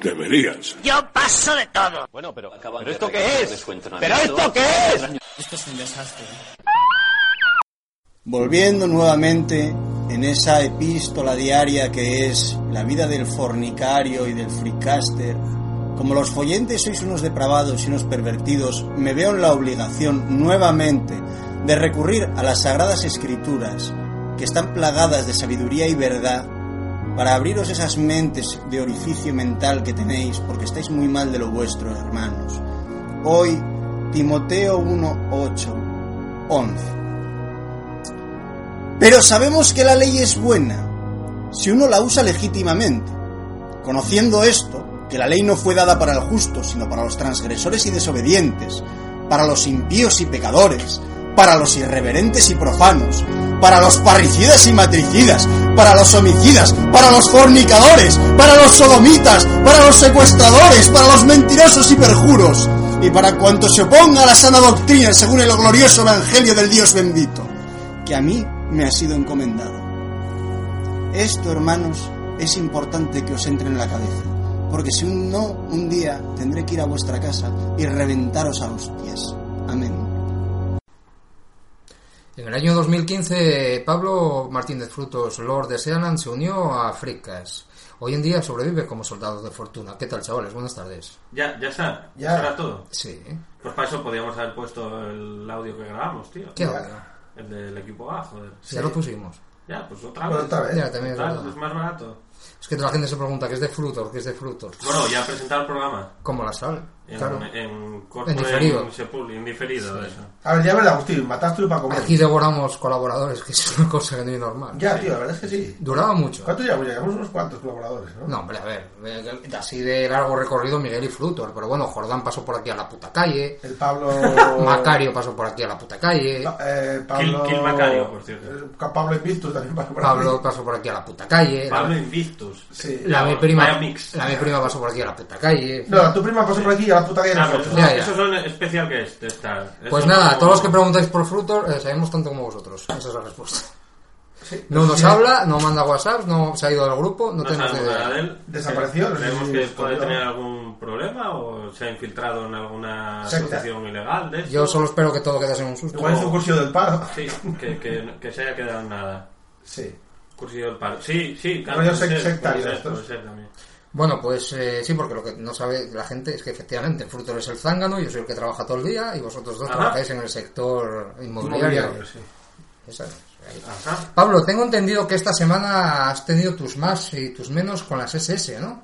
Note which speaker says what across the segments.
Speaker 1: deberías.
Speaker 2: Yo paso de todo.
Speaker 3: Bueno, pero,
Speaker 4: ¿Pero esto qué es?
Speaker 3: ¿Pero esto qué es?
Speaker 5: Esto es un desastre.
Speaker 6: Volviendo nuevamente en esa epístola diaria que es la vida del fornicario y del freecaster, como los follentes sois unos depravados y unos pervertidos, me veo en la obligación nuevamente de recurrir a las sagradas escrituras que están plagadas de sabiduría y verdad para abriros esas mentes de orificio mental que tenéis porque estáis muy mal de lo vuestro, hermanos. Hoy, Timoteo 1, 8, 11. Pero sabemos que la ley es buena si uno la usa legítimamente. Conociendo esto, que la ley no fue dada para el justo, sino para los transgresores y desobedientes, para los impíos y pecadores, para los irreverentes y profanos, para los parricidas y matricidas, para los homicidas, para los fornicadores, para los sodomitas, para los secuestradores, para los mentirosos y perjuros, y para cuanto se oponga a la sana doctrina según el glorioso evangelio del Dios bendito, que a mí me ha sido encomendado. Esto, hermanos, es importante que os entre en la cabeza, porque si un no, un día tendré que ir a vuestra casa y reventaros a hostias. Amén.
Speaker 7: En el año 2015, Pablo Martínez Frutos, Lord de Sealand, se unió a Fricas. Hoy en día sobrevive como soldado de fortuna. ¿Qué tal, chavales? Buenas tardes.
Speaker 4: Ya, ya está. Ya,
Speaker 8: Ya.
Speaker 4: será todo.
Speaker 7: Sí.
Speaker 4: Pues para eso podíamos haber puesto el audio que grabamos, tío.
Speaker 7: ¿Qué onda?
Speaker 4: El del equipo A, joder.
Speaker 7: Si Ya lo pusimos.
Speaker 4: Ya, pues otra vez.
Speaker 8: Bueno, otra vez.
Speaker 7: Ya, también es
Speaker 4: Claro,
Speaker 7: verdad.
Speaker 4: es más barato.
Speaker 7: Es que la gente se pregunta que es de frutos, que es de frutos.
Speaker 4: Bueno, ya presentar el programa.
Speaker 7: Como la sal.
Speaker 4: En,
Speaker 7: Claro.
Speaker 4: en
Speaker 7: En diferido.
Speaker 4: en sepul- en diferido, eso.
Speaker 8: A ver, ya me la Agustín, mataste para comer.
Speaker 7: Aquí devoramos colaboradores, que es una cosa que no es normal.
Speaker 8: Ya, tío, la verdad es que sí.
Speaker 7: Duraba mucho.
Speaker 8: ¿Cuántos llevamos? Llevamos unos cuantos colaboradores, ¿no?
Speaker 7: No, hombre, a ver, eh, así de largo recorrido Miguel y Frutor, pero bueno, Jordán pasó por aquí a la puta calle,
Speaker 8: El Pablo.
Speaker 7: Macario pasó por aquí a la puta calle,
Speaker 8: Pa- eh, Pablo.
Speaker 4: Kill- Kill Macario, por cierto.
Speaker 8: Eh, Pablo Invictus también pasó por
Speaker 7: Pablo
Speaker 8: aquí.
Speaker 7: pasó por aquí a la puta calle, la-
Speaker 4: Pablo Invictus.
Speaker 8: Sí.
Speaker 7: la, mi
Speaker 4: Vaya
Speaker 7: prima,
Speaker 4: mix.
Speaker 7: la mi prima pasó por aquí a la puta calle.
Speaker 8: No, tu prima pasó por aquí y a la puta que
Speaker 4: Ah, pero
Speaker 8: nosotros.
Speaker 4: eso,
Speaker 7: Ya, ya.
Speaker 4: eso son especial que es. de estar.
Speaker 7: Pues
Speaker 4: Eso
Speaker 7: nada,
Speaker 4: no-
Speaker 7: a todos los que preguntáis por Frutor, eh, sabemos tanto como vosotros. Esa es la respuesta. No nos
Speaker 8: Sí.
Speaker 7: habla, no manda WhatsApp, no se ha ido del grupo, no,
Speaker 4: No
Speaker 7: tenemos ni
Speaker 4: sabemos
Speaker 7: idea.
Speaker 4: nada de él.
Speaker 8: Desapareció, no sé
Speaker 4: Creemos
Speaker 8: si
Speaker 4: que puede
Speaker 8: escondió.
Speaker 4: tener algún problema o se ha infiltrado en alguna
Speaker 8: Secta.
Speaker 4: asociación ilegal de esto.
Speaker 7: Yo solo espero que todo quedase en un susto.
Speaker 8: Igual es un cursillo del paro.
Speaker 4: Sí, que, que, que se haya quedado en nada.
Speaker 8: Sí.
Speaker 4: Cursillo del paro. Sí, sí, claro.
Speaker 8: Rollo
Speaker 4: puede
Speaker 8: sec-
Speaker 4: ser,
Speaker 8: sectario
Speaker 4: puede ser,
Speaker 8: estos.
Speaker 4: puede ser también.
Speaker 7: Bueno, pues eh, sí, porque lo que no sabe la gente es que efectivamente Frutor es el zángano, yo soy el que trabaja todo el día y vosotros dos
Speaker 4: Ajá.
Speaker 7: trabajáis en el sector inmobiliario.
Speaker 8: Inmobiliario, sí.
Speaker 7: Esa es.
Speaker 4: Ajá.
Speaker 7: Pablo, tengo entendido que esta semana has tenido tus más y tus menos con las SS, ¿no?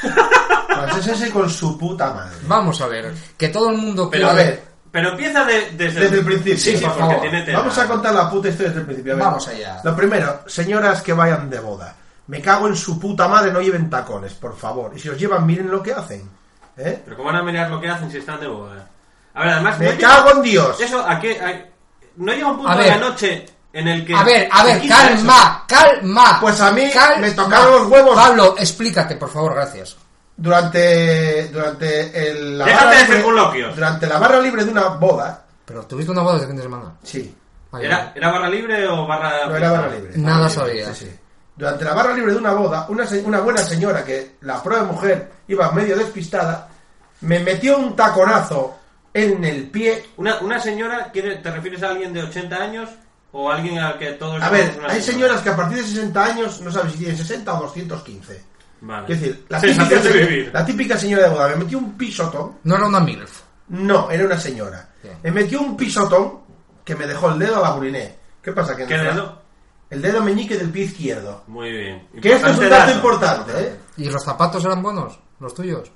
Speaker 8: Francés ese con su puta madre.
Speaker 7: Vamos a ver, que todo el mundo
Speaker 4: Pero
Speaker 7: quiera-
Speaker 8: a ver,
Speaker 4: Pero empieza de- desde,
Speaker 8: Desde el principio,
Speaker 4: Sí, sí,
Speaker 8: por
Speaker 4: porque
Speaker 7: favor.
Speaker 4: tiene tela.
Speaker 8: Vamos a contar la puta historia desde el principio. A ver,
Speaker 7: Vamos allá.
Speaker 8: Lo primero, señoras que vayan de boda. Me cago en su puta madre, no lleven tacones, por favor. Y si os llevan, miren lo que hacen. ¿Eh?
Speaker 4: Pero ¿cómo van a mirar lo que hacen si están de boda? A ver, además...
Speaker 8: ¡Me
Speaker 4: no
Speaker 8: cago
Speaker 4: llega-
Speaker 8: en Dios!
Speaker 4: Eso, ¿a qué? a- ¿No llega un punto
Speaker 7: A
Speaker 4: de
Speaker 7: ver.
Speaker 4: la noche en el que...
Speaker 7: A ver, a
Speaker 4: se
Speaker 7: ver,
Speaker 4: quita eso?
Speaker 7: calma, calma.
Speaker 8: Pues a mí
Speaker 7: calma.
Speaker 8: me tocaron los huevos.
Speaker 7: Pablo, explícate, por favor, gracias.
Speaker 8: Durante, durante el, la
Speaker 4: Déjate de circunloquios.
Speaker 8: Durante la barra libre de una boda.
Speaker 7: Pero tuviste una boda este fin de semana.
Speaker 8: Sí.
Speaker 7: Vale,
Speaker 4: ¿Era,
Speaker 7: vale.
Speaker 4: ¿Era barra libre o barra...
Speaker 8: No era barra libre.
Speaker 7: Nada sabía.
Speaker 8: Sí, sí. Durante la barra libre de una boda, una, se- una buena señora que la prueba de mujer iba medio despistada, me metió un taconazo en el pie
Speaker 4: Una, una señora, quiere, ¿te refieres a alguien de 80 años o alguien al que todos...
Speaker 8: A ver,
Speaker 4: llamamos una
Speaker 8: hay señoras que a partir de 60 años no sabes si tienen 60 o 215.
Speaker 4: Vale.
Speaker 8: Es decir, la típica,
Speaker 4: Sensación de
Speaker 8: se-
Speaker 4: vivir.
Speaker 8: la típica señora de boda me metió un pisotón.
Speaker 7: No era una MILF.
Speaker 8: No, era una señora.
Speaker 7: Bien.
Speaker 8: Me metió un pisotón que me dejó el dedo a la buriné. ¿Qué pasa? Que
Speaker 4: ¿Qué
Speaker 8: nuestra-
Speaker 4: dedo?
Speaker 8: El dedo meñique del pie izquierdo.
Speaker 4: Muy bien.
Speaker 8: Que esto es un dato
Speaker 4: dato.
Speaker 8: importante, ¿eh?
Speaker 7: ¿Y los zapatos eran buenos? ¿Los tuyos?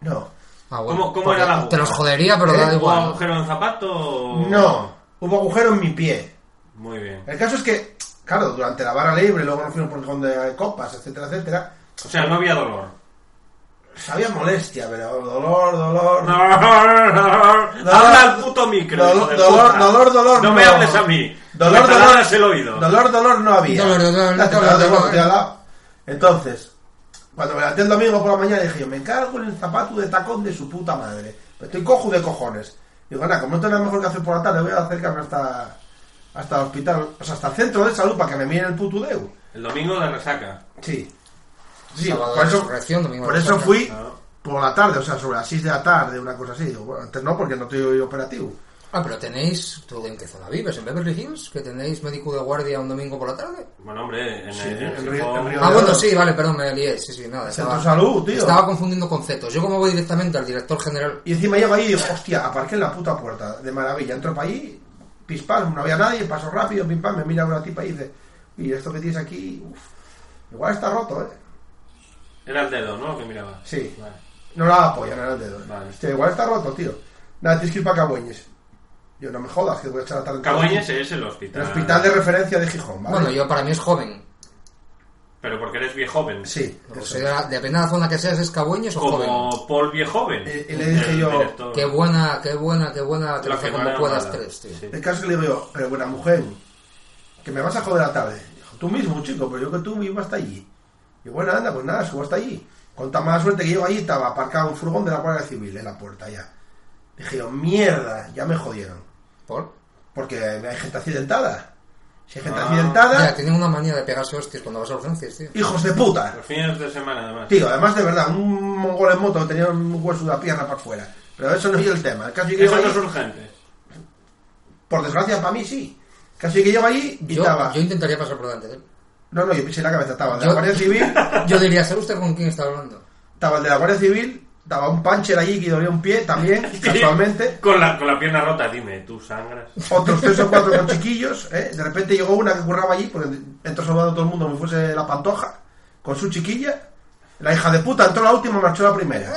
Speaker 8: No.
Speaker 7: Ah,
Speaker 4: ¿Cómo- cómo
Speaker 7: porque
Speaker 4: era la
Speaker 7: Te
Speaker 4: boda?
Speaker 7: los jodería, pero
Speaker 8: ¿Eh?
Speaker 7: da
Speaker 4: ¿Hubo
Speaker 7: igual.
Speaker 4: agujero en zapato o...?
Speaker 8: No. Hubo agujero en mi pie.
Speaker 4: Muy bien.
Speaker 8: El caso es que, claro, durante la barra libre, luego nos fuimos por un cojón de copas, etcétera, etcétera.
Speaker 4: O sea, no había dolor.
Speaker 8: Sabía pues molestia, pero dolor, dolor.
Speaker 4: Habla al puto micro. hijo
Speaker 8: Dolor,
Speaker 4: de
Speaker 8: dolor,
Speaker 4: puta.
Speaker 8: dolor, dolor.
Speaker 4: No me hables a mí.
Speaker 8: Dolor,
Speaker 4: me
Speaker 8: dolor.
Speaker 4: taladras el oído.
Speaker 8: Dolor, dolor no había.
Speaker 7: Dolor, dolor,
Speaker 8: La
Speaker 7: dolor,
Speaker 8: tocaba de
Speaker 7: dolor.
Speaker 8: golpe al lado. Entonces, cuando me levanté el domingo por la mañana, dije yo, me encargo en el zapato de tacón de su puta madre. Pues Estoy cojo de cojones. Digo, nada, como no tengo nada mejor que hacer por la tarde, voy a acercarme hasta, hasta el hospital, o sea, hasta el centro de salud para que me miren el puto dedo.
Speaker 4: El domingo de resaca.
Speaker 8: Sí. Sí,
Speaker 7: Sábado
Speaker 8: por
Speaker 7: de
Speaker 8: eso,
Speaker 7: resurrección, domingo
Speaker 8: por
Speaker 7: de
Speaker 8: eso
Speaker 7: resurrección.
Speaker 8: fui
Speaker 4: Claro.
Speaker 8: por la tarde, o sea, sobre las 6 de la tarde, una cosa así. Digo, bueno, antes no, porque no estoy operativo.
Speaker 7: Ah, pero tenéis. ¿Tú en qué zona vives? ¿En Beverly Hills? ¿Que tenéis médico de guardia un domingo por la tarde?
Speaker 4: Bueno, hombre, en
Speaker 8: Sí,
Speaker 4: el,
Speaker 8: en
Speaker 4: en
Speaker 8: Río-
Speaker 4: Gijón-
Speaker 8: en Río-
Speaker 7: Ah, bueno, sí, vale, perdón, me lié. Sí, sí, nada.
Speaker 8: Centro
Speaker 7: Estaba,
Speaker 8: Salud, tío.
Speaker 7: estaba confundiendo conceptos. Yo, como voy directamente al director general.
Speaker 8: Y encima llego ahí y digo, hostia, aparqué en la puta puerta, de maravilla. Entro para allí, pispal, no había nadie, paso rápido, pim pam, me mira una tipa y dice, y esto que tienes aquí, uf, igual está roto, ¿eh?
Speaker 4: Era el dedo, ¿no? Que miraba.
Speaker 8: Sí.
Speaker 4: Vale.
Speaker 8: No la daba polla, no era el dedo.
Speaker 4: Vale.
Speaker 8: Hostia, igual está roto, tío. Nada, tienes que ir para Cabueñes. Yo, no me jodas, que voy a echar la tarde en
Speaker 4: Caboñes es el hospital.
Speaker 8: El hospital de referencia de Gijón, ¿vale?
Speaker 7: Bueno, yo para mí es joven.
Speaker 4: Pero porque eres viejoven.
Speaker 8: Sí,
Speaker 7: O
Speaker 8: eso.
Speaker 7: sea, de la- depende de la zona que seas, es Cabueños o joven.
Speaker 4: Como Paul Viejoven.
Speaker 8: Eh, y le dije
Speaker 4: El
Speaker 8: yo,
Speaker 4: director.
Speaker 7: Qué buena, qué buena, qué buena. Te
Speaker 4: La
Speaker 7: lo hace
Speaker 4: que
Speaker 7: como
Speaker 4: no era
Speaker 7: puedas
Speaker 4: mala.
Speaker 7: tres, tío.
Speaker 4: Sí.
Speaker 8: El caso es que le digo yo, pero buena mujer, que me vas a joder a la tarde. Dijo, tú mismo, chico, pero yo que tú vivo hasta allí. Y bueno, anda, pues nada, subo hasta allí. Con tan mala suerte que llego allí, estaba aparcado un furgón de la Guardia Civil en la puerta ya. Dije yo, mierda, ya me jodieron.
Speaker 7: ¿Por?
Speaker 8: Porque hay gente accidentada. Si hay gente
Speaker 4: Ah.
Speaker 7: Ya,
Speaker 8: accidentada,
Speaker 7: tienen una manía de pegarse hostias cuando vas a urgencias, tío.
Speaker 8: hijos de puta.
Speaker 4: Los fines de semana, además.
Speaker 8: Tío, además de verdad, un mongol en moto tenía un hueso de la pierna para afuera. Pero eso no es el tema. El caso es que
Speaker 4: Eso
Speaker 8: llego
Speaker 4: no es
Speaker 8: allí,
Speaker 4: urgente.
Speaker 8: por desgracia para mí sí. El caso es que llego allí y
Speaker 7: Yo,
Speaker 8: estaba.
Speaker 7: yo intentaría pasar por delante de él.
Speaker 8: No, no, yo pisé la cabeza, estaba de la
Speaker 7: Yo-
Speaker 8: Guardia Civil,
Speaker 7: Yo diría, ¿sabe usted con quién está hablando?
Speaker 8: estaba el de la Guardia Civil, estaba un puncher allí que dolía un pie también, casualmente,
Speaker 4: Con la, con la pierna rota, dime, tú sangras.
Speaker 8: otros tres o cuatro con chiquillos, ¿eh? de repente llegó una que curraba allí, porque entró saludando a todo el mundo como si fuese la pantoja, con su chiquilla, la hija de puta entró la última, marchó la primera.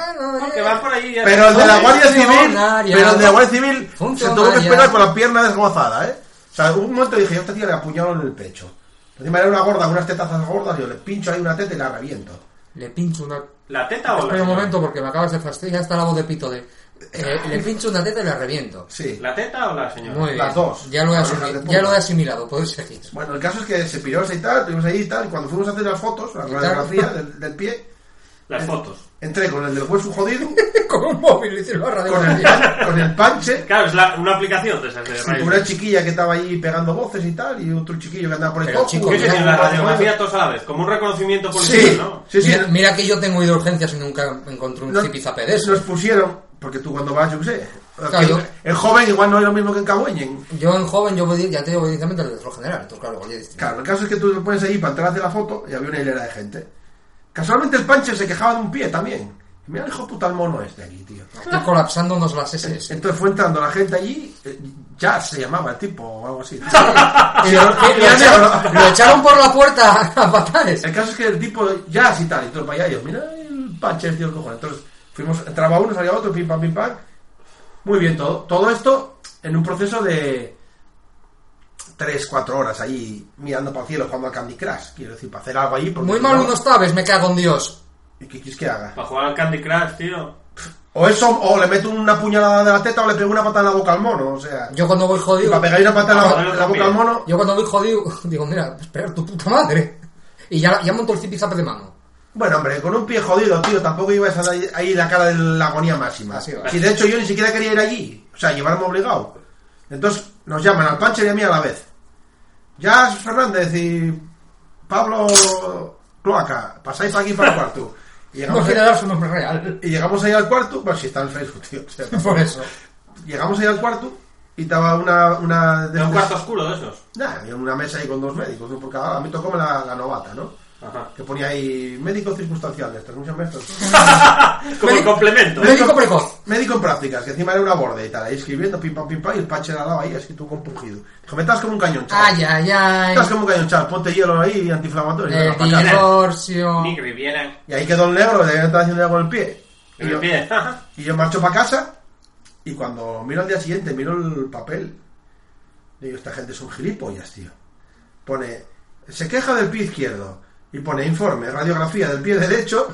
Speaker 4: Que va por ahí. ya
Speaker 8: Pero el de la
Speaker 4: te-
Speaker 8: Guardia Civil,
Speaker 7: Funcionaria.
Speaker 8: pero el de la Guardia Civil se tuvo que
Speaker 7: Funcionaria.
Speaker 8: esperar con la pierna desguazada, ¿eh? O sea, un momento dije, yo a esta tía le apuñalo en el pecho. Encima era una gorda, con unas tetazas gordas, yo le pincho ahí una teta y la reviento.
Speaker 7: Le pincho una...
Speaker 4: ¿La teta o la
Speaker 7: Espera un
Speaker 4: señora?
Speaker 7: momento porque me acabas de fastidiar hasta la voz de pito de... Eh, le pincho una teta y la reviento.
Speaker 8: Sí.
Speaker 4: ¿La teta o la señora?
Speaker 7: Muy bien.
Speaker 8: Las dos.
Speaker 7: Ya lo he,
Speaker 8: Las
Speaker 7: asumi-
Speaker 8: hijas de
Speaker 7: ya lo he
Speaker 8: puta.
Speaker 7: asimilado, podéis seguir.
Speaker 8: Bueno, el caso es que se piró ese y tal, estuvimos ahí y tal, y cuando fuimos a hacer las fotos, la radiografía del, del pie,
Speaker 4: Las fotos.
Speaker 8: entré con el del hueso jodido,
Speaker 7: Con un móvil y decirlo a radio.
Speaker 8: con el, pan- con el panche,
Speaker 4: Claro, es la- una aplicación de esas de
Speaker 8: y
Speaker 4: rayos.
Speaker 8: una chiquilla que estaba ahí pegando voces y tal, y otro chiquillo que andaba por el
Speaker 7: Pero, chico,
Speaker 4: ¿Qué
Speaker 7: mira,
Speaker 4: se tiene la
Speaker 7: mira,
Speaker 4: radiografía todos a la vez? Como un reconocimiento policial,
Speaker 8: Sí,
Speaker 4: ¿no?
Speaker 8: sí, sí.
Speaker 7: mira, mira que yo tengo ido a urgencias y nunca encontré un
Speaker 8: Nos-
Speaker 7: zipizape de eso.
Speaker 8: Nos pusieron, porque tú cuando vas, yo qué sé.
Speaker 7: Claro, yo-
Speaker 8: El joven igual no es lo mismo que en Cabueñen.
Speaker 7: Yo en joven, yo voy, ya te digo, voy directamente al director general. Entonces, claro, voy a decir,
Speaker 8: Claro, el caso es que tú te pones ahí para entrar a hacer la foto y había una hilera de gente. Casualmente el panche se quejaba de un pie también. Mira el hijo puta el mono este aquí, tío.
Speaker 7: Estoy colapsándonos las SS.
Speaker 8: Entonces fue entrando la gente allí, eh, ya se llamaba el tipo o algo así.
Speaker 7: Y lo, y lo echaron, lo echaron por la puerta a patadas.
Speaker 8: El caso es que el tipo ya y tal, y todo para allá, y yo, mira el panche, tío, el cojón. Entonces fuimos, entraba uno, salía otro, pim pam, pim pam. Muy bien, todo, todo esto en un proceso de 3-4 horas ahí mirando para el cielo jugando al Candy Crush. Quiero decir, para hacer algo allí. porque
Speaker 7: Muy
Speaker 8: si
Speaker 7: mal
Speaker 8: no-
Speaker 7: unos tabes, me cago en Dios.
Speaker 8: ¿Y qué quieres que haga?
Speaker 4: Para jugar al Candy Crush, tío.
Speaker 8: O eso, o le meto una puñalada de la teta o le pego una patada en la boca al mono, o sea.
Speaker 7: Yo Ah, cuando voy
Speaker 8: y
Speaker 7: jodido.
Speaker 8: para pegar una patada en la, en la boca al mono.
Speaker 7: Yo cuando voy jodido, digo, mira, esperar tu puta madre. Y ya, ya monto el zipizape de mano.
Speaker 8: Bueno, hombre, con un pie jodido, tío, tampoco ibas a dar ahí la cara de la agonía máxima.
Speaker 7: Así va.
Speaker 8: Si de hecho yo ni siquiera quería ir allí, o sea, llevarme obligado. Entonces nos llaman al Pancho y a mí a la vez. Ya Fernández y Pablo Cloaca, pasáis aquí para el cuarto. Y
Speaker 7: No
Speaker 8: llegamos,
Speaker 7: quiere
Speaker 8: ahí,
Speaker 7: dar su nombre real.
Speaker 8: y llegamos ahí al cuarto, bueno, si está en Facebook, tío. o sea,
Speaker 7: Por eso.
Speaker 8: llegamos ahí al cuarto y estaba una... una
Speaker 4: De un cuarto oscuro de esos.
Speaker 8: Nah, había una mesa ahí con dos médicos, ¿no? porque a mí tocó la, la novata, ¿no?
Speaker 4: Ajá.
Speaker 8: Que ponía ahí médico circunstancial de estos, muchos maestros.
Speaker 4: Como el complemento.
Speaker 7: Médico precoz.
Speaker 8: Médico en prácticas, que encima era una borde y tal, ahí escribiendo, pim pam pim pam, y el panche al lado ahí, así tú compungido. Dijo, me estás como un cañón, chaval.
Speaker 7: Ay, ay, ay. Eh,
Speaker 8: Estás como un cañón, chaval, ponte hielo ahí, antiinflamatorio. y
Speaker 7: El
Speaker 8: venga pa' casa.
Speaker 7: divorcio.
Speaker 4: Ni que viviera
Speaker 8: y ahí quedó el negro, que estaba haciendo algo con el pie. Y
Speaker 4: en el
Speaker 8: yo,
Speaker 4: pie.
Speaker 8: y yo marcho para casa, y cuando miro al día siguiente, miro el papel, digo, esta gente es un gilipollas, tío. Pone, se queja del pie izquierdo, y pone informe, radiografía del pie derecho,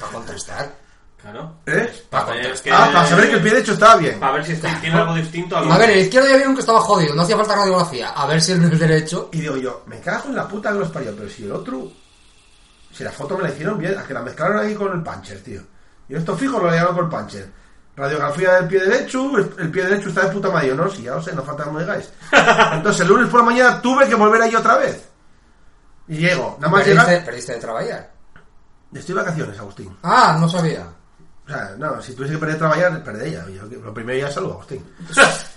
Speaker 7: Para contestar.
Speaker 4: Claro.
Speaker 8: ¿Eh?
Speaker 4: Para ver que-
Speaker 8: Ah, para saber que el pie derecho estaba bien.
Speaker 4: Para ver si este tiene algo distinto a lo
Speaker 7: A ver, eh. el izquierdo ya vieron que estaba jodido, no hacía falta radiografía. A ver si el del derecho.
Speaker 8: Y digo yo, me cago en la puta que los parió, pero si el otro. Si la foto me la hicieron bien, a que la mezclaron ahí con el puncher, tío. Y esto fijo lo llevaron con el puncher. Radiografía del pie derecho, el pie derecho está de puta madre. Yo, no, si ya lo sé, no falta que me digáis. Entonces el lunes por la mañana tuve que volver ahí otra vez. Y llego, nada más
Speaker 7: Perdiste,
Speaker 8: llegar.
Speaker 7: perdiste de trabajar.
Speaker 8: Estoy de vacaciones, Agustín.
Speaker 7: Ah, no sabía.
Speaker 8: O sea, no, si tuviese que perder trabajar, perdería. Yo- Lo primero ya salud, Agustín.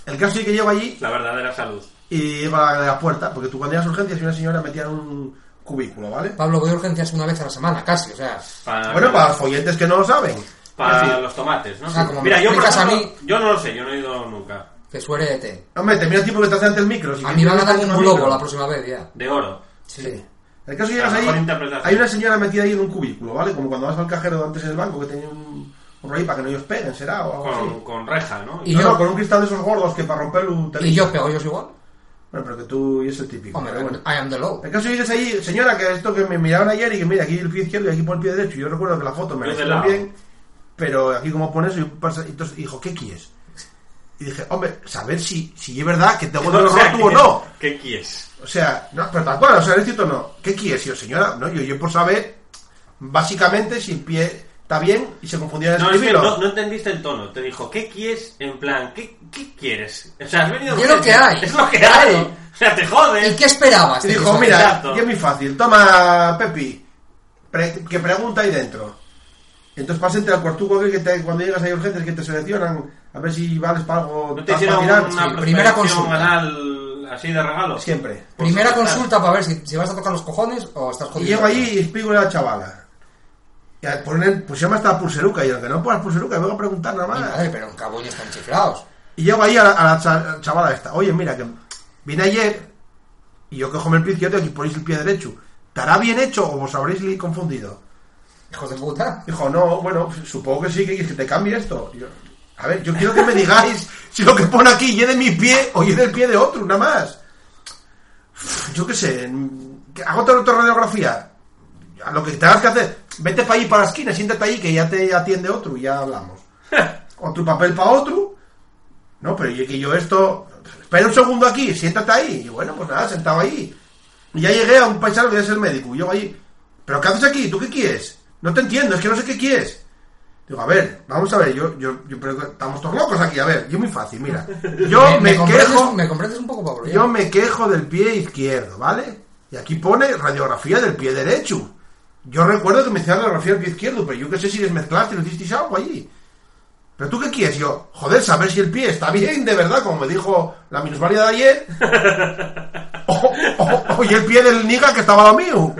Speaker 8: El caso es que llego allí
Speaker 4: La verdadera salud.
Speaker 8: y iba a la puerta, porque tú cuando ibas a urgencias y una señora metía en un cubículo, ¿vale?
Speaker 7: Pablo voy a urgencias una vez a la semana, casi, o sea.
Speaker 4: Para,
Speaker 8: Bueno, para los oyentes que no lo saben.
Speaker 4: para
Speaker 8: Es decir,
Speaker 4: los tomates, ¿no?
Speaker 7: Ah, como me
Speaker 4: Mira, yo por
Speaker 7: explicas a
Speaker 4: ejemplo, yo no lo sé, yo no he ido nunca.
Speaker 7: Que suerete.
Speaker 8: Hombre, te mira el tipo que te hace ante el micro. si
Speaker 7: A mí
Speaker 8: quieres
Speaker 7: me van a dar
Speaker 8: meterte
Speaker 7: un
Speaker 8: en el
Speaker 7: globo
Speaker 8: micro.
Speaker 7: la próxima vez, ya.
Speaker 4: De oro.
Speaker 7: Sí.
Speaker 8: El caso es que
Speaker 4: La
Speaker 8: llegas
Speaker 4: mejor
Speaker 8: ahí,
Speaker 4: interpretación.
Speaker 8: hay una señora metida ahí en un cubículo, ¿vale? Como cuando vas al cajero antes en el banco que tenía un, un rollo para que no ellos peguen, será, o algo
Speaker 4: Con,
Speaker 8: así.
Speaker 4: con reja, ¿no?
Speaker 7: Y
Speaker 8: no,
Speaker 7: yo-
Speaker 8: no, con un cristal de esos gordos que para romperlo te
Speaker 7: ¿Y yo pego yo igual?
Speaker 8: Bueno, pero que tú y es el típico. ¿eh?
Speaker 7: Hombre,
Speaker 8: pero bueno.
Speaker 7: I am the low.
Speaker 8: El caso es que llegas ahí, señora, que esto que me miraron ayer y que mira, aquí el pie izquierdo y aquí por el pie derecho. Yo recuerdo que la foto me la
Speaker 4: Yo de
Speaker 8: hicieron
Speaker 4: lado.
Speaker 8: bien, pero aquí como pones, y pasa- y entonces dijo, ¿qué quieres? Y dije, hombre, saber si, si es verdad que te vuelvo
Speaker 4: o
Speaker 8: el
Speaker 4: sea,
Speaker 8: roto o
Speaker 4: ¿qué-
Speaker 8: no.
Speaker 4: ¿Qué quieres?
Speaker 8: O sea, no, pero tal cual, o sea, es cierto no. ¿Qué quieres, yo, señora? No, yo, yo por saber, básicamente, si el pie está bien y se confundía en
Speaker 4: No, es que
Speaker 8: escribirlo.
Speaker 4: no, no entendiste el tono. Te dijo, ¿qué quieres? En plan, ¿qué, qué quieres? O sea, has venido...
Speaker 7: Y es lo que hay.
Speaker 4: Es lo que
Speaker 7: Claro.
Speaker 4: hay. O sea, te jodes.
Speaker 7: ¿Y qué esperabas?
Speaker 8: y
Speaker 7: Te
Speaker 8: dijo,
Speaker 7: quise-
Speaker 8: mira,
Speaker 4: Exacto.
Speaker 8: y es muy fácil. Toma, Pepi, pre- que pregunta ahí dentro. Y Entonces pasa entre el cuartuco que te- cuando llegas hay urgentes que te seleccionan a ver si vales para algo.
Speaker 4: ¿No te
Speaker 8: para
Speaker 4: hicieron
Speaker 8: tirar.
Speaker 4: una
Speaker 7: sí, primera
Speaker 4: prospección
Speaker 7: consulta.
Speaker 4: anal así de regalo?
Speaker 8: Siempre.
Speaker 4: Pues
Speaker 7: Primera
Speaker 4: total.
Speaker 7: consulta para ver si, si vas a tocar los cojones o estás
Speaker 8: Y
Speaker 7: jodido.
Speaker 8: llego allí y explico a la chavala. Y al poner, pues llama hasta la pulseruca. Y aunque no pongas pulseruca, vengo a preguntar nada
Speaker 7: Mi
Speaker 8: más.
Speaker 7: madre, pero en Caboño están chiflados.
Speaker 8: Y llego ahí a la, a la cha- chavala esta. Oye, mira, que vine ayer y yo quejome el pie izquierdo y aquí ponéis el pie derecho. ¿Estará bien hecho o os habréis li- confundido?
Speaker 7: Hijos de puta.
Speaker 8: Dijo, no, bueno, supongo que sí, que, que te cambie esto. Y yo, a ver, yo quiero que me digáis si lo que pone aquí y es de mi pie o y es del pie de otro, nada más. Yo qué sé, ¿que hago otra otra radiografía. A lo que tengas que hacer, vete para ahí, para la esquina, siéntate ahí, que ya te atiende otro y ya hablamos. otro papel para otro. No, pero yo, que yo esto... Espera un segundo aquí, siéntate ahí. Y bueno, pues nada, sentado ahí. Y ya llegué a un paisano que es el médico. Y yo ahí... ¿Pero qué haces aquí? ¿Tú qué quieres? No te entiendo, es que no sé qué quieres. Digo, a ver, vamos a ver, yo, yo, yo pero estamos todos locos aquí, a ver, yo muy fácil, mira. Yo me,
Speaker 7: comprendes,
Speaker 8: quejo,
Speaker 7: me comprendes un poco, Pablo. ya.
Speaker 8: yo me quejo del pie izquierdo, ¿vale? Y aquí pone radiografía del pie derecho. Yo recuerdo que me hicieron radiografía del pie izquierdo, pero yo qué sé si desmezclaste, lo hicisteis algo allí. ¿Pero tú qué quieres? Yo, joder, saber si el pie está bien, de verdad, como me dijo la minusvalía de ayer. o, o- o- y el pie del niga que estaba lo mío.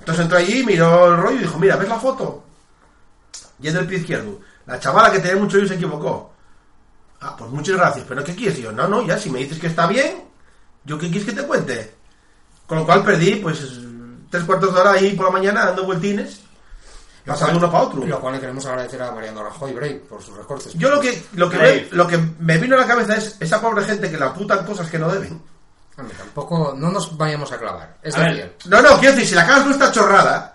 Speaker 8: Entonces entró allí, miró el rollo y dijo, mira, ¿ves la foto? Y es del pie izquierdo. La chavala que tenía mucho yo se equivocó. Ah, pues muchas gracias, pero ¿qué quieres? Y Yo, no, no, ya, si me dices que está bien, ¿Yo qué quieres que te cuente? Con lo cual perdí, pues, tres cuartos de hora ahí por la mañana dando vueltines, pasando uno para
Speaker 7: Lo
Speaker 8: otro.
Speaker 7: cual le queremos agradecer a Mariano Rajoy Bray por sus recortes.
Speaker 8: Yo lo que, lo, que
Speaker 4: Brave.
Speaker 8: me, lo que me vino a la cabeza es esa pobre gente que la putan cosas que no deben.
Speaker 7: Hombre, tampoco no nos vayamos a clavar. Es
Speaker 4: A ver.
Speaker 7: decir,
Speaker 8: No, no, quiero decir, si la cagas con esta chorrada,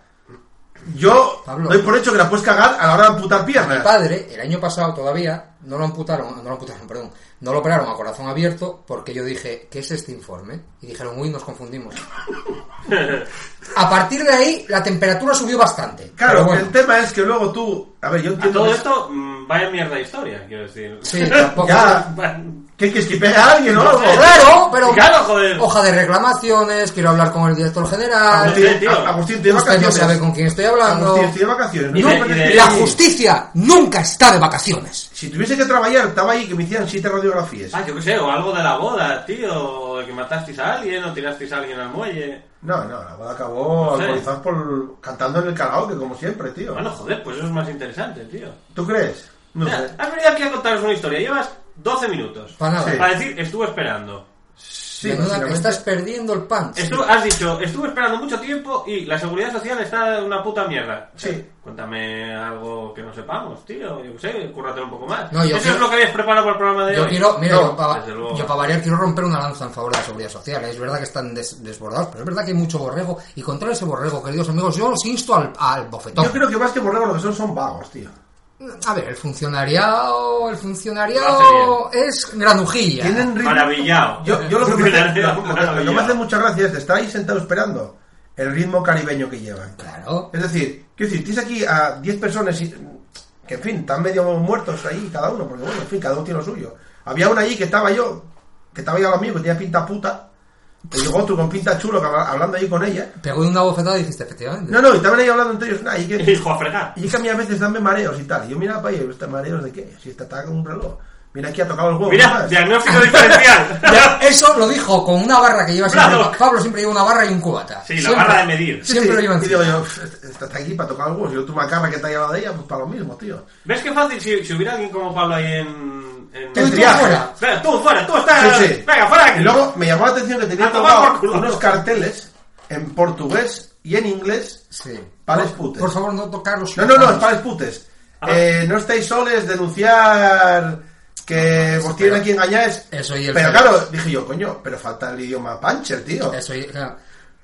Speaker 8: yo
Speaker 7: Pablo.
Speaker 8: doy por hecho que la puedes cagar a la hora de amputar
Speaker 7: mi
Speaker 8: piernas.
Speaker 7: padre, el año pasado todavía, no lo amputaron, no lo amputaron, perdón, no lo operaron a corazón abierto porque yo dije, ¿qué es este informe? Y dijeron, uy, nos confundimos. a partir de ahí, la temperatura subió bastante.
Speaker 8: Claro,
Speaker 7: pero bueno,
Speaker 8: el tema es que luego tú... A ver, yo
Speaker 4: A
Speaker 8: entiendo...
Speaker 4: todo
Speaker 8: que-
Speaker 4: esto, mm, vaya mierda de historia, quiero decir.
Speaker 7: sí, tampoco.
Speaker 8: Ya, ¿qué quieres que pegue a alguien o algo?
Speaker 7: Claro, pero
Speaker 4: Claro, joder.
Speaker 7: hoja de reclamaciones, quiero hablar con el director general.
Speaker 4: Agustín,
Speaker 8: Agustín,
Speaker 4: tío.
Speaker 8: Agustín, te
Speaker 7: Usted no
Speaker 8: vacaciones.
Speaker 7: sabe con quién estoy hablando.
Speaker 8: Agustín, estoy de vacaciones.
Speaker 4: Y
Speaker 8: No,
Speaker 4: de-
Speaker 8: pero
Speaker 4: y
Speaker 8: es
Speaker 4: de-
Speaker 8: que-
Speaker 7: La justicia nunca está de vacaciones.
Speaker 8: Si tuviese que trabajar, estaba ahí que me hicieran siete radiografías.
Speaker 4: Ah, yo qué sé, o algo de la boda, tío, o de que matasteis a alguien o tirasteis a alguien al muelle.
Speaker 8: No, no, la boda acabó
Speaker 4: No sé.
Speaker 8: alcoholizados por cantando en el karaoke, como siempre, tío.
Speaker 4: Bueno, joder, pues eso es más interesante, tío.
Speaker 8: ¿Tú crees? No
Speaker 4: O sea,
Speaker 8: sé.
Speaker 4: has venido aquí a contaros una historia, llevas 12 minutos.
Speaker 7: Para nada.
Speaker 8: Sí.
Speaker 4: Para decir, estuve esperando.
Speaker 8: Sí,
Speaker 7: Menuda-
Speaker 8: básicamente.
Speaker 7: estás perdiendo el pan.
Speaker 4: Estu- has dicho, estuve esperando mucho tiempo y la seguridad social está de una puta mierda.
Speaker 8: Sí.
Speaker 4: Cuéntame algo que no sepamos, tío. Yo qué sé, cúrratelo un poco más.
Speaker 7: No, yo
Speaker 4: Eso
Speaker 7: quiero-
Speaker 4: es lo que habías preparado para el programa de
Speaker 7: Yo
Speaker 4: hoy.
Speaker 7: quiero, mira,
Speaker 8: No,
Speaker 7: yo, para,
Speaker 4: desde luego.
Speaker 7: yo para variar quiero romper una lanza en favor de la seguridad social. Es verdad que están des- desbordados, pero es verdad que hay mucho borrego. Y contra ese borrego, queridos amigos, yo os insto al, al bofetón.
Speaker 8: Yo creo que más que borrego lo que son son vagos, tío.
Speaker 7: A ver, el funcionariado, el funcionariado es granujilla.
Speaker 8: Tienen ritmo.
Speaker 4: Maravillado.
Speaker 8: Yo, yo lo que me hace, lo- lo- lo- lo que me hace
Speaker 4: Maravillado.
Speaker 8: mucha gracia es que está ahí sentado esperando el ritmo caribeño que llevan.
Speaker 7: Claro.
Speaker 8: Es decir, quiero decir, tienes aquí a 10 personas y- que, en fin, están medio muertos ahí cada uno, porque bueno, en fin, cada uno tiene lo suyo. Había una allí que estaba yo, que estaba yo al amigo, que tenía pinta puta. Y llegó otro con pinta chulo, que habla- hablando ahí con ella.
Speaker 7: Pegó de una bofetada y dijiste, efectivamente.
Speaker 8: No, no, y estaban ahí hablando entre ellos. Nah, y, que,
Speaker 4: Hijo a fregar.
Speaker 8: y es que a mí a veces danme mareos y tal. Y yo miraba para ellos, ¿este mareos de qué? Si está está con un reloj. Mira aquí ha tocado el huevo.
Speaker 4: Mira,
Speaker 8: ¿sabes?
Speaker 4: diagnóstico diferencial.
Speaker 7: Ya, eso lo dijo con una barra que lleva siempre.
Speaker 4: Bravo.
Speaker 7: Pablo siempre lleva una barra y un cubata.
Speaker 4: Sí, la
Speaker 7: Siempre.
Speaker 4: barra de medir.
Speaker 8: Sí,
Speaker 7: Siempre
Speaker 8: sí.
Speaker 7: lo lleva
Speaker 8: Y digo
Speaker 7: encima.
Speaker 8: yo, "Esta- esta está aquí para tocar el huevo. Si yo tu macarra que está llevada de ella, pues para lo mismo, tío.
Speaker 4: ¿Ves qué fácil si, si hubiera alguien como Pablo ahí en. en...
Speaker 7: Tú y tú
Speaker 8: triaje.
Speaker 7: fuera.
Speaker 4: Espera, tú fuera, tú estás.
Speaker 8: Sí, sí.
Speaker 4: Ah, Venga, fuera de aquí.
Speaker 8: Y luego me llamó la atención que tenía
Speaker 4: A tomar
Speaker 8: colgado
Speaker 4: por culo.
Speaker 8: unos carteles en portugués y en inglés
Speaker 7: Sí.
Speaker 8: para les
Speaker 7: Por-
Speaker 8: putes.
Speaker 7: Por favor, no tocar los
Speaker 8: No, no, no, es
Speaker 7: putados.
Speaker 8: para les putes.
Speaker 4: Ah.
Speaker 8: Eh, no estáis soles, denunciar
Speaker 4: Ah,
Speaker 8: que vos tienen aquí engañáis.
Speaker 7: Eso y el
Speaker 8: Pero
Speaker 7: feo.
Speaker 8: claro, dije yo, coño, pero falta el idioma pancher, tío.
Speaker 7: Eso, y- claro.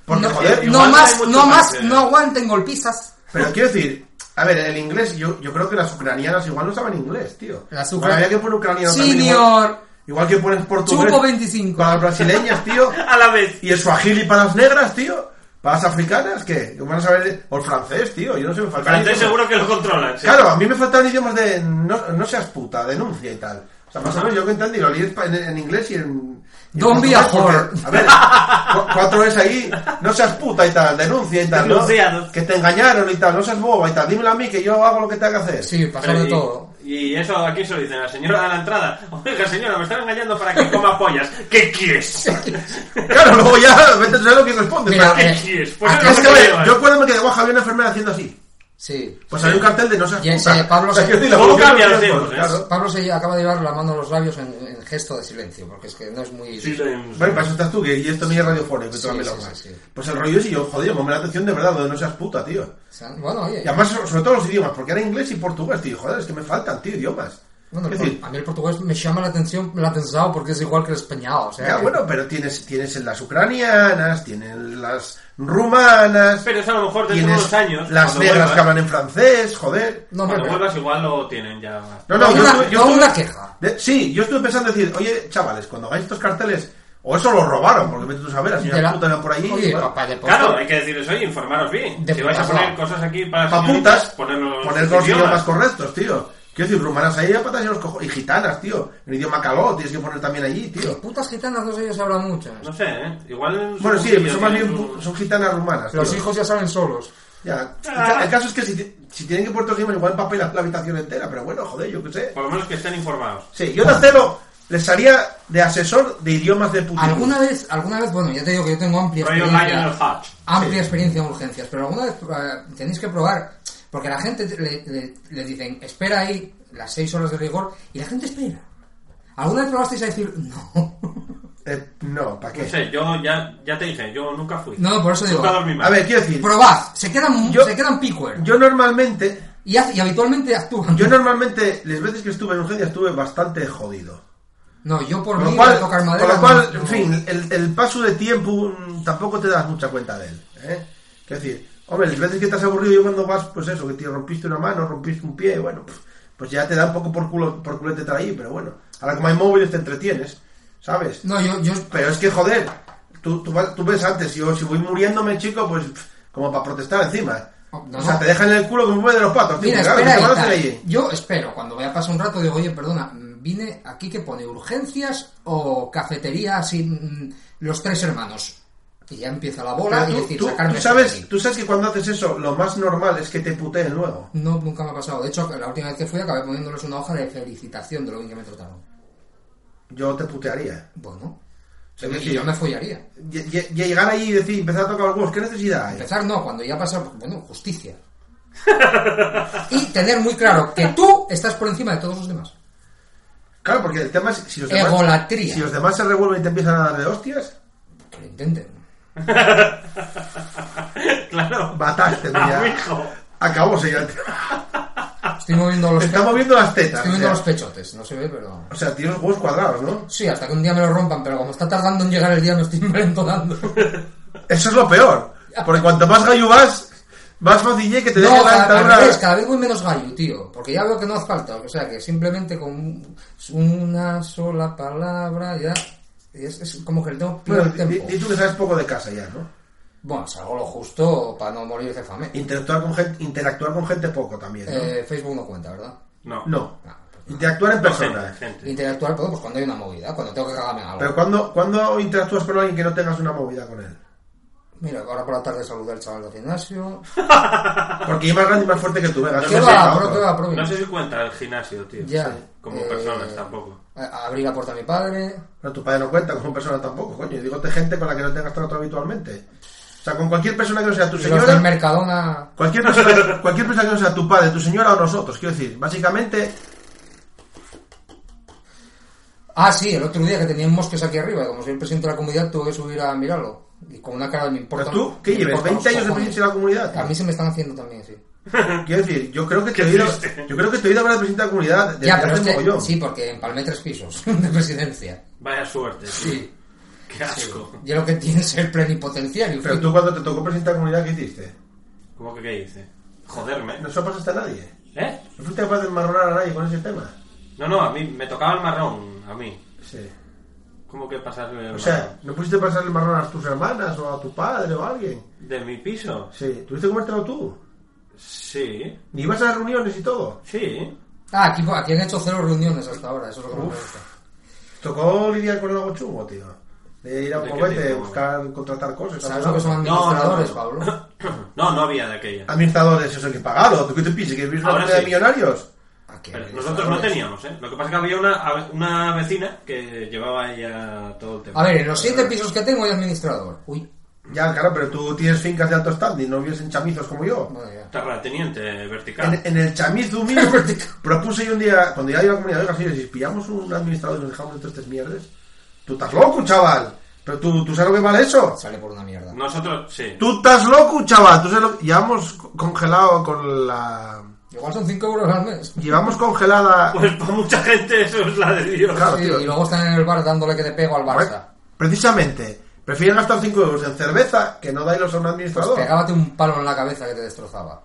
Speaker 8: Porque,
Speaker 7: no,
Speaker 8: joder,
Speaker 7: no
Speaker 4: igual hay
Speaker 7: más,
Speaker 4: mucho
Speaker 7: no
Speaker 4: más,
Speaker 7: más,
Speaker 4: eh.
Speaker 7: no aguanten golpizas.
Speaker 8: Pero quiero decir, a ver, el inglés, yo, yo creo que las ucranianas igual no saben inglés, tío.
Speaker 7: Las
Speaker 8: Igual
Speaker 7: ucran-
Speaker 8: había que poner ucraniano también,
Speaker 7: Señor.
Speaker 8: Igual, igual que pones portugués.
Speaker 7: Chupo 25.
Speaker 8: Para las brasileñas, tío.
Speaker 4: A la vez.
Speaker 8: Y el suajili para las negras, tío. Para las africanas, ¿qué? ¿Cómo van a saber? O el francés, tío. Yo no sé, me falta.
Speaker 4: Francés seguro que lo controlan. sí.
Speaker 8: Claro, a mí me faltan idiomas de no, no seas puta, denuncia y tal. O sea, más o menos yo que entendí, lo leí en, espa- en- en inglés y en. y en
Speaker 7: Don't be a
Speaker 8: portugués,
Speaker 7: whore.
Speaker 8: porque, A ver, cu- cuatro es ahí, no seas puta y tal, denuncia y tal, ¿no?
Speaker 4: Denunciados.
Speaker 8: Que te engañaron y tal, no seas boba y tal, dímelo a mí que yo hago lo que tenga que hacer.
Speaker 7: Sí, pasar
Speaker 4: Pero
Speaker 7: de
Speaker 4: y-
Speaker 7: todo.
Speaker 4: Y eso a quién se lo dicen, a la señora de la entrada. Oiga, señora, me están engañando para que coma pollas. ¿Qué quieres?
Speaker 8: Claro, luego ya, vete a saber lo que responde.
Speaker 7: Mira,
Speaker 8: pero-
Speaker 4: ¿Qué
Speaker 7: eh,
Speaker 4: quieres? Pues
Speaker 7: acá
Speaker 4: no
Speaker 8: es
Speaker 4: lo
Speaker 8: que a ver,
Speaker 4: llevas.
Speaker 8: yo cuando me quedé guaja había una enfermera haciendo así.
Speaker 7: eh. Sí.
Speaker 8: Pues había un cartel de no seas
Speaker 7: Y ese
Speaker 8: puta.
Speaker 7: Pablo se-
Speaker 8: quiero decir, la
Speaker 4: ¿Cómo
Speaker 8: evolución
Speaker 4: cambian
Speaker 8: de
Speaker 4: los tiempos,
Speaker 8: tiempos,
Speaker 4: eh?
Speaker 8: pues, claro.
Speaker 7: Pablo se lle- acaba de llevar la mano a los labios en, en gesto de silencio, porque es que no es muy...
Speaker 8: Bueno, para eso estás tú, que y esto no es radiofónico, que tú
Speaker 7: Sí,
Speaker 8: también lo
Speaker 7: sí,
Speaker 8: hagas.
Speaker 7: sí, sí.
Speaker 8: Pues el rollo es y yo, joder, me la atención de verdad, donde no seas puta, tío.
Speaker 7: O sea, Bueno, oye.
Speaker 8: Y además, sobre todo los idiomas, porque era inglés y portugués, tío. Joder, es que me faltan, tío, idiomas.
Speaker 7: Bueno,
Speaker 8: es
Speaker 7: el por-
Speaker 8: decir,
Speaker 7: a mí el portugués me llama la atención, la atención porque es igual que el español. O sea,
Speaker 8: ya,
Speaker 7: que-
Speaker 8: bueno, pero tienes, tienes las ucranianas, tienes las rumanas,
Speaker 4: Pero eso a lo mejor dentro de
Speaker 8: tienes
Speaker 4: unos años.
Speaker 8: las
Speaker 4: cuando
Speaker 8: negras
Speaker 4: vuelvas-
Speaker 8: que hablan en francés, joder.
Speaker 7: No,
Speaker 4: Cuando
Speaker 7: pero-
Speaker 4: vuelvas igual lo tienen ya. más.
Speaker 8: No, no,
Speaker 7: Con
Speaker 8: yo,
Speaker 7: una-
Speaker 8: estuve- yo
Speaker 7: con
Speaker 8: estuve-
Speaker 7: una queja.
Speaker 8: de- sí, yo estuve pensando decir, oye, chavales, cuando hagáis estos carteles, o eso lo robaron, porque vete tú a saber, las
Speaker 7: de
Speaker 8: señoras
Speaker 7: la-
Speaker 8: putas eran por allí.
Speaker 7: Oye,
Speaker 8: bueno.
Speaker 7: papá, de por-
Speaker 4: Claro, hay que decirles, oye, informaros bien.
Speaker 7: De
Speaker 4: si vais a
Speaker 7: putas,
Speaker 4: poner
Speaker 7: no.
Speaker 4: cosas aquí para
Speaker 8: Paputas,
Speaker 4: poner los,
Speaker 8: poner los idiomas correctos, tío. Quiero decir, rumanas ahí, patas y los cojo- Y gitanas, tío. El idioma caló, tienes que poner también allí, tío.
Speaker 7: Putas gitanas, no sé, ellos hablan mucho.
Speaker 4: No sé, ¿eh? Igual.
Speaker 8: Bueno, sí,
Speaker 4: supongo que
Speaker 8: son más
Speaker 4: ya
Speaker 8: bien
Speaker 4: tienen
Speaker 8: pu- son gitanas rumanas.
Speaker 7: Los
Speaker 8: tío.
Speaker 7: hijos ya salen solos.
Speaker 8: Ya. El ca-
Speaker 7: Ah.
Speaker 8: El caso es que si, ti- si tienen que poner otros idiomas, igual empapelan la habitación entera, pero bueno, joder, yo qué
Speaker 4: su-
Speaker 8: sé.
Speaker 4: Por lo menos que estén informados.
Speaker 8: Sí, yo de acero les haría de asesor de idiomas de putín.
Speaker 7: Alguna vez, alguna vez, bueno, ya te digo que yo tengo amplia
Speaker 4: Rollo Lionel
Speaker 7: experiencia,
Speaker 4: Hutch.
Speaker 7: amplia experiencia en urgencias, pero alguna vez eh, tenéis que probar, porque la gente te- le, le- le dicen, espera ahí las seis horas de rigor, y la gente espera. ¿Alguna vez probasteis a decir, no?
Speaker 8: Eh, no, ¿para qué?
Speaker 4: No sé, yo ya, ya te dije, yo nunca fui.
Speaker 7: No, por eso digo,
Speaker 4: Nunca dormí más.
Speaker 8: A ver, quiero decir,
Speaker 7: probad, se quedan,
Speaker 8: Yo-
Speaker 7: se quedan picuer,
Speaker 8: yo normalmente,
Speaker 7: y, haz- y habitualmente actúan.
Speaker 8: yo normalmente, las veces que estuve en urgencia estuve bastante jodido.
Speaker 7: No, yo por mí
Speaker 8: Con lo
Speaker 7: voy
Speaker 8: cual,
Speaker 7: a tocar
Speaker 8: con
Speaker 7: madera.
Speaker 8: lo cual,
Speaker 7: no-
Speaker 8: en fin, el, el paso de tiempo mm, tampoco te das mucha cuenta de él. ¿eh? Quiero decir, hombre, las veces que estás aburrido yo cuando vas, pues eso, que te rompiste una mano, rompiste un pie, bueno, pf, pues ya te da un poco por culo, por culete traí, pero bueno, ahora como hay móviles te entretienes, ¿sabes?
Speaker 7: No, yo, yo,
Speaker 8: Pero es que joder, tú, tú, vas- tú ves antes, yo si voy muriéndome, chico, pues pf, como para protestar encima.
Speaker 7: Oh, no,
Speaker 8: o sea,
Speaker 7: no.
Speaker 8: te dejan en el culo como un buey de los patos, tío,
Speaker 7: Mira,
Speaker 8: claro,
Speaker 7: espera
Speaker 8: ¿qué
Speaker 7: ahí,
Speaker 8: van a hacer
Speaker 7: tal.
Speaker 8: ahí?
Speaker 7: Yo espero, cuando vaya a pasar un rato, digo, oye, perdona, mm, vine aquí que pone urgencias o cafetería, así, mm, los tres hermanos. Y ya empieza la bola
Speaker 8: Pero
Speaker 7: y
Speaker 8: tú-
Speaker 7: decir,
Speaker 8: tú-
Speaker 7: sacarme
Speaker 8: tú
Speaker 7: esto de aquí.
Speaker 8: sabes, tú sabes que cuando haces eso, lo más normal es que te puteen luego.
Speaker 7: No, nunca me ha pasado. De hecho, la última vez que fui acabé poniéndoles una hoja de felicitación de lo bien que me trataron.
Speaker 8: Yo te putearía.
Speaker 7: Bueno,
Speaker 8: Sí,
Speaker 7: y
Speaker 8: sí.
Speaker 7: yo me follaría.
Speaker 8: Y, y- y llegar ahí y decir, empezar a tocar los huevos, ¿qué necesidad hay?
Speaker 7: Empezar no, cuando ya pasa, pues, bueno, justicia. y tener muy claro que tú estás por encima de todos los demás.
Speaker 8: Claro, porque el tema es si los demás,
Speaker 7: Egolatría.
Speaker 8: si los demás se revuelven y te empiezan a dar de hostias,
Speaker 7: Que lo intenten.
Speaker 4: claro.
Speaker 8: bataste, mira.
Speaker 4: Amigo.
Speaker 8: Acabó, señor. Te
Speaker 7: Estoy moviendo los,
Speaker 8: está moviendo las tetas.
Speaker 7: estoy
Speaker 8: O
Speaker 7: moviendo
Speaker 8: sea,
Speaker 7: los pechotes, no se ve, pero...
Speaker 8: o sea, tienes los huevos cuadrados, ¿no?
Speaker 7: Sí, hasta que un día me lo rompan, pero como está tardando en llegar el día me estoy envalentonando.
Speaker 8: Eso es lo peor. Porque cuanto más gallo vas, Más DJ que te deje
Speaker 7: No,
Speaker 8: la
Speaker 7: cada,
Speaker 8: dentadura.
Speaker 7: al revés, cada vez voy menos gallo, tío. Porque ya veo que no hace falta. O sea, que simplemente con un- una sola palabra ya. Es, es como que le tengo pido
Speaker 8: Bueno,
Speaker 7: el
Speaker 8: di- di-
Speaker 7: tiempo.
Speaker 8: di tú que sabes poco de casa ya, ¿no?
Speaker 7: Bueno, salgo lo justo para no morir de fame.
Speaker 8: Interactuar con gente, interactuar con gente poco también, ¿no?
Speaker 7: Eh, Facebook no cuenta, ¿verdad?
Speaker 4: No.
Speaker 8: no.
Speaker 7: No, pues
Speaker 8: Interactuar en
Speaker 4: No,
Speaker 8: persona.
Speaker 4: gente, gente.
Speaker 7: Interactuar puedo, pues cuando hay una movida, cuando tengo que cagarme en algo.
Speaker 8: Pero cuando, cuando interactúas con alguien que no tengas una movida con él.
Speaker 7: Mira, ahora por la tarde saludé al chaval del gimnasio.
Speaker 8: Porque es más grande y más fuerte que tú, venga.
Speaker 4: No
Speaker 8: eso
Speaker 7: ¿Qué
Speaker 8: no
Speaker 4: sé,
Speaker 8: es
Speaker 7: va,
Speaker 8: nada,
Speaker 7: bro? ¿Qué
Speaker 8: otro.
Speaker 7: va, bro?
Speaker 4: No sé si cuenta el gimnasio, tío.
Speaker 7: Ya.
Speaker 4: Sí, Como
Speaker 7: Eh,
Speaker 4: personas tampoco.
Speaker 7: a- Abrí la puerta a mi padre.
Speaker 8: Pero tu padre no cuenta con persona tampoco, coño. Y Digo, de gente con la que no tengas trato habitualmente. O sea, con cualquier persona que no sea tu
Speaker 7: Y los del
Speaker 8: señora.
Speaker 7: Mercadona.
Speaker 8: Cualquier persona, cualquier persona que no sea tu padre, tu señora o nosotros. Quiero decir, básicamente,
Speaker 7: Ah, sí, el otro día que tenían mosques aquí arriba. y Como soy el presidente de la comunidad, tuve que subir a mirarlo. Y con una cara de me importa.
Speaker 8: Pero tú, ¿qué
Speaker 7: me
Speaker 8: lleves?
Speaker 7: importa
Speaker 8: 20
Speaker 7: los
Speaker 8: años de
Speaker 7: cojones.
Speaker 8: presidente de la comunidad.
Speaker 7: A mí se me están haciendo también, sí.
Speaker 8: quiero decir, yo creo que te
Speaker 4: Qué
Speaker 8: he oído,
Speaker 4: triste.
Speaker 8: yo creo que te he oído hablar de presidente de la comunidad desde
Speaker 7: ya, pero
Speaker 8: hace
Speaker 7: es que.
Speaker 8: mogollón.
Speaker 7: Sí, porque empalmé tres pisos de presidencia.
Speaker 4: Vaya suerte, tío.
Speaker 7: Sí.
Speaker 4: Qué asco.
Speaker 7: Y lo que tiene es el plenipotenciario.
Speaker 8: Pero tú cuando te tocó presidente de la comunidad, ¿qué hiciste?
Speaker 4: ¿Cómo que qué dice? Joderme.
Speaker 8: No se lo pasaste a nadie.
Speaker 4: ¿Eh?
Speaker 8: No fuiste capaz de enmarronar a nadie con ese tema.
Speaker 4: No, no, a mí me tocaba el marrón. A mí.
Speaker 8: Sí.
Speaker 4: ¿Cómo que pasarle el
Speaker 8: O
Speaker 4: marrón?
Speaker 8: sea, ¿no pusiste pasar el marrón a tus hermanas o a tu padre o a alguien?
Speaker 4: ¿De mi piso?
Speaker 8: Sí. ¿Tuviste que comértelo tú?
Speaker 4: Sí.
Speaker 8: Ni ibas a las reuniones y todo.
Speaker 4: Sí.
Speaker 7: Ah, aquí, aquí han hecho cero reuniones hasta ahora. Eso es lo que me gusta.
Speaker 8: Tocó lidiar con algo chungo, tío. De ir a un
Speaker 4: ¿De qué
Speaker 8: copete,
Speaker 4: tipo?
Speaker 8: buscar, contratar cosas.
Speaker 7: ¿Sabes
Speaker 8: hablar.
Speaker 7: lo que son
Speaker 4: No,
Speaker 7: administradores,
Speaker 4: no, no.
Speaker 7: Pablo?
Speaker 4: No, no había de aquella.
Speaker 8: Administradores, eso hay que pagarlo. ¿Tú qué te piensas? ¿Que vivís una
Speaker 4: Ahora
Speaker 8: comunidad
Speaker 4: sí.
Speaker 8: de millonarios?
Speaker 7: ¿A qué
Speaker 4: Pero nosotros
Speaker 7: administradores?
Speaker 4: no teníamos, ¿eh? Lo que pasa es que había una, una vecina que llevaba ella todo el tema.
Speaker 7: A ver, en los siete pisos que tengo hay administrador. Uy,
Speaker 8: Ya, claro, pero tú tienes fincas de alto standing, no vives en chamizos como yo.
Speaker 7: madre mía.
Speaker 4: Terrateniente vertical.
Speaker 8: En, en el chamizo mío
Speaker 7: Vertical.
Speaker 8: propuse yo un día, cuando ya iba a la comunidad, oiga, señores, si pillamos un administrador y nos dejamos entre estas mierdes, tú estás loco, chaval. Pero tú, tú sabes lo que vale eso.
Speaker 7: Sale por una mierda.
Speaker 4: Nosotros, sí.
Speaker 8: Tú estás loco, chaval. Tú sabes lo que... Llevamos co- congelado con la...
Speaker 7: Igual son 5 euros al mes.
Speaker 8: Llevamos congelada...
Speaker 4: Pues para mucha gente eso es la de Dios.
Speaker 8: Claro,
Speaker 7: Sí,
Speaker 8: tío.
Speaker 7: y luego están en el bar dándole que te pego al Barça.
Speaker 8: Precisamente. Prefieren gastar 5 euros en cerveza que no darlos a un
Speaker 7: Pues
Speaker 8: administrador.
Speaker 7: pegábate un palo en la cabeza que te destrozaba.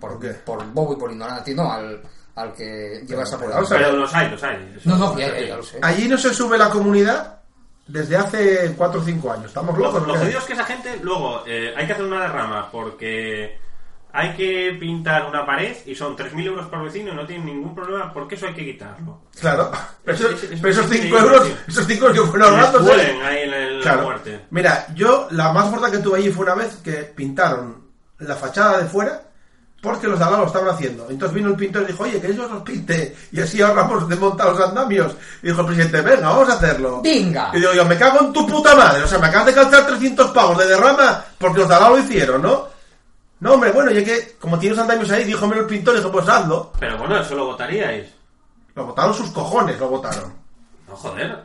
Speaker 7: Por,
Speaker 8: ¿Por qué?
Speaker 7: Por bobo y por ignorante. No, al, al que llevas a por
Speaker 8: pero, o sea,
Speaker 4: Pero los hay, los hay. Eso
Speaker 7: No, no,
Speaker 4: es
Speaker 7: ya,
Speaker 4: así.
Speaker 7: ya, ya lo sé.
Speaker 8: Allí no se sube la comunidad desde hace 4 o 5 años. Estamos
Speaker 4: Lo,
Speaker 8: locos.
Speaker 4: lo
Speaker 8: ¿o qué?
Speaker 4: jodido es que esa gente, luego, eh, hay que hacer una derrama porque hay que pintar una pared y son 3.000 euros por vecino y no tienen ningún problema porque eso hay que quitarlo.
Speaker 8: Claro. Pero, eso-
Speaker 4: Es- es- es
Speaker 8: pero esos
Speaker 4: increíble,
Speaker 8: 5 euros,
Speaker 4: tío.
Speaker 8: esos 5 euros que fueron
Speaker 4: No,
Speaker 8: ahorrando... ¿sabes?
Speaker 4: pueden ahí en la, en la
Speaker 8: pues, eh, Claro.
Speaker 4: muerte.
Speaker 8: Mira, yo la más gorda que tuve allí fue una vez que pintaron la fachada de fuera porque los de al lado lo estaban haciendo. Entonces vino el pintor y dijo, oye, que ellos los pinte y así ahorramos de montar los andamios. Y dijo el presidente, venga, vamos a hacerlo.
Speaker 7: ¡Venga!
Speaker 8: Y digo yo, me cago en tu puta madre. O sea, me acabas de calzar 300 pavos de derrama porque los de al lado lo hicieron, ¿no? No, hombre, bueno, ya que como tienes andamios ahí, dijo el pintor y dijo, pues hazlo.
Speaker 4: Pero bueno, eso lo votaríais.
Speaker 8: Lo votaron sus cojones, lo votaron.
Speaker 4: No, joder.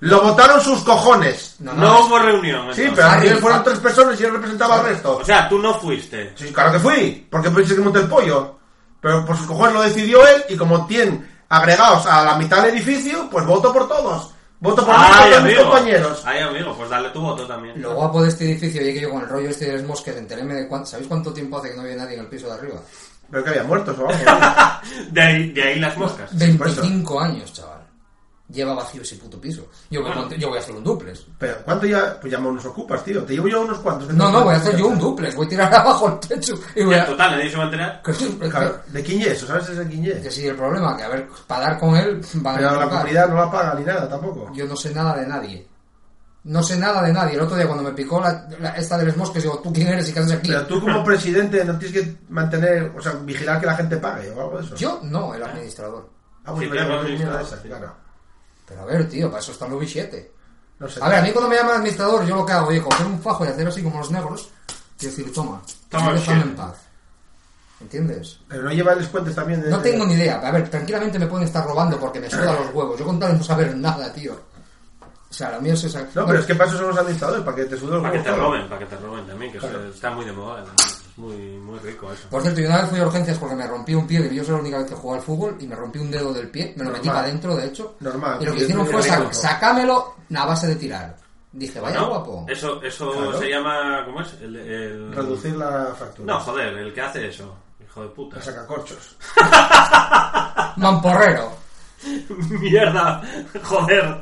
Speaker 8: Lo votaron sus cojones.
Speaker 4: No,
Speaker 7: No, no,
Speaker 4: hubo reunión.
Speaker 8: Sí,
Speaker 4: entonces.
Speaker 8: pero
Speaker 7: Harry,
Speaker 8: arriba fueron
Speaker 7: ah.
Speaker 8: tres personas y yo representaba al resto.
Speaker 4: O sea, tú no fuiste.
Speaker 8: Sí, claro que fui, porque pensé que monté el pollo. Pero por sus cojones lo decidió él y como tienen agregados a la mitad del edificio, pues voto por todos. Voto por mí y voto por mis compañeros.
Speaker 4: Ay, amigo, pues dale tu voto también.
Speaker 7: Lo guapo de este edificio, llegué yo con el rollo este de los mosques, enteréme de cuánto... ¿Sabéis cuánto tiempo hace que no había nadie en el piso de arriba?
Speaker 8: Pero que había muertos o algo.
Speaker 4: De ahí, de ahí las moscas.
Speaker 7: 25 años, chaval. Lleva vacío ese puto piso. Yo, me monté- yo voy a hacer un duples.
Speaker 8: Pero ¿cuánto ya? Pues ya me unos ocupas, tío. Te llevo yo unos cuantos.
Speaker 7: No, no, voy a hacer yo un duples. Voy a tirar abajo el techo y voy
Speaker 4: Y en
Speaker 7: a...
Speaker 4: total, nadie se va a enterar.
Speaker 8: Claro, ¿de quién es? ¿O ¿Sabes ese quién
Speaker 7: Que
Speaker 8: es?
Speaker 7: sí, el problema, que a ver, para dar con él van
Speaker 8: Pero
Speaker 7: a
Speaker 8: la
Speaker 7: tocar.
Speaker 8: comunidad no la paga ni nada tampoco.
Speaker 7: Yo no sé nada de nadie. No sé nada de nadie. El otro día cuando me picó la, la- esta de los mosques, digo, ¿tú quién eres y qué haces aquí?
Speaker 8: Pero tú como presidente no tienes que mantener, o sea, vigilar que la gente pague o algo de eso.
Speaker 7: Yo no, el administrador.
Speaker 8: Ah, pues
Speaker 4: Sí,
Speaker 8: yo
Speaker 4: claro,
Speaker 8: no,
Speaker 4: administrador,
Speaker 8: esa,
Speaker 4: sí.
Speaker 8: claro.
Speaker 7: Pero a ver, tío, para eso están los billetes.
Speaker 8: No sé.
Speaker 7: A ver, a mí cuando me llaman administrador, yo lo que hago es coger un fajo y hacer así como los negros y decir, toma,
Speaker 4: Toma el
Speaker 7: déjame
Speaker 4: billete.
Speaker 7: en paz. ¿Entiendes?
Speaker 8: Pero no lleva les cuentes también de...
Speaker 7: No tengo ni idea. A ver, tranquilamente me pueden estar robando porque me sudan los huevos. Yo con tal de no saber nada, tío. O sea, lo mío es esa...
Speaker 8: No, pero es que para eso son los administradores, para que te suden los
Speaker 4: Para que te
Speaker 8: huevos, claro.
Speaker 4: roben, para que te roben también, que eso está muy de moda. ¿no? Es muy, muy rico eso.
Speaker 7: Por cierto, yo una vez fui a urgencias porque me rompí un pie, que yo soy la única vez que jugué al fútbol, y me rompí un dedo del pie, me lo metí
Speaker 8: Normal.
Speaker 7: para adentro, de hecho. Y
Speaker 8: Normal,
Speaker 7: lo que
Speaker 8: porque
Speaker 7: hicieron
Speaker 8: es
Speaker 7: fue
Speaker 8: muy
Speaker 7: sa-
Speaker 8: rico.
Speaker 7: sacámelo a base de tirar. Dije, vaya
Speaker 4: Bueno,
Speaker 7: guapo.
Speaker 4: Eso, eso
Speaker 8: Claro.
Speaker 4: se llama. ¿Cómo es? El, el-
Speaker 8: Reducir la fractura.
Speaker 4: No, joder, el que hace eso. Hijo de puta.
Speaker 8: El sacacorchos.
Speaker 7: Mamporrero.
Speaker 4: Mierda, joder.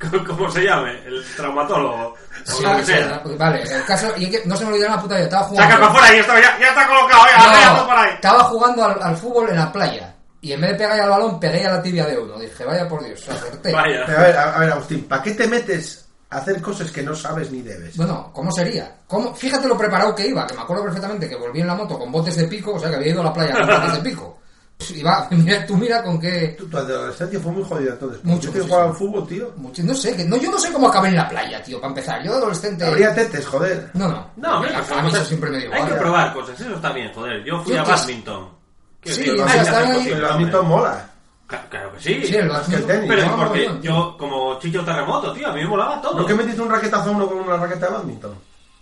Speaker 4: ¿Cómo- ¿Cómo se llame? El traumatólogo. O
Speaker 7: Sí,
Speaker 4: lo que
Speaker 7: sí,
Speaker 4: sea.
Speaker 7: Vale, el caso. Y que no se me olvidó la puta vida. Estaba jugando.
Speaker 4: Saca para afuera y esto ya, ya está colocado, ya,
Speaker 7: No,
Speaker 4: ya está por ahí.
Speaker 7: Estaba jugando al, al fútbol en la playa. Y en vez de pegar al balón, pegué a la tibia de uno. Dije, vaya por Dios, acerté.
Speaker 8: Pero
Speaker 4: Vaya.
Speaker 8: a ver, a, a ver, Agustín, ¿para qué te metes a hacer cosas que no sabes ni debes?
Speaker 7: Bueno, ¿cómo sería? ¿Cómo? Fíjate lo preparado que iba, que me acuerdo perfectamente que volví en la moto con botes de pico, o sea que había ido a la playa con botes de pico. Pff, Iba, mira, tú mira con qué...
Speaker 8: Tu, tu adolescencia fue muy jodida entonces.
Speaker 7: Mucho,
Speaker 8: Mucho. Yo que
Speaker 7: mucho.
Speaker 8: jugaba al fútbol, tío.
Speaker 7: mucho- No sé, que, no, yo no sé cómo acabé en la playa, tío, para empezar. Yo de adolescente...
Speaker 8: Habría tetes, joder.
Speaker 7: No, no.
Speaker 4: No, hombre,
Speaker 7: a,
Speaker 4: pues,
Speaker 7: a mí eso
Speaker 4: cosas-
Speaker 7: siempre me dio
Speaker 4: Hay
Speaker 7: igual.
Speaker 4: que probar cosas, eso está bien, joder. Yo fui
Speaker 7: Yo
Speaker 4: a
Speaker 7: te-
Speaker 4: badminton. Quiero
Speaker 7: Sí,
Speaker 4: decir,
Speaker 7: o
Speaker 4: hay
Speaker 7: sea,
Speaker 4: que hacer
Speaker 7: están ahí-
Speaker 4: cosas,
Speaker 8: El
Speaker 4: hombre.
Speaker 8: badminton mola.
Speaker 4: Ca- Claro que sí.
Speaker 7: Sí, el
Speaker 8: Es que el
Speaker 7: badminton-
Speaker 8: tenis,
Speaker 4: Pero es
Speaker 7: no,
Speaker 4: porque
Speaker 7: no,
Speaker 4: yo, como chicho terremoto, tío, a mí me molaba todo.
Speaker 8: ¿Por qué metiste un raquetazo a uno con una raqueta de badminton?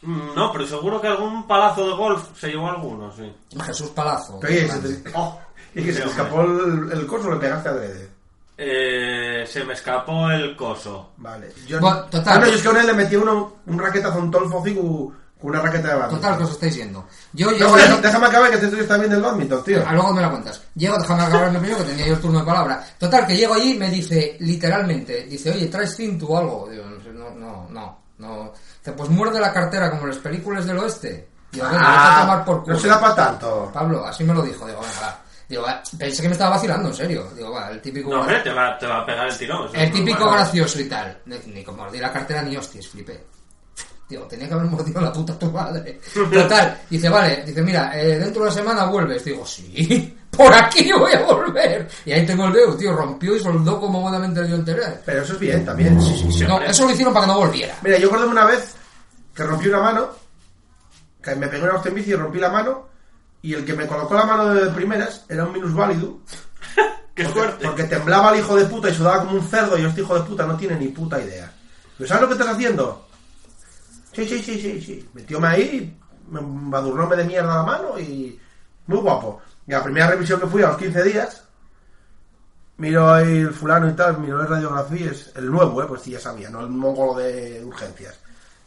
Speaker 4: Mm, No, pero seguro que algún palazo de golf se llevó alguno, sí.
Speaker 7: Jesús Palazo.
Speaker 8: Pero oye, se te-
Speaker 4: Oh,
Speaker 8: y que se
Speaker 4: sí,
Speaker 8: te
Speaker 4: hombre.
Speaker 8: escapó el, el coso, le pegaste adrede.
Speaker 4: Eh, se me escapó el coso.
Speaker 8: Vale. Yo,
Speaker 7: Bueno, total.
Speaker 8: Ah, no, yo es que a él le metí uno, un raquetazo a un tolfo así con con una raqueta de badminton.
Speaker 7: Total, pues, que os estáis yendo. Yo
Speaker 8: No,
Speaker 7: llego...
Speaker 8: pero deja- déjame acabar que este te estoy también del badminton, tío.
Speaker 7: Ah, luego me la cuentas. Llego, déjame acabar lo primero que tenía yo el turno de palabra. Total, que llego allí y me dice, literalmente, dice, oye, ¿traes cinto o algo? Digo, no, no, no, no. Dice, pues muerde la cartera como en las películas del oeste. Digo, venga,
Speaker 4: Ah,
Speaker 7: vete a tomar por culo.
Speaker 8: Ah, no será para tanto.
Speaker 7: Pablo, así me lo dijo. Digo, venga, va. Digo, va. Pensé que me estaba vacilando, en serio. Digo, va, el típico...
Speaker 4: No, hombre, te va, te va a pegar el tirón. eso
Speaker 7: El
Speaker 4: es
Speaker 7: típico
Speaker 4: normal.
Speaker 7: gracioso y tal. Ni, ni como mordí la cartera ni hostias, flipé. Tío, tenía que haber mordido la puta tu madre. Total, dice, vale, dice, mira, eh, dentro de una semana vuelves. Digo, sí, por aquí voy a volver. Y ahí tengo el dedo, tío, rompió y soldó cómodamente yo entero.
Speaker 8: Pero eso es bien también.
Speaker 7: No, eso lo hicieron para que no volviera.
Speaker 8: Mira, yo acuerdo una vez que rompí una mano, que me pegué una hostia en bici y rompí la mano, y el que me colocó la mano de primeras era un minusválido.
Speaker 4: Qué
Speaker 8: porque,
Speaker 4: fuerte.
Speaker 8: porque temblaba el hijo de puta y sudaba como un cerdo, y yo este hijo de puta no tiene ni puta idea. Pero ¿sabes lo que estás haciendo? Sí, sí, sí, sí, sí. Metióme ahí, me badurnóme de mierda la mano y. Muy guapo. Y la primera revisión que fui a los 15 días, miro ahí el fulano y tal, miro las radiografías, el nuevo, eh, pues sí, ya sabía, no el mongolo de urgencias.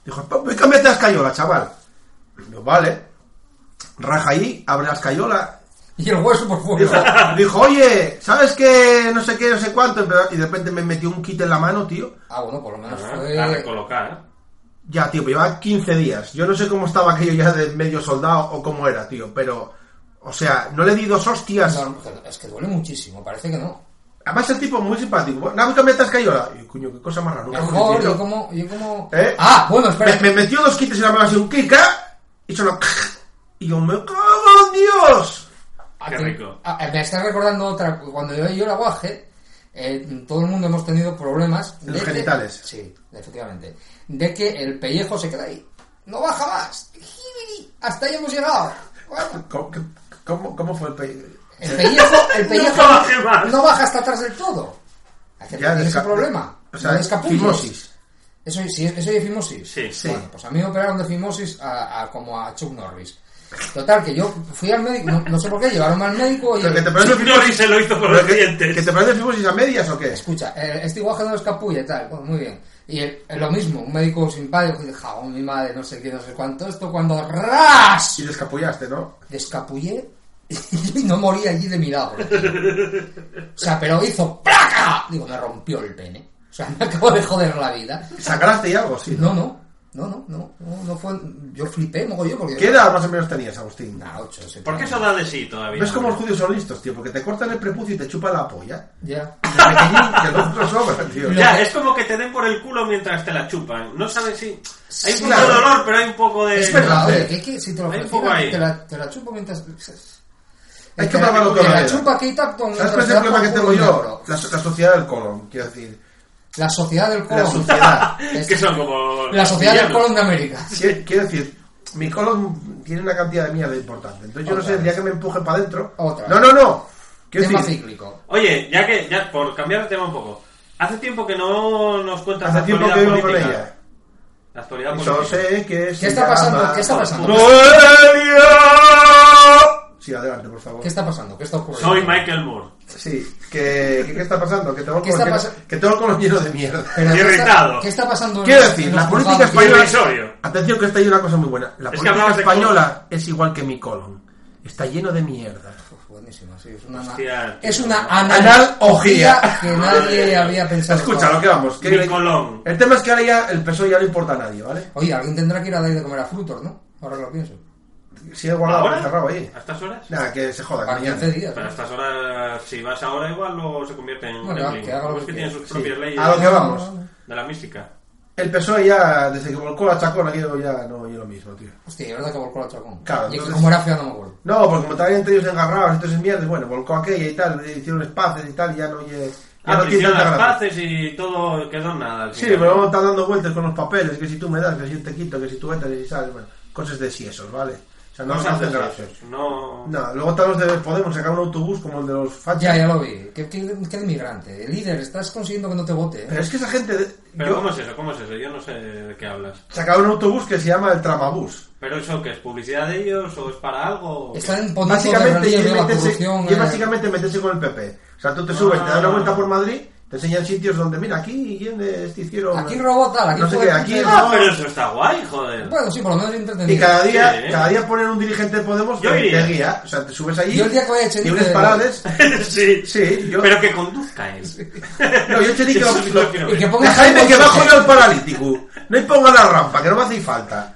Speaker 8: Dijo, "Papi, cámbiate la escayola, chaval. Digo, vale. Raja ahí, abre la escayola,
Speaker 7: Y el hueso por fuera.
Speaker 8: Dijo, dijo, oye, ¿sabes qué? No sé qué, no sé cuánto. Pero- Y de repente me metió un kit en la mano, tío.
Speaker 7: Ah, bueno, por lo menos
Speaker 4: Ah,
Speaker 7: fue...
Speaker 4: A recolocar. ¿eh?
Speaker 8: Ya, tío, pero llevaba 15 días. Yo no sé cómo estaba aquello ya de medio soldado o cómo era, tío. Pero, o sea, no le di dos hostias.
Speaker 7: No, es que duele muchísimo, parece que no.
Speaker 8: Además, el tipo muy simpático. Bueno, Nada, me estás cayola. Y, coño, qué cosa más rara. nunca me
Speaker 7: Mejor,
Speaker 8: metieron.
Speaker 7: yo como... Yo como...
Speaker 8: ¿Eh?
Speaker 7: Ah, bueno, espera.
Speaker 8: me, me metió dos kits en la mano así, un kit, ¿ca? Y solo... Y yo, me cago en Dios.
Speaker 7: Ah,
Speaker 4: Qué
Speaker 7: te-
Speaker 4: rico.
Speaker 7: ah, eh, me está recordando otra. Cuando yo, yo era guaje, eh, todo el mundo hemos tenido problemas.
Speaker 8: En los genitales.
Speaker 7: sí, efectivamente. De que el pellejo se queda ahí. No baja más. Jibiri, Hasta ahí hemos llegado. Bueno,
Speaker 8: ¿Cómo, qué- cómo- cómo fue el pe-
Speaker 7: el pellejo, el pellejo
Speaker 4: No baje más.
Speaker 7: no baja hasta atrás del todo. Hay que
Speaker 8: Ya,
Speaker 7: tener ese
Speaker 8: desca-
Speaker 7: problema.
Speaker 8: o sea,
Speaker 7: No descapulles.
Speaker 8: fimosis.
Speaker 7: Eso, sí, eso de fimosis.
Speaker 4: Sí, sí.
Speaker 7: Bueno, pues a mí me operaron de fimosis a- a- como a Chuck Norris. Total, que yo fui al médico, no, no sé por qué, llevaron al médico y...
Speaker 8: Pero que te parece
Speaker 4: No, ni se lo hizo con los
Speaker 8: que, que
Speaker 4: dientes.
Speaker 8: te parece fimosis a medias o qué?
Speaker 7: Escucha, eh, este igual no es capulla y tal, bueno, muy bien. Y el- eh, lo mismo, un médico simpático que dijo, "Jabón, oh, mi madre, no sé qué, no sé cuánto, esto cuando ras
Speaker 8: Y descapullaste, ¿no?
Speaker 7: descapullé y no morí allí de milagro. O sea, pero hizo placa. Digo, me rompió el pene. O sea, me acabo de joder la vida.
Speaker 8: ¿Sacaste y algo? Sí.
Speaker 7: No, no, no, no, no, no, no fue... Yo flipé, mogollón, porque...
Speaker 8: ¿Qué edad más o menos tenías, Agustín?
Speaker 7: Nah, ocho, siete
Speaker 4: ¿Por qué
Speaker 7: años.
Speaker 4: eso da de sí todavía?
Speaker 8: ¿Ves cómo los judíos son listos, tío? Porque te cortan el prepucio y te chupan la polla.
Speaker 7: Ya.
Speaker 8: Desde pequeñín, que no otros sobran, tío.
Speaker 7: Lo-
Speaker 4: Ya,
Speaker 7: que-
Speaker 4: es como que te den por el culo mientras te la chupan. No sabes si. Hay
Speaker 7: Sí,
Speaker 4: un poco
Speaker 8: claro.
Speaker 4: de dolor, pero hay un poco de.
Speaker 7: Es verdad,
Speaker 8: eh.
Speaker 7: oye, que, que si te lo
Speaker 4: Hay un
Speaker 7: ofrecieran,
Speaker 4: poco ahí.
Speaker 7: te la, te la chupo mientras...
Speaker 8: Hay
Speaker 7: Te
Speaker 8: que
Speaker 7: la-
Speaker 8: probarlo de
Speaker 7: te
Speaker 8: otra
Speaker 7: la
Speaker 8: manera.
Speaker 7: chupa Kate Upton
Speaker 8: ¿Sabes cuál
Speaker 7: mientras
Speaker 8: es
Speaker 7: te
Speaker 8: el
Speaker 7: da
Speaker 8: problema
Speaker 7: por
Speaker 8: que
Speaker 7: culo
Speaker 8: tengo
Speaker 7: un
Speaker 8: yo?
Speaker 7: negro.
Speaker 8: La, so- la sociedad del colon, quiero decir.
Speaker 7: La sociedad del
Speaker 8: La
Speaker 7: colon.
Speaker 8: sociedad.
Speaker 7: Es-
Speaker 4: que son como.
Speaker 7: la sociedad del
Speaker 4: villanos.
Speaker 7: colon de América.
Speaker 8: Quiero quiero decir, mi colon tiene una cantidad de mierda importante. Entonces yo no
Speaker 7: Otra
Speaker 8: sé, el día
Speaker 7: vez.
Speaker 8: que me empuje para adentro...
Speaker 7: Otra
Speaker 8: No,
Speaker 7: vez.
Speaker 8: no, no. Quiero
Speaker 7: Tema
Speaker 8: decir,
Speaker 7: cíclico.
Speaker 4: Oye, ya que. Ya, por cambiar de tema un poco. Hace tiempo que no nos cuentas
Speaker 8: hace
Speaker 4: la
Speaker 8: tiempo que
Speaker 4: actualidad
Speaker 8: vivo con
Speaker 4: política.
Speaker 8: ella.
Speaker 4: La actualidad
Speaker 8: Y
Speaker 4: política.
Speaker 8: Yo sé que
Speaker 7: ¿Qué está pasando? ¿Qué está pasando?
Speaker 8: ¡Noelia! Sí, adelante, por favor.
Speaker 7: ¿Qué está pasando? ¿Qué está ocurriendo?
Speaker 4: Soy Michael Moore.
Speaker 8: Sí, que, que- ¿qué está pasando? Que tengo el
Speaker 7: ¿Qué está
Speaker 8: colon lleno-
Speaker 7: pasa-
Speaker 8: que tengo el colon lleno de mierda.
Speaker 7: Pero ¿qué
Speaker 4: irritado.
Speaker 7: Está, ¿Qué está pasando? en
Speaker 8: Quiero
Speaker 7: los-
Speaker 8: decir,
Speaker 7: en
Speaker 8: la
Speaker 7: los
Speaker 8: política
Speaker 7: juzgados?
Speaker 8: española.
Speaker 4: irrisorio.
Speaker 8: Atención, que esta hay una cosa muy buena. La
Speaker 4: Es que
Speaker 8: política
Speaker 4: hablabas de
Speaker 8: española es igual que mi colon. Está lleno de mierda.
Speaker 7: Uf, buenísima, sí, es una,
Speaker 4: Hostia, tío.
Speaker 7: es una
Speaker 8: Analogía.
Speaker 7: analogía que nadie había pensado.
Speaker 8: Escucha, lo que vamos. Que
Speaker 4: Mi colon.
Speaker 8: El tema es que ahora ya el peso ya no importa a nadie, ¿vale?
Speaker 7: Oye, alguien tendrá que ir a dar de comer a frutos, ¿no? Ahora que lo pienso.
Speaker 8: Sigue guardado,
Speaker 4: ¿Ahora?
Speaker 8: cerrado ahí.
Speaker 4: ¿A estas horas?
Speaker 8: Nada, que se joda. que
Speaker 7: Para
Speaker 8: mañana.
Speaker 7: 15 días.
Speaker 4: Pero a
Speaker 7: ¿no?
Speaker 4: estas horas, si vas ahora, igual luego se convierte en un
Speaker 7: Bueno,
Speaker 4: gremlin.
Speaker 7: que haga lo
Speaker 4: Como es
Speaker 7: que
Speaker 4: que tiene sus
Speaker 8: Sí.
Speaker 4: propias leyes
Speaker 8: A lo que vamos.
Speaker 4: de la mística.
Speaker 8: El PSOE ya, desde que volcó la chacona, que yo ya no oye lo mismo, tío.
Speaker 7: Hostia, es verdad que volcó la chacón.
Speaker 8: Claro,
Speaker 7: y que
Speaker 8: entonces-
Speaker 7: como era feo no me acuerdo.
Speaker 8: No, porque como estaban entre ellos engarrados, entonces mierdas, bueno, volcó aquella y tal, hicieron espacios y tal, y ya no oye... Ya
Speaker 4: Ah,
Speaker 8: no
Speaker 4: pero
Speaker 8: tiene
Speaker 4: hicieron
Speaker 8: tanta
Speaker 4: las
Speaker 8: gracia.
Speaker 4: paces y todo quedó en nada. al
Speaker 8: Sí,
Speaker 4: final.
Speaker 8: pero vamos a estar dando vueltas con los papeles, que si tú me das, que si te quito, que si tú entras, que si sales, bueno, cosas de siesos, ¿vale? O sea, no nos
Speaker 4: Vamos a
Speaker 8: hacen
Speaker 4: hacer
Speaker 8: gracias.
Speaker 4: eso. No.
Speaker 8: No, luego están los de Podemos, sacar un autobús como el de los fachas.
Speaker 7: Ya, ya lo vi. Qué, qué, qué inmigrante. Líder, estás consiguiendo que no te vote. ¿eh?
Speaker 8: Pero es que esa gente... de-
Speaker 4: Pero
Speaker 8: yo-
Speaker 4: ¿cómo es eso? ¿Cómo es eso? Yo no sé de qué hablas.
Speaker 8: sacaron un autobús que se llama el Tramabús.
Speaker 4: ¿Pero eso que es publicidad de ellos o es para algo? o qué?
Speaker 7: Están poniendo
Speaker 8: Básicamente,
Speaker 7: de
Speaker 8: y es
Speaker 7: relieve la
Speaker 8: meterse,
Speaker 7: corrupción.
Speaker 8: y es
Speaker 7: eh,
Speaker 8: básicamente meterse con el PP. O sea, tú te subes, te das una
Speaker 4: Ah.
Speaker 8: vuelta por Madrid, te enseñan sitios donde, mira, aquí, ¿quién este hicieron?
Speaker 7: Aquí robó tal, aquí
Speaker 8: No sé
Speaker 7: fue
Speaker 8: qué,
Speaker 7: el
Speaker 8: aquí...
Speaker 7: PP.
Speaker 4: Ah,
Speaker 8: robó-
Speaker 4: pero eso está guay, joder.
Speaker 7: Bueno, sí, por lo menos es entretenido.
Speaker 8: Y cada día,
Speaker 4: Sí, ¿eh?
Speaker 8: cada día ponen un dirigente de Podemos
Speaker 4: Yo
Speaker 8: que
Speaker 4: iría.
Speaker 8: te guía. O sea, te subes allí,
Speaker 7: Yo el día que vaya a Echenique-
Speaker 8: tienes parades.
Speaker 4: sí.
Speaker 8: Sí, yo-
Speaker 4: Pero que conduzca él.
Speaker 8: No, yo te digo
Speaker 4: Eso
Speaker 8: lo-
Speaker 4: sí
Speaker 8: lo-
Speaker 4: lo quiero
Speaker 7: Y que
Speaker 4: ver.
Speaker 7: ponga
Speaker 8: Dejadme que bajo yo al paralítico. No imponga la rampa, que no me hace falta.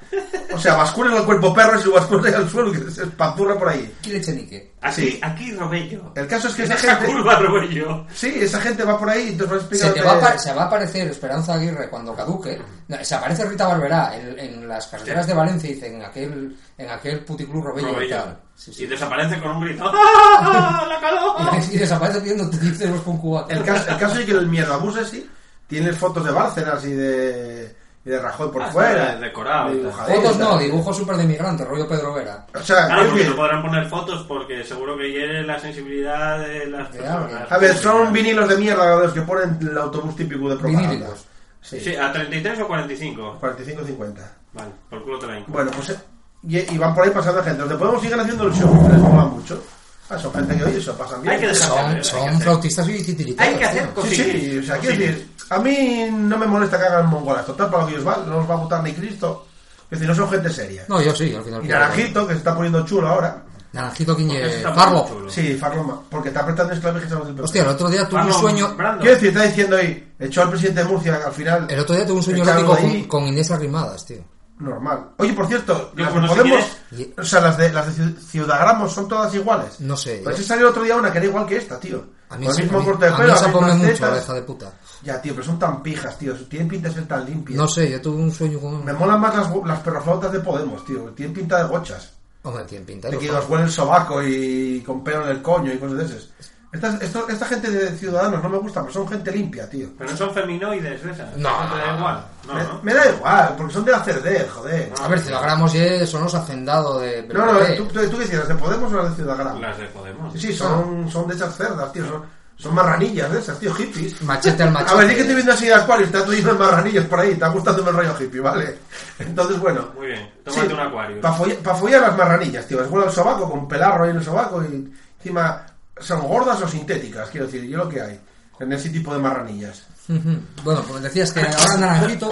Speaker 8: O sea, basculen el cuerpo perro y su basculen al suelo, que se espanturra por ahí.
Speaker 7: Aquí el Echenique.
Speaker 4: Aquí,
Speaker 8: Sí.
Speaker 4: aquí Robello.
Speaker 8: El caso es que
Speaker 4: En
Speaker 8: esa
Speaker 4: esa
Speaker 8: gente.
Speaker 4: curva Robello.
Speaker 8: Sí, esa gente va por ahí y entonces va a
Speaker 7: Se,
Speaker 8: explicar.
Speaker 7: te va a apar- se va a aparecer Esperanza Aguirre cuando caduque. No, se aparece Rita Barberá en, en las carreteras de Valencia y dice en aquel, en aquel puticlub Robello y
Speaker 4: Robello.
Speaker 7: tal. Sí, sí.
Speaker 4: Y desaparece con un grito. ¡Ah! ¡La calor!
Speaker 7: Y, desaparece pidiendo títulos con "Pues Cuba.
Speaker 8: El caso, el caso es que el mierda abuse, sí. Tiene fotos de Bárcenas y de. y de Rajoy por
Speaker 4: Ah, está
Speaker 8: fuera.
Speaker 4: decorado y tal.
Speaker 8: dibujadito.
Speaker 7: Fotos no, dibujos súper de inmigrante, rollo Pedro Vera.
Speaker 8: O sea,
Speaker 4: Claro,
Speaker 8: creo
Speaker 4: porque
Speaker 8: que-
Speaker 4: no podrán poner fotos porque seguro que hiere la sensibilidad de las
Speaker 7: De
Speaker 4: personas.
Speaker 7: alguien.
Speaker 8: a ver, son vinilos de mierda los que ponen el autobús típico de propaganda.
Speaker 7: Vinílicos.
Speaker 8: Sí,
Speaker 4: Sí, a 33 o 45.
Speaker 8: 45-50.
Speaker 4: Vale, por culo te la hinco.
Speaker 8: Bueno, pues eh, y, y van por ahí pasando gente. Los de Podemos siguen haciendo el show, les mola mucho. Ah, son gente que oye, eso pasan bien.
Speaker 4: Hay que dejar de
Speaker 7: Son,
Speaker 4: ver,
Speaker 7: son
Speaker 4: hay que hacer.
Speaker 7: flautistas y titiriteros.
Speaker 4: Hay que hacer
Speaker 7: tío.
Speaker 4: co-
Speaker 8: Sí, sí, o sea, quiero
Speaker 4: Cosillas.
Speaker 8: decir, a mí no me molesta que hagan mongolas, total, para lo que ellos van, no nos va a votar ni Cristo. Es decir, no son gente seria.
Speaker 7: No, yo sí, al final.
Speaker 8: Y Naranjito, que se está poniendo chulo ahora.
Speaker 7: Naranjito
Speaker 4: Porque eso
Speaker 7: Quiñe.
Speaker 4: está
Speaker 8: eh,
Speaker 4: muy
Speaker 7: Parlo.
Speaker 4: chulo.
Speaker 8: Sí, Farloma, porque está apretando esclavijes a los del PP.
Speaker 7: Hostia, el otro día tuve
Speaker 4: Ah,
Speaker 7: un
Speaker 4: no,
Speaker 7: sueño.
Speaker 4: Brando.
Speaker 8: Quiero decir, está diciendo ahí, echó al presidente de Murcia al final.
Speaker 7: El otro día tuve un sueño
Speaker 8: echarlo
Speaker 7: erótico
Speaker 8: de
Speaker 7: con,
Speaker 8: ahí.
Speaker 7: con Inés Arrimadas, tío.
Speaker 8: Normal. Oye, por cierto,
Speaker 4: Yo
Speaker 8: las
Speaker 4: como
Speaker 8: de
Speaker 4: no sé
Speaker 8: Podemos,
Speaker 7: quién es.
Speaker 8: o sea, las de, las de Ciu- Ciudadagramos son todas iguales.
Speaker 7: No sé,
Speaker 8: Pero
Speaker 7: yo-
Speaker 8: se salió otro día una que era igual que esta, tío.
Speaker 7: A mí
Speaker 8: Con
Speaker 7: se
Speaker 8: el mismo
Speaker 7: a mí-
Speaker 8: corte de
Speaker 7: a mí
Speaker 8: pelo,
Speaker 7: se
Speaker 8: las
Speaker 7: pone
Speaker 8: mismas
Speaker 7: mucho
Speaker 8: tetas.
Speaker 7: la hija de puta.
Speaker 8: Ya, tío, pero son tan pijas, tío. Tienen pinta de ser tan limpias.
Speaker 7: No sé, yo tuve un sueño con.
Speaker 8: Me molan más las, bo- las perroflautas de Podemos, tío. Tienen pinta de gochas.
Speaker 7: Hombre, tiene pinta
Speaker 8: De
Speaker 7: de
Speaker 8: que
Speaker 7: loco.
Speaker 8: nos huele el sobaco y con pelo en el coño y cosas de esas. Estas- esto- esta gente de Ciudadanos no me gusta, pero son gente limpia, tío.
Speaker 4: Pero no son feminoides de esas.
Speaker 7: No.
Speaker 4: te da igual. No,
Speaker 8: me,
Speaker 4: no. Ah,
Speaker 8: me da igual, porque son de la CERDER, joder.
Speaker 7: A ver, Ciudadagramos y son los hacendados de.
Speaker 8: No, no,
Speaker 7: de-
Speaker 8: tú, tú, tú qué decías, ¿las de Podemos o las de Ciudadanos?
Speaker 4: Las de Podemos.
Speaker 8: Sí, sí, son, son de esas cerdas, tío. Son, son marranillas de esas, tío, hippies.
Speaker 7: Machete al machete.
Speaker 8: A ver, di que te viendo así de Aquarius, está tú lleno de marranillos por ahí, está gustándome el rollo hippie, ¿vale? Entonces, bueno.
Speaker 4: Muy bien, Pues, tómate un acuario.
Speaker 8: Para follar, pa' follar las marranillas, tío. Les huele el sobaco, con pelarro ahí en el sobaco y encima son gordas o sintéticas, quiero decir, yo lo que hay en ese tipo de marranillas.
Speaker 7: Ujú. Bueno, pues decías que ahora Naranjito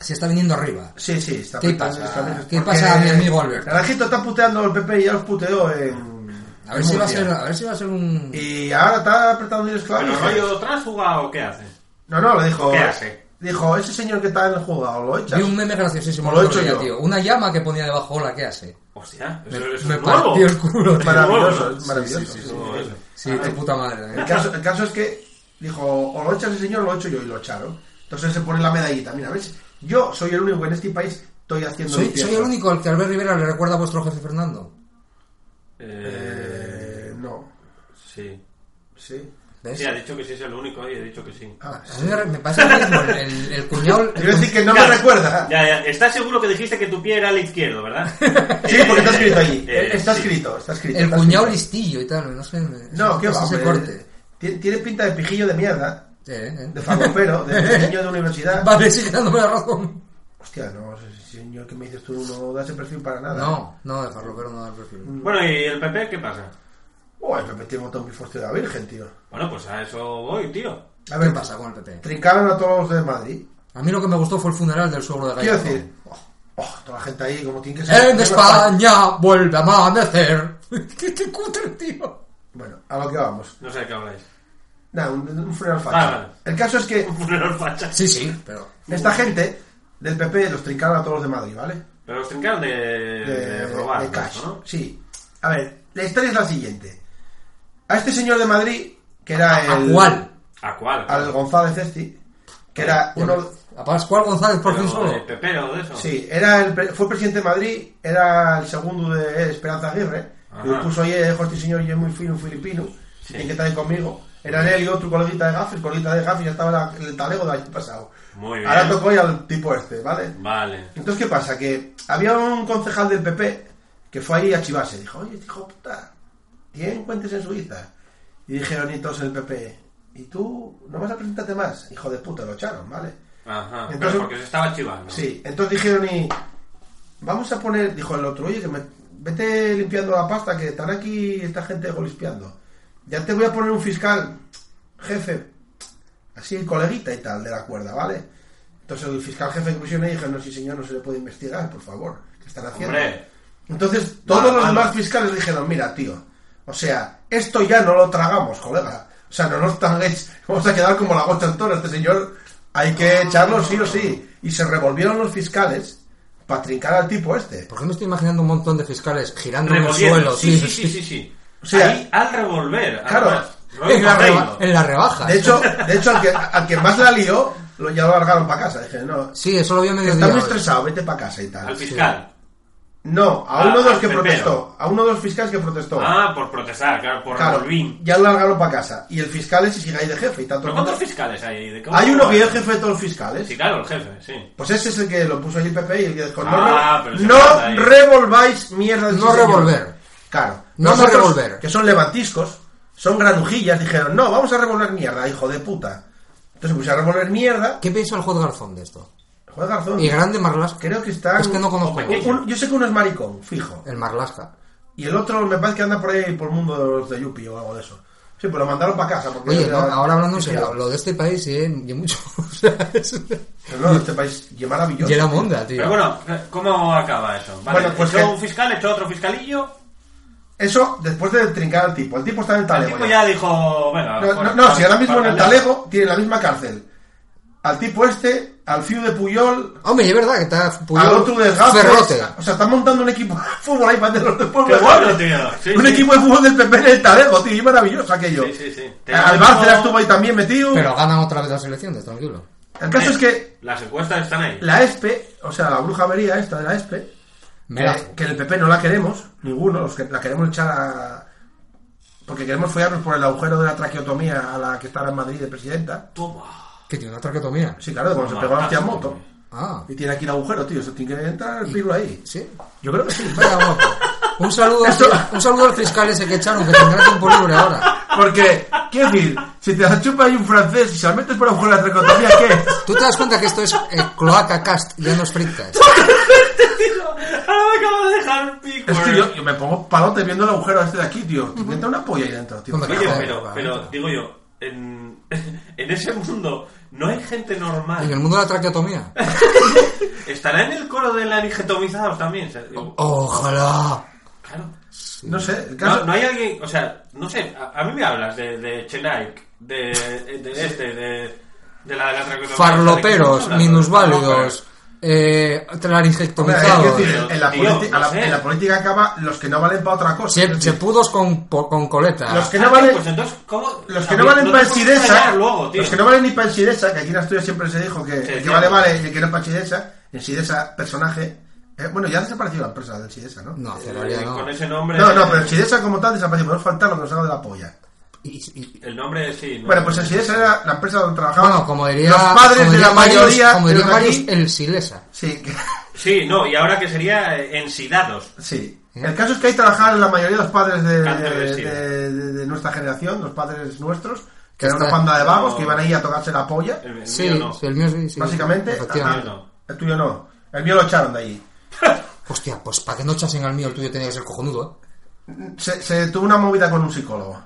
Speaker 7: se está viniendo arriba.
Speaker 8: Sí, sí, está
Speaker 7: ¿Qué
Speaker 8: está-
Speaker 7: pasa?
Speaker 8: está-
Speaker 7: ¿Qué
Speaker 8: porque
Speaker 7: pasa, mi amigo Alberto?
Speaker 8: Naranjito está puteando al PP y ya los puteó en.
Speaker 7: A ver
Speaker 8: en
Speaker 7: si va a
Speaker 8: Murcia.
Speaker 7: ser, a ver si va a ser un.
Speaker 8: Y ahora está apretando el esclavo.
Speaker 4: ¿Pero rollo transfuga o qué hace?
Speaker 8: No, no, le dijo.
Speaker 4: ¿Qué hace?
Speaker 8: Dijo, ese señor que está en el juzgado, lo echas.
Speaker 7: Vi un meme graciosísimo.
Speaker 8: Pues Lo he
Speaker 7: el otro
Speaker 8: hecho
Speaker 7: día,
Speaker 8: yo.
Speaker 7: tío. Una llama que ponía debajo, hola, ¿qué hace?
Speaker 4: Hostia,
Speaker 7: Me,
Speaker 4: eso, eso
Speaker 7: me
Speaker 4: es nuevo.
Speaker 7: partió el culo.
Speaker 8: Es
Speaker 7: tío.
Speaker 8: maravilloso,
Speaker 4: Sí,
Speaker 8: es maravilloso.
Speaker 4: sí, sí, sí.
Speaker 7: Sí, qué puta madre.
Speaker 8: El,
Speaker 7: ¿eh?
Speaker 8: caso, el caso es que dijo, o lo echas el señor o lo echo yo y lo echaron. Entonces él se pone la medallita. Mira, ¿ves? Yo soy el único en este país estoy haciendo
Speaker 7: Soy,
Speaker 8: limpieza.
Speaker 7: soy el único al que Albert Rivera le recuerda a vuestro jefe Fernando.
Speaker 4: Eh,
Speaker 8: Eh, no.
Speaker 4: sí.
Speaker 8: Sí.
Speaker 7: ¿Ves?
Speaker 4: Sí, ha dicho que sí es el único y he dicho que sí.
Speaker 8: Ah,
Speaker 7: A mí me, me pasa lo mismo. El, el, el cuñado. el
Speaker 8: Quiero decir que no
Speaker 4: Ya,
Speaker 8: me recuerda.
Speaker 4: Ya, ya. Estás seguro que dijiste que tu pie era al izquierdo, ¿verdad?
Speaker 8: Sí, porque está escrito allí.
Speaker 4: Eh,
Speaker 8: está
Speaker 4: sí.
Speaker 8: escrito, está escrito.
Speaker 7: El
Speaker 8: está
Speaker 7: cuñado
Speaker 8: escrito.
Speaker 7: listillo y tal, no sé. me-
Speaker 8: No, qué
Speaker 7: es
Speaker 8: va.
Speaker 7: ese
Speaker 8: hombre.
Speaker 7: corte.
Speaker 8: Tiene, tiene pinta de pijillo de mierda,
Speaker 7: Eh, eh.
Speaker 8: de fagopero, de niño de universidad.
Speaker 7: Vale, sigue dándome la razón.
Speaker 8: Hostia, no, ese señor que me dices tú no da ese perfil para nada.
Speaker 7: No, no, de farlopero no da el perfil.
Speaker 4: Bueno, ¿y el PP qué pasa?
Speaker 8: Oh, el PP tiene montado un biforcio de la Virgen, tío.
Speaker 4: Bueno, pues a eso voy, tío.
Speaker 8: A
Speaker 7: ¿Qué
Speaker 8: ver,
Speaker 7: pasa con el PP?
Speaker 8: Trincaron a todos los de Madrid.
Speaker 7: A mí lo que me gustó fue el funeral del suegro de
Speaker 8: Quiero
Speaker 7: Gallardo.
Speaker 8: decir, oh, oh, toda la gente ahí, como tiene que
Speaker 4: ¡Eh,
Speaker 8: ser.
Speaker 7: En España vuelve a amanecer. qué, qué cutre, tío.
Speaker 8: Bueno, a lo que vamos.
Speaker 4: No sé de qué habláis.
Speaker 8: Nada, un, un funeral facha.
Speaker 4: Ah, vale.
Speaker 8: El caso es que
Speaker 4: Un funeral facha.
Speaker 7: Sí, sí, pero.
Speaker 8: esta gente del PP los trincaron a todos los de Madrid, ¿vale?
Speaker 4: Pero los trincaron de, de robar,
Speaker 8: de cash.
Speaker 4: ¿no?
Speaker 8: Sí. A ver, la historia es la siguiente. A este señor de Madrid, que era
Speaker 7: ¿A
Speaker 8: el.
Speaker 7: cuál?
Speaker 4: ¿A cuál?
Speaker 8: Al González Cesti, que era uno.
Speaker 7: ¿A Pascual González por fin
Speaker 4: Pero,
Speaker 7: solo?
Speaker 4: ¿De PP o de eso?
Speaker 8: Sí, era el, pre- fue presidente de Madrid, era el segundo de Esperanza Aguirre,
Speaker 4: Ajá.
Speaker 8: y lo puso ahí, eh, Jorge señor, yo muy fino, un filipino,
Speaker 4: Sí.
Speaker 8: tiene que estar ahí conmigo. Eran él y otro coleguita de Gaffer, coleguita de Gaffer, ya estaba la- el talego del año pasado.
Speaker 4: Muy bien.
Speaker 8: Ahora tocó ir al tipo este, ¿vale?
Speaker 4: Vale.
Speaker 8: Entonces, ¿qué pasa? Que había un concejal del PP que fue ahí a chivarse. Dijo, oye, este hijo de puta, ¿tienen cuentes en Suiza? Y dijeron, y todos el PP, ¿y tú no vas a presentarte más? Hijo de puta, lo echaron, ¿vale?
Speaker 4: Ajá.
Speaker 8: Entonces-
Speaker 4: pero porque se estaba chivando.
Speaker 8: Sí, entonces dijeron y vamos a poner, dijo el otro, oye, que me, vete limpiando la pasta, que están aquí esta gente golispeando. Ya te voy a poner un fiscal, jefe, así coleguita y tal, de la cuerda, ¿vale? Entonces el fiscal jefe de comisión le dijo, no, sí señor, no se le puede investigar, por favor, ¿qué están haciendo?
Speaker 4: Hombre.
Speaker 8: Entonces todos
Speaker 4: Nada
Speaker 8: los
Speaker 4: malo.
Speaker 8: demás fiscales dijeron, mira, tío, o sea, esto ya no lo tragamos, colega. O sea, no nos traguéis, vamos a quedar como la gota en toro. Este señor hay que echarlo sí o sí. Y se revolvieron los fiscales para trincar al tipo este.
Speaker 7: ¿Por qué me estoy imaginando un montón de fiscales girando en el
Speaker 4: Revolviendo.
Speaker 7: suelo?
Speaker 4: sí,
Speaker 7: tío?
Speaker 4: sí, sí, sí, sí.
Speaker 8: O sea-
Speaker 4: Ahí al revolver.
Speaker 8: Claro.
Speaker 4: además. Lo he
Speaker 7: En la, reba-
Speaker 4: cogido.
Speaker 7: en la rebaja.
Speaker 8: De hecho, de hecho al, que, al que más la lió, lo, ya lo largaron para casa. Dije, no,
Speaker 7: sí, eso lo vi a
Speaker 8: está
Speaker 7: mediodía.
Speaker 8: muy
Speaker 7: hoy.
Speaker 8: estresado, vete para casa y
Speaker 4: Al
Speaker 8: tal.
Speaker 4: fiscal.
Speaker 8: No, a
Speaker 4: Ah,
Speaker 8: uno de los
Speaker 4: al
Speaker 8: que
Speaker 4: pepero.
Speaker 8: protestó, a uno de los fiscales que protestó.
Speaker 4: Ah, por protestar, claro, por
Speaker 8: Claro,
Speaker 4: revolvín.
Speaker 8: ya lo largaron para casa. Y el fiscal ese sigue ahí de jefe y tanto.
Speaker 4: ¿Pero cuántos fiscales hay? ¿De qué-
Speaker 8: Hay uno que es jefe de todos los fiscales.
Speaker 4: Sí, claro, el jefe, sí.
Speaker 8: Pues ese es el que lo puso allí el PP y el que dijo,
Speaker 4: Ah,
Speaker 8: no,
Speaker 4: pero
Speaker 8: no,
Speaker 4: se
Speaker 8: no
Speaker 4: manda ahí.
Speaker 8: revolváis mierda. de
Speaker 7: No
Speaker 8: ese señor.
Speaker 7: revolver.
Speaker 8: Claro.
Speaker 7: No
Speaker 8: Nosotros,
Speaker 7: revolver.
Speaker 8: Que son levantiscos, son granujillas, dijeron, no, vamos a revolver mierda, hijo de puta. Entonces puse a revolver mierda.
Speaker 7: ¿Qué piensa el juez Garzón de esto?
Speaker 8: Joder, Garzón.
Speaker 7: Y grande Marlasca.
Speaker 8: Creo que están...
Speaker 7: Es que no conozco. Eh.
Speaker 4: O pequeño.
Speaker 8: un- yo sé que uno es maricón, fijo.
Speaker 7: El Marlasca.
Speaker 8: Y el otro me parece que anda por ahí por el mundo de los de Yupi o algo de eso. Sí, pues lo mandaron para casa. Porque
Speaker 7: Oye,
Speaker 8: era-
Speaker 7: no, ahora hablando en serio,
Speaker 8: era-
Speaker 7: lo de este país y, y mucho. O sea, es-
Speaker 8: Pero no, este país es maravilloso.
Speaker 7: y era monda, tío.
Speaker 4: Pero bueno, ¿cómo acaba eso? Vale,
Speaker 8: Bueno, pues
Speaker 4: echó
Speaker 8: que-
Speaker 4: un fiscal, echó otro fiscalillo.
Speaker 8: Eso después de trincar al tipo. El tipo está en el
Speaker 4: El
Speaker 8: talego.
Speaker 4: tipo
Speaker 8: ya.
Speaker 4: ya dijo, venga.
Speaker 8: No,
Speaker 4: fuera,
Speaker 8: no, no, si ahora
Speaker 4: para-
Speaker 8: mismo en
Speaker 4: para
Speaker 8: el
Speaker 4: callar.
Speaker 8: Talejo tiene la misma cárcel. Al tipo este, al Fiu de Puyol,
Speaker 7: Hombre, es verdad que está Puyol
Speaker 8: al otro de Gafes.
Speaker 7: Ferrote.
Speaker 8: O sea, están montando un equipo de fútbol ahí para los de Puebla.
Speaker 4: Qué bueno, tío. Sí,
Speaker 8: un
Speaker 4: sí.
Speaker 8: equipo de fútbol del PP en el Talejo, tío. Y maravilloso aquello.
Speaker 4: Sí, sí, sí. Te
Speaker 8: Al
Speaker 4: digo-
Speaker 8: Bárcenas estuvo ahí también metido.
Speaker 7: Pero ganan otra vez las elecciones, tranquilo.
Speaker 8: el caso es que
Speaker 4: Las encuestas están ahí.
Speaker 8: la ESPE, o sea, la bruja avería esta de la E ESPE,
Speaker 7: Me la-
Speaker 8: eh, que, que en el PP no la queremos, ninguno, los que la queremos echar a... Porque queremos follarnos por el agujero de la traqueotomía a la que estaba en Madrid de presidenta.
Speaker 4: Toma.
Speaker 7: Que tiene una traquetomía.
Speaker 8: Sí, claro, de cuando se
Speaker 4: Toma,
Speaker 8: pegó la hostia en
Speaker 4: toma.
Speaker 8: moto.
Speaker 7: Ah,
Speaker 8: Y tiene aquí el agujero, tío. Eso tiene que entrar el pilo ahí.
Speaker 7: sí.
Speaker 8: Yo creo que sí.
Speaker 7: Vaya guapo. Un saludo,
Speaker 8: Esto-
Speaker 7: un saludo al fiscal ese que echaron, que tendrá tiempo libre ahora.
Speaker 8: Porque, quiero decir, si te la chupa ahí un francés y se la metes por el agujero de la tracotomía, ¿qué es?
Speaker 7: Tú te das cuenta que esto es eh, cloaca cast, ya no es fritas.
Speaker 4: Ahora me acabo de dejar pico.
Speaker 8: Es que
Speaker 4: eh.
Speaker 8: yo, yo me pongo palote viendo el agujero este de aquí, tío. Te inventa una polla ahí dentro, tío.
Speaker 7: Hombre,
Speaker 4: Oye,
Speaker 7: Joder,
Speaker 4: pero,
Speaker 7: va,
Speaker 4: pero
Speaker 7: va.
Speaker 4: digo yo, en, en ese mundo no hay gente
Speaker 7: En el
Speaker 4: normal.
Speaker 7: mundo de la traqueotomía.
Speaker 4: ¿Estará en el coro de anigetomizados también? O sea,
Speaker 7: Oh,
Speaker 4: digo,
Speaker 7: Ojalá.
Speaker 4: claro.
Speaker 8: No sé, el caso...
Speaker 4: No, no hay alguien, o sea, no sé, a, a mí me hablas de, de Chenaik, de, de este, de, de la de la traqueotomía.
Speaker 7: Farloperos,
Speaker 4: ¿De qué Ah, estamos hablando?
Speaker 7: minusválidos, eh,
Speaker 8: Hombre, quiero
Speaker 7: laringectomizados,
Speaker 8: decir, en la,
Speaker 4: Tío,
Speaker 8: politi-
Speaker 4: no
Speaker 8: a la-
Speaker 4: sé.
Speaker 8: en la política acaba los que no valen para otra cosa.
Speaker 7: che-
Speaker 8: Es decir,
Speaker 7: chepudos con, po- con coleta.
Speaker 8: los que
Speaker 4: Ah,
Speaker 8: no
Speaker 4: tío,
Speaker 8: valen...
Speaker 4: pues entonces, ¿cómo?
Speaker 8: Los
Speaker 4: O
Speaker 8: que
Speaker 4: sea,
Speaker 8: no valen
Speaker 4: te
Speaker 8: para
Speaker 4: puedes callar
Speaker 8: Sidesa,
Speaker 4: luego, tío.
Speaker 8: los que no valen ni para Sidesa, que aquí en Asturias siempre se dijo que
Speaker 4: Sí,
Speaker 8: el que
Speaker 4: cierto.
Speaker 8: vale vale y el que no para Sidesa, en Sidesa personaje. eh, bueno, ya ha desaparecido la empresa del Sidesa, ¿no?
Speaker 7: No,
Speaker 4: Eh,
Speaker 7: Ferrari no.
Speaker 4: Con ese nombre.
Speaker 8: No, no, pero el Sidesa como tal desapareció, podemos faltar lo que nos haga de la polla.
Speaker 7: Y- y-
Speaker 4: El nombre sí. no.
Speaker 8: Bueno, pues el Sidesa era la empresa donde trabajaban
Speaker 7: bueno, como diría,
Speaker 8: los padres
Speaker 7: como
Speaker 8: de
Speaker 7: diría
Speaker 8: la
Speaker 7: Marius-
Speaker 8: mayoría
Speaker 7: como
Speaker 8: de
Speaker 7: diría
Speaker 8: los de
Speaker 7: Marius,
Speaker 8: aquí.
Speaker 7: el Silesa.
Speaker 8: Sí, que-
Speaker 4: Sí, no, y ahora que sería eh, ensidados.
Speaker 8: sí.
Speaker 7: ¿Eh?
Speaker 8: El caso es que ahí trabajaban la mayoría de los padres de,
Speaker 4: Cáncer de
Speaker 8: de-
Speaker 4: sida.
Speaker 8: de- de nuestra generación, los padres nuestros,
Speaker 7: Que
Speaker 8: que era una
Speaker 7: está-
Speaker 8: panda de vagos
Speaker 4: No.
Speaker 8: que iban ahí a tocarse la polla.
Speaker 4: El, el
Speaker 7: Sí,
Speaker 4: mío no.
Speaker 7: sí, el mío sí. sí.
Speaker 8: Básicamente,
Speaker 7: Efectivamente.
Speaker 4: no.
Speaker 8: El tuyo no. El mío lo echaron de allí.
Speaker 7: Hostia, pues para que no echasen al mío, el tuyo tenía que ser cojonudo, ¿eh?
Speaker 8: Se, se tuvo una movida con un psicólogo.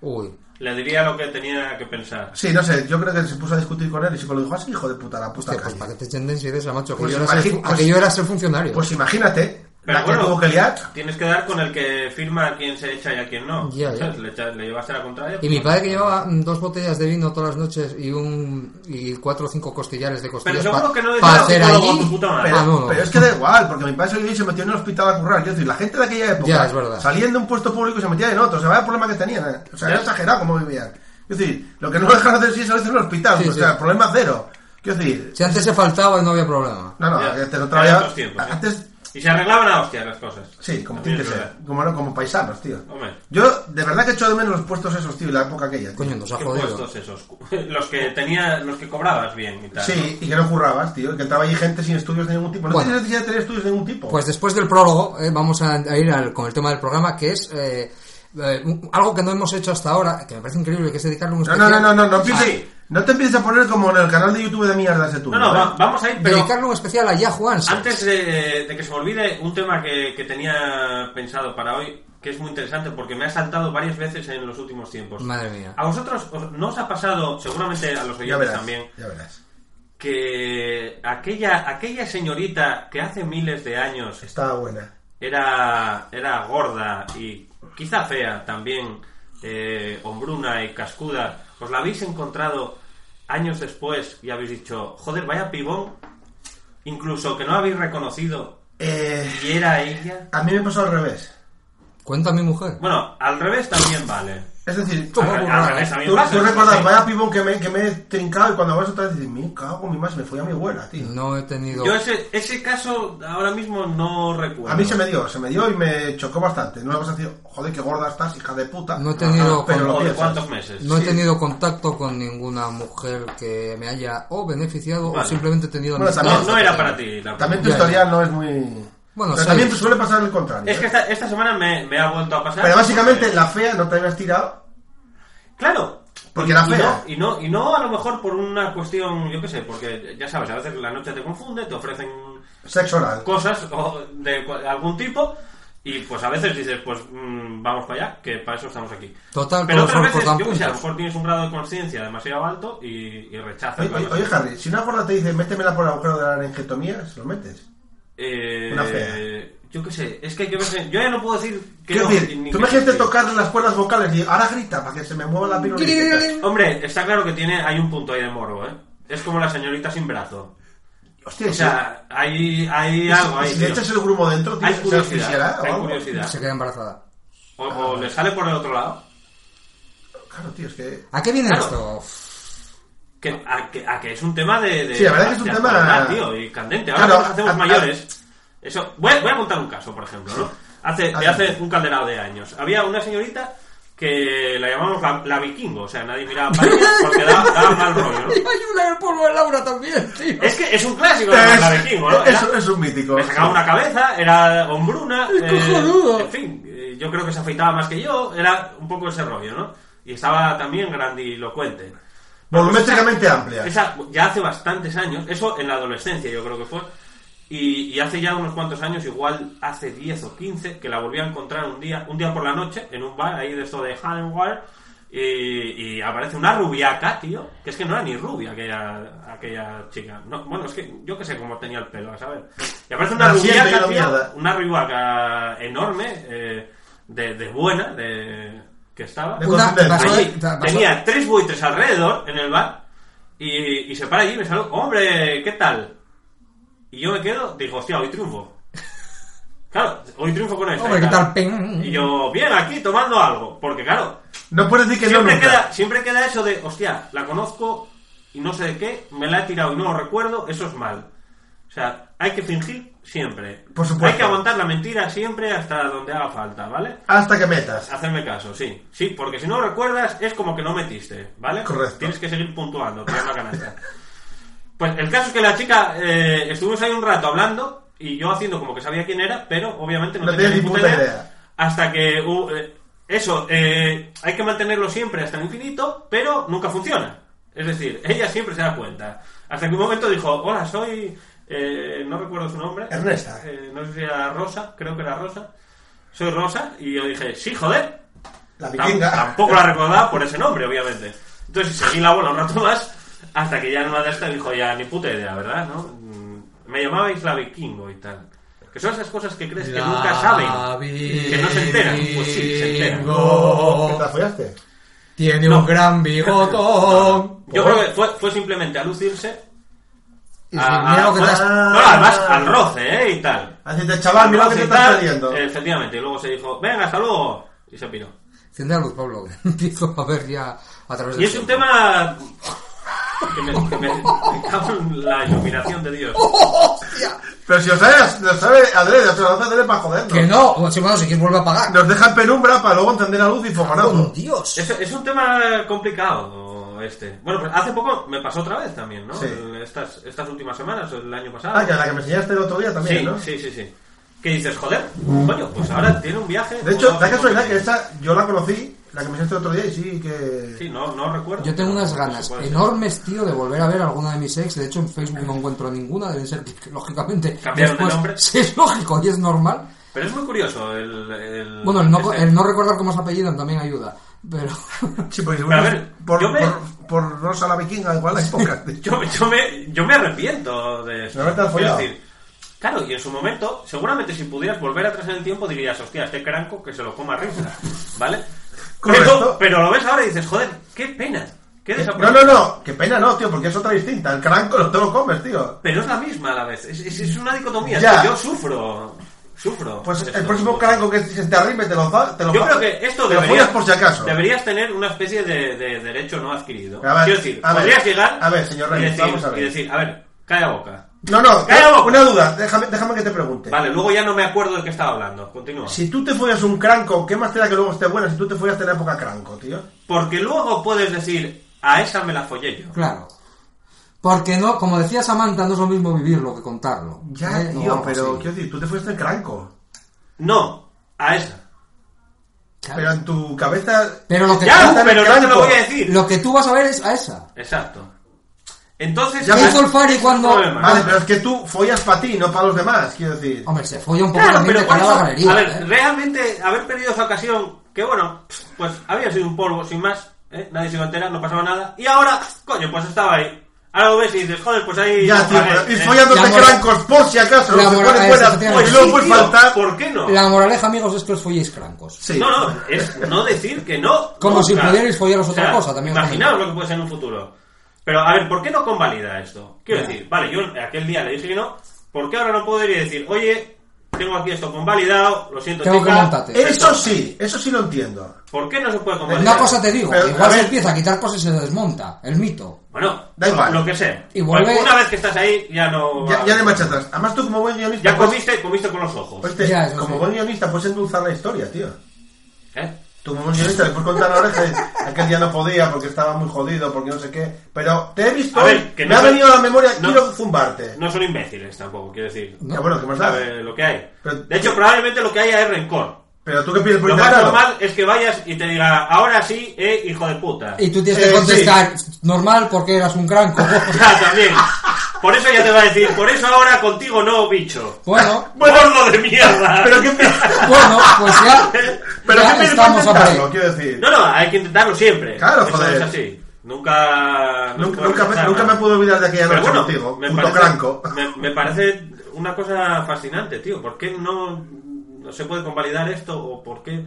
Speaker 7: Uy. pues
Speaker 4: Le diría lo que tenía que pensar.
Speaker 8: Sí, no sé, yo creo que se puso a discutir con él y el psicólogo dijo, así, hijo de puta, la puta
Speaker 7: Hostia, pues
Speaker 8: calle".
Speaker 7: para que te echen de esa, macho.
Speaker 8: Pues
Speaker 7: Aquello era ser
Speaker 8: imagín-
Speaker 7: fu-
Speaker 8: pues-
Speaker 7: aquello era ser funcionario.
Speaker 8: Pues imagínate,
Speaker 4: Pero
Speaker 8: la que
Speaker 4: bueno,
Speaker 8: tuvo que liar.
Speaker 4: Tienes que dar con el que firma a quién se echa y a quién no.
Speaker 7: Ya, ya.
Speaker 4: ¿Sabes? Le, echa- le llevaste la contraria. pues,
Speaker 7: Y mi padre que llevaba mm, dos botellas de vino todas las noches y un y cuatro o cinco costillares de costillas
Speaker 4: seguro
Speaker 7: pa-
Speaker 4: que no
Speaker 7: pa
Speaker 4: decía
Speaker 7: hacer
Speaker 4: psicólogo
Speaker 7: allí.
Speaker 4: a tu puta madre.
Speaker 8: Pero,
Speaker 7: Ah, no, no.
Speaker 8: pero es que da igual, porque mi padre se iba y se metió en el hospital a currar. Quiero decir, la gente de aquella época
Speaker 7: Ya, es verdad.
Speaker 8: salían de un puesto público y se metían en otro. O sea, vaya problema que tenían. eh. O sea,
Speaker 4: Ya.
Speaker 8: era exagerado cómo vivían. Quiero decir, lo que no dejan hacer sí es salirse en un hospital.
Speaker 7: Sí,
Speaker 8: o
Speaker 7: sí.
Speaker 8: sea, problema cero. Quiero decir,
Speaker 7: Si antes se faltaba no había problema.
Speaker 8: no, no,
Speaker 4: Ya.
Speaker 8: antes no
Speaker 4: Eran
Speaker 8: trabajaba.
Speaker 4: otros tiempos, ¿eh?
Speaker 8: Antes,
Speaker 4: Y se arreglaban a hostias las cosas.
Speaker 8: sí, como
Speaker 4: También
Speaker 8: tiene que
Speaker 4: es
Speaker 8: ser.
Speaker 4: verdad.
Speaker 8: Como, no, como paisanos, tío.
Speaker 4: Hombre.
Speaker 8: Yo, de verdad que echo de menos los puestos esos, tío, y la época aquella. tío.
Speaker 7: Coño, nos ha
Speaker 4: ¿Qué
Speaker 7: jodido.
Speaker 4: puestos esos? Los que tenía, los que cobrabas bien y tal.
Speaker 8: Sí, y que no currabas, tío, y que entraba allí gente sin estudios de ningún tipo. No
Speaker 7: Bueno.
Speaker 8: tienes necesidad de tener estudios de ningún tipo.
Speaker 7: Pues después del prólogo eh, vamos a, a ir al- con el tema del programa que es eh, eh, un- algo que no hemos hecho hasta ahora, que me parece increíble, que es dedicarle un
Speaker 8: No,
Speaker 7: especial...
Speaker 8: no, no, no, no, no, pienses-
Speaker 4: Sí.
Speaker 8: no te empieces a poner como en el canal de YouTube de mierda ese tú.
Speaker 4: No, no, va- vamos a ir, pero
Speaker 7: Dedicarle un especial a Yahoo Answers.
Speaker 4: antes de, de que se me olvide, un tema que, que tenía pensado para hoy, que es muy interesante porque me ha saltado varias veces en los últimos tiempos.
Speaker 7: Madre mía.
Speaker 4: A vosotros os- no os ha pasado, seguramente a los
Speaker 8: Ya
Speaker 4: oyentes
Speaker 8: verás,
Speaker 4: también,
Speaker 8: ya verás.
Speaker 4: que aquella, aquella señorita que hace miles de años
Speaker 8: Estaba buena.
Speaker 4: era, era gorda y quizá fea también, eh, hombruna y cascuda, os la habéis encontrado años después y habéis dicho, joder, vaya pibón, incluso que no habéis reconocido
Speaker 8: Eh,
Speaker 4: y era ella.
Speaker 8: a mí me pasó al revés.
Speaker 7: Cuenta mi mujer.
Speaker 4: Bueno, al revés también vale.
Speaker 8: Es decir, tú,
Speaker 7: ¿Cómo?
Speaker 4: Al, al revés también
Speaker 8: tú
Speaker 4: pasa.
Speaker 8: recuerdas,
Speaker 4: sí.
Speaker 8: vaya pibón que me, que me he trincado y cuando vas otra vez dices, me cago, mi más me fui a mi abuela, tío.
Speaker 7: No he tenido...
Speaker 4: Yo ese, ese caso ahora mismo no recuerdo.
Speaker 8: A mí se me dio, se me dio y me chocó bastante. No le vas a decir, joder, qué gorda estás, hija de puta.
Speaker 7: No he tenido...
Speaker 8: pero
Speaker 7: con-
Speaker 8: lo
Speaker 4: ¿O de
Speaker 8: piensas.
Speaker 4: cuántos meses?
Speaker 7: No he
Speaker 8: Sí.
Speaker 7: tenido contacto con ninguna mujer que me haya o beneficiado o
Speaker 4: Vale.
Speaker 7: simplemente tenido
Speaker 8: Bueno,
Speaker 7: amistad.
Speaker 4: No,
Speaker 8: también-
Speaker 4: no era para ti. La
Speaker 8: También tu
Speaker 7: Ya, ya.
Speaker 8: historial no es muy...
Speaker 7: Bueno,
Speaker 8: Pero
Speaker 7: sí.
Speaker 8: también suele pasar el contrario.
Speaker 4: Es que
Speaker 8: ¿eh?
Speaker 4: esta, esta semana me, me ha vuelto a pasar.
Speaker 8: Pero básicamente
Speaker 4: porque-
Speaker 8: la fea no te habías tirado
Speaker 4: Claro.
Speaker 8: Porque la
Speaker 4: Y no-
Speaker 8: fea.
Speaker 4: Y no, y no a lo mejor por una cuestión, yo qué sé, porque ya sabes, a veces la noche te confunde, te ofrecen
Speaker 8: sexo oral.
Speaker 4: cosas o de cu- algún tipo y pues a veces dices, pues mm, vamos para allá, que para eso estamos aquí.
Speaker 7: Total,
Speaker 4: Pero
Speaker 7: todos
Speaker 4: otras
Speaker 7: nos
Speaker 4: veces,
Speaker 7: cortan
Speaker 4: yo qué sé, a lo
Speaker 7: puntos.
Speaker 4: mejor tienes un grado de conciencia demasiado alto y, y rechazas.
Speaker 8: Oye,
Speaker 4: la
Speaker 8: oye,
Speaker 4: cosa.
Speaker 8: oye, Harry, si una gorda te dice métemela por el agujero de la laringetomía, se lo metes.
Speaker 4: Eh,
Speaker 8: Una fea.
Speaker 4: Yo qué sé, es que yo, qué sé, yo ya no puedo decir que
Speaker 8: Quiero
Speaker 4: no,
Speaker 8: decir,
Speaker 4: ni
Speaker 8: tú
Speaker 4: que
Speaker 8: imagínate
Speaker 4: sí.
Speaker 8: tocar las cuerdas vocales y ahora grita para que se me mueva la pirulita.
Speaker 4: Hombre, está claro que tiene, hay un punto ahí de morbo, ¿eh? Es como la señorita sin brazo.
Speaker 8: Hostia,
Speaker 4: O sea, hay, hay algo ahí.
Speaker 8: si, si le
Speaker 4: tío.
Speaker 8: echas el grumo dentro, tío,
Speaker 4: Hay
Speaker 8: se
Speaker 4: curiosidad.
Speaker 8: asfixiará o
Speaker 4: Hay
Speaker 8: algo.
Speaker 4: curiosidad.
Speaker 7: Se queda embarazada.
Speaker 4: O, o le sale por el otro lado.
Speaker 8: Claro, tío, es que...
Speaker 7: ¿A qué viene
Speaker 4: Claro.
Speaker 7: esto?
Speaker 4: Que, a, que, a que es un tema de. de-
Speaker 8: Sí, la verdad que es un
Speaker 4: de
Speaker 8: tema-
Speaker 4: actualidad, tío, y candente. Ahora
Speaker 8: Claro,
Speaker 4: que nos hacemos
Speaker 8: a- a-
Speaker 4: mayores. Eso. Voy, a- voy a contar un caso, por ejemplo, ¿no? Hace, de
Speaker 8: Adelante.
Speaker 4: hace un calderado de años. Había una señorita que la llamamos la, la vikingo. O sea, nadie miraba para ella porque daba, daba mal rollo, ¿no?
Speaker 7: hay una del polvo de Laura también, tío.
Speaker 4: Es que es un clásico la, la vikingo, ¿no? Era-
Speaker 8: es, es un mítico.
Speaker 4: Me sacaba una cabeza, era hombruna.
Speaker 7: El
Speaker 4: eh,
Speaker 7: cojonudo.
Speaker 4: en fin, eh, yo creo que se afeitaba más que yo, era un poco ese rollo, ¿no? Y estaba también grandilocuente.
Speaker 8: Volumétricamente
Speaker 4: Esa-
Speaker 8: amplia.
Speaker 4: esa- ya hace bastantes años, eso en la adolescencia yo creo que fue. Y, y hace ya unos cuantos años, igual hace 10 o 15, que la volví a encontrar un día, un día por la noche en un bar ahí de esto de Hanwar. Y, y aparece una rubiaca, tío, que es que no era ni rubia aquella, aquella chica. No, bueno, es que yo que sé cómo tenía el pelo, a saber. Y aparece una
Speaker 8: Naciente,
Speaker 4: rubiaca,
Speaker 8: la
Speaker 4: tío,
Speaker 8: mierda.
Speaker 4: una rubiaca enorme, eh, de, de buena, de, que estaba.
Speaker 8: De
Speaker 7: Una
Speaker 8: Consender.
Speaker 7: basura-
Speaker 4: Allí
Speaker 7: da- basura-
Speaker 4: tenía tres buitres alrededor en el bar y, y se para allí y me saluda, hombre, ¿qué tal? Y yo me quedo, digo, hostia, hoy triunfo. Claro, hoy triunfo con esta.
Speaker 7: Hombre,
Speaker 4: y
Speaker 7: ¿qué
Speaker 4: tal.
Speaker 7: tal? Ping.
Speaker 4: Y yo, bien, aquí tomando algo, porque claro,
Speaker 8: No puedes decir que no
Speaker 4: siempre,
Speaker 8: nunca.
Speaker 4: queda, siempre queda eso de, hostia, la conozco y no sé de qué, me la he tirado y no lo recuerdo, eso es mal. O sea, hay que fingir siempre.
Speaker 8: Por supuesto.
Speaker 4: Hay que aguantar la mentira siempre hasta donde haga falta, ¿vale?
Speaker 8: Hasta que metas.
Speaker 4: Hacerme caso, sí. Sí, porque si no recuerdas es como que no metiste, ¿vale?
Speaker 8: Correcto.
Speaker 4: Tienes que seguir puntuando, tirar la canasta. pues el caso es que la chica, eh, estuvimos ahí un rato hablando y yo haciendo como que sabía quién era, pero obviamente no,
Speaker 8: No
Speaker 4: tenía
Speaker 8: tienes ni puta idea.
Speaker 4: Hasta que... uh, eh, eso, eh, hay que mantenerlo siempre hasta el infinito, pero nunca funciona. Es decir, ella siempre se da cuenta. Hasta que un momento dijo, hola, soy... Eh, no recuerdo su nombre.
Speaker 9: Ernesta.
Speaker 4: Eh, no sé si era Rosa, creo que era Rosa. Soy Rosa y yo dije, sí, joder.
Speaker 9: La
Speaker 4: Tam-
Speaker 9: vikinga.
Speaker 4: tampoco la recordaba por ese nombre, obviamente. Entonces seguí la bola un rato más hasta que ya en una de estas dijo, ya ni puta idea, ¿verdad? ¿No? Mm, Me llamabais la vikingo y tal. Que son esas cosas que crees que nunca saben. Que no se enteran. Pues sí, se enteran. Oh.
Speaker 8: ¿Qué
Speaker 7: Vikingo
Speaker 8: te la follaste?
Speaker 7: Tiene
Speaker 4: No.
Speaker 7: un gran bigotón.
Speaker 4: Yo creo que fue, fue simplemente a lucirse.
Speaker 7: Y
Speaker 4: a-
Speaker 7: mira
Speaker 4: a-
Speaker 7: lo que te has- ¡Ah!
Speaker 4: No, además al roce, ¿eh? Y tal.
Speaker 8: Hacete, chaval, mira lo que
Speaker 4: Al roce y
Speaker 8: te estás
Speaker 4: tal,
Speaker 8: perdiendo.
Speaker 4: Efectivamente, y luego se dijo, venga, hasta luego. Y se piró.
Speaker 7: Enciende la luz, Pablo. Empiezo a ver ya a través
Speaker 4: Y
Speaker 7: del
Speaker 4: es un
Speaker 7: tiempo.
Speaker 4: tema que me, que me- me cago en la iluminación de Dios.
Speaker 8: Pero si lo sabe, lo sabe Adrede, se lo hace Adrede para jodernos.
Speaker 7: Que no, o sea, bueno, si quieres vuelve a pagar.
Speaker 8: Nos deja en penumbra para luego encender la luz y fogonazo.
Speaker 7: Con Dios.
Speaker 4: Es, es un tema complicado este. Bueno, pues hace poco me pasó otra vez también, ¿no?
Speaker 8: Sí.
Speaker 4: El- Estas, estas últimas semanas, el año pasado.
Speaker 8: Ah, que la que me enseñaste el otro día también,
Speaker 4: sí,
Speaker 8: ¿no?
Speaker 4: sí, sí, sí. Que dices, joder, coño, pues ahora tiene un viaje.
Speaker 8: De hecho,
Speaker 4: Pues,
Speaker 8: da casualidad
Speaker 4: sí,
Speaker 8: que esa yo la conocí, la que me enseñaste el otro día y sí que...
Speaker 4: Sí, no, no recuerdo.
Speaker 7: Yo tengo unas
Speaker 4: No sé
Speaker 7: ganas
Speaker 4: cuál es.
Speaker 7: enormes, tío, de volver a ver alguna de mis ex. De hecho, en Facebook no encuentro ninguna. Deben ser que, que, lógicamente,
Speaker 4: Cambiaron de nombre.
Speaker 7: Sí, es lógico y es normal.
Speaker 4: Pero es muy curioso el. el-
Speaker 7: Bueno, el no,
Speaker 4: este.
Speaker 7: el no recordar cómo se apellidan también ayuda. Pero.
Speaker 8: Sí, porque
Speaker 4: Pero a ver,
Speaker 8: por,
Speaker 4: yo me-
Speaker 8: por, por Rosa la Vikinga, igual hay pocas. de hecho.
Speaker 4: Yo, yo, me, yo me arrepiento de esto.
Speaker 8: De haberte has follado.
Speaker 4: Quiero decir, claro, y en su momento, seguramente si pudieras volver atrás en el tiempo dirías, hostia, este cranco que se lo coma risa, ¿vale?
Speaker 8: Correcto. Eh,
Speaker 4: Pero, pero lo ves ahora y dices, joder, qué pena, qué
Speaker 8: No,
Speaker 4: desaprobación.
Speaker 8: no, no, qué pena no, tío, porque es otra distinta. El cranco no te lo comes, tío.
Speaker 4: Pero es la misma a la vez, es, es- es una dicotomía.
Speaker 8: Ya.
Speaker 4: es que Yo sufro, sufro.
Speaker 8: Pues
Speaker 4: esto.
Speaker 8: el próximo cranco que se te arrime te lo fa- te lo
Speaker 4: Yo
Speaker 8: fa-
Speaker 4: creo que esto
Speaker 8: te lo
Speaker 4: debería,
Speaker 8: follas por si acaso.
Speaker 4: deberías tener una especie de, de derecho no adquirido.
Speaker 8: A ver,
Speaker 4: Quiero decir,
Speaker 8: a ver,
Speaker 4: podrías llegar
Speaker 8: a ver, señor
Speaker 4: y,
Speaker 8: Reyes,
Speaker 4: decir,
Speaker 8: vamos a ver.
Speaker 4: y decir, a ver, cae la boca.
Speaker 8: No, no,
Speaker 4: ¡Calla boca!
Speaker 8: una duda, déjame, déjame que te pregunte.
Speaker 4: Vale, luego ya no me acuerdo de qué estaba hablando. Continúa.
Speaker 8: Si tú te follas un cranco, ¿qué más te da que luego esté buena si tú te follas en la época cranco, tío?
Speaker 4: Porque luego puedes decir, a esa me la follé yo.
Speaker 7: Claro. Porque no, como decía Samantha, no es lo mismo vivirlo que contarlo.
Speaker 8: Ya,
Speaker 7: ¿eh? O
Speaker 8: tío,
Speaker 7: algo
Speaker 8: pero
Speaker 7: así.
Speaker 8: quiero decir, tú te fuiste en cranco.
Speaker 4: No, a esa.
Speaker 7: Claro.
Speaker 8: Pero en tu cabeza.
Speaker 7: Pero lo que
Speaker 4: Ya,
Speaker 8: está en
Speaker 4: pero
Speaker 8: el
Speaker 4: no te lo
Speaker 8: cranco.
Speaker 4: voy a decir.
Speaker 7: Lo que tú vas a ver es a esa.
Speaker 4: Exacto. Entonces,
Speaker 8: Ya
Speaker 7: ¿Qué
Speaker 8: ves.
Speaker 7: hizo el Fari cuando.?
Speaker 4: Problema.
Speaker 8: Vale, pero es que tú follas para ti, no para los demás, quiero decir.
Speaker 7: Hombre, se folla un poco
Speaker 4: Claro,
Speaker 7: también
Speaker 4: pero
Speaker 7: de cara
Speaker 4: por
Speaker 7: a la
Speaker 4: eso-
Speaker 7: galería.
Speaker 4: a ver,
Speaker 7: ¿eh?
Speaker 4: realmente haber perdido esa ocasión, que bueno, pues había sido un polvo sin más, ¿eh? nadie se iba a enterar, no pasaba nada, y ahora, coño, pues estaba ahí. Ahora lo ves y dices, joder, pues ahí...
Speaker 8: Ya,
Speaker 4: lo
Speaker 8: tío,
Speaker 4: pagué,
Speaker 8: pero ir
Speaker 4: ¿eh?
Speaker 8: follándote
Speaker 7: La moral-
Speaker 8: crancos por si acaso,
Speaker 7: La
Speaker 8: no se
Speaker 7: moral-
Speaker 8: pone
Speaker 7: eh,
Speaker 8: buena.
Speaker 7: efectivamente.
Speaker 8: Y
Speaker 4: Pues
Speaker 8: luego
Speaker 4: sí,
Speaker 8: puedes
Speaker 4: tío,
Speaker 8: faltar.
Speaker 4: ¿por qué no?
Speaker 7: La moraleja, amigos, es que os folléis crancos.
Speaker 8: Sí.
Speaker 4: No, no, es no decir que no.
Speaker 7: Como
Speaker 4: nunca.
Speaker 7: si pudierais follaros otra cosa, también os
Speaker 4: Imaginaos
Speaker 7: comento.
Speaker 4: lo que puede ser en un futuro. Pero, a ver, ¿por qué no convalida esto? Quiero
Speaker 7: Ya.
Speaker 4: decir, vale, yo aquel día le dije que no, ¿por qué ahora no puedo ir y decir, oye, tengo aquí esto convalidado, lo siento,
Speaker 7: Tengo
Speaker 4: chica,
Speaker 7: que montarte.
Speaker 8: Eso sí, eso sí lo entiendo.
Speaker 4: ¿Por qué no se puede convalidar?
Speaker 7: Una cosa te digo,
Speaker 8: Pero,
Speaker 7: que
Speaker 8: a
Speaker 7: igual se
Speaker 8: ver.
Speaker 7: empieza a quitar cosas y se desmonta. El mito.
Speaker 4: Bueno,
Speaker 8: Da igual.
Speaker 4: lo que sea.
Speaker 7: Y vuelve-
Speaker 4: Una vez que estás ahí, ya no...
Speaker 8: Ya, ya no hay marcha atrás. Además, tú como buen guionista.
Speaker 4: Ya
Speaker 8: pues-
Speaker 4: comiste, comiste con los ojos.
Speaker 8: Hostia,
Speaker 7: Ya, eso
Speaker 8: Pues como
Speaker 7: sí.
Speaker 8: buen guionista puedes endulzar la historia, tío.
Speaker 4: ¿Eh?
Speaker 8: Tú como buen guionista le puedes contar ahora que aquel día no podía porque estaba muy jodido, porque no sé qué. Pero te he visto,
Speaker 4: A ver,
Speaker 8: hoy,
Speaker 4: que
Speaker 8: me
Speaker 4: no
Speaker 8: ha
Speaker 4: soy-
Speaker 8: venido a la memoria,
Speaker 4: no-
Speaker 8: quiero zumbarte.
Speaker 4: No son imbéciles tampoco, quiero decir.
Speaker 7: No.
Speaker 8: Ya, bueno, que más da.
Speaker 4: Sabe lo que hay.
Speaker 8: Pues Pero-
Speaker 4: De hecho, probablemente lo que haya es rencor.
Speaker 8: Pero tú qué pides por
Speaker 4: Lo más
Speaker 8: intentarlo?
Speaker 4: normal es que vayas y te diga, ahora sí, eh, hijo de puta.
Speaker 7: Y tú tienes que
Speaker 8: Eh,
Speaker 7: contestar, normal, porque eras un cranco.
Speaker 4: Ya, también. Por eso ya te va a decir, por eso ahora contigo no, bicho.
Speaker 7: bueno,
Speaker 4: Porno de mierda.
Speaker 8: Pero qué pides,
Speaker 7: bueno, pues ya,
Speaker 8: pero
Speaker 7: ya
Speaker 8: qué pides por
Speaker 7: estamos a por ahí.
Speaker 8: intentarlo, quiero decir.
Speaker 4: No, no, hay que intentarlo siempre.
Speaker 8: Claro,
Speaker 4: Eso
Speaker 8: joder.
Speaker 4: es así. Nunca... no se
Speaker 8: nunca,
Speaker 4: puede
Speaker 8: nunca, me,
Speaker 4: pensar
Speaker 8: nunca
Speaker 4: nada.
Speaker 8: me puedo olvidar de aquella
Speaker 4: Pero
Speaker 8: noche
Speaker 4: bueno,
Speaker 8: contigo,
Speaker 4: me
Speaker 8: puto
Speaker 4: parece,
Speaker 8: cranco.
Speaker 4: Me, me parece una cosa fascinante, tío. ¿Por qué no, no se puede convalidar esto? ¿O por qué...?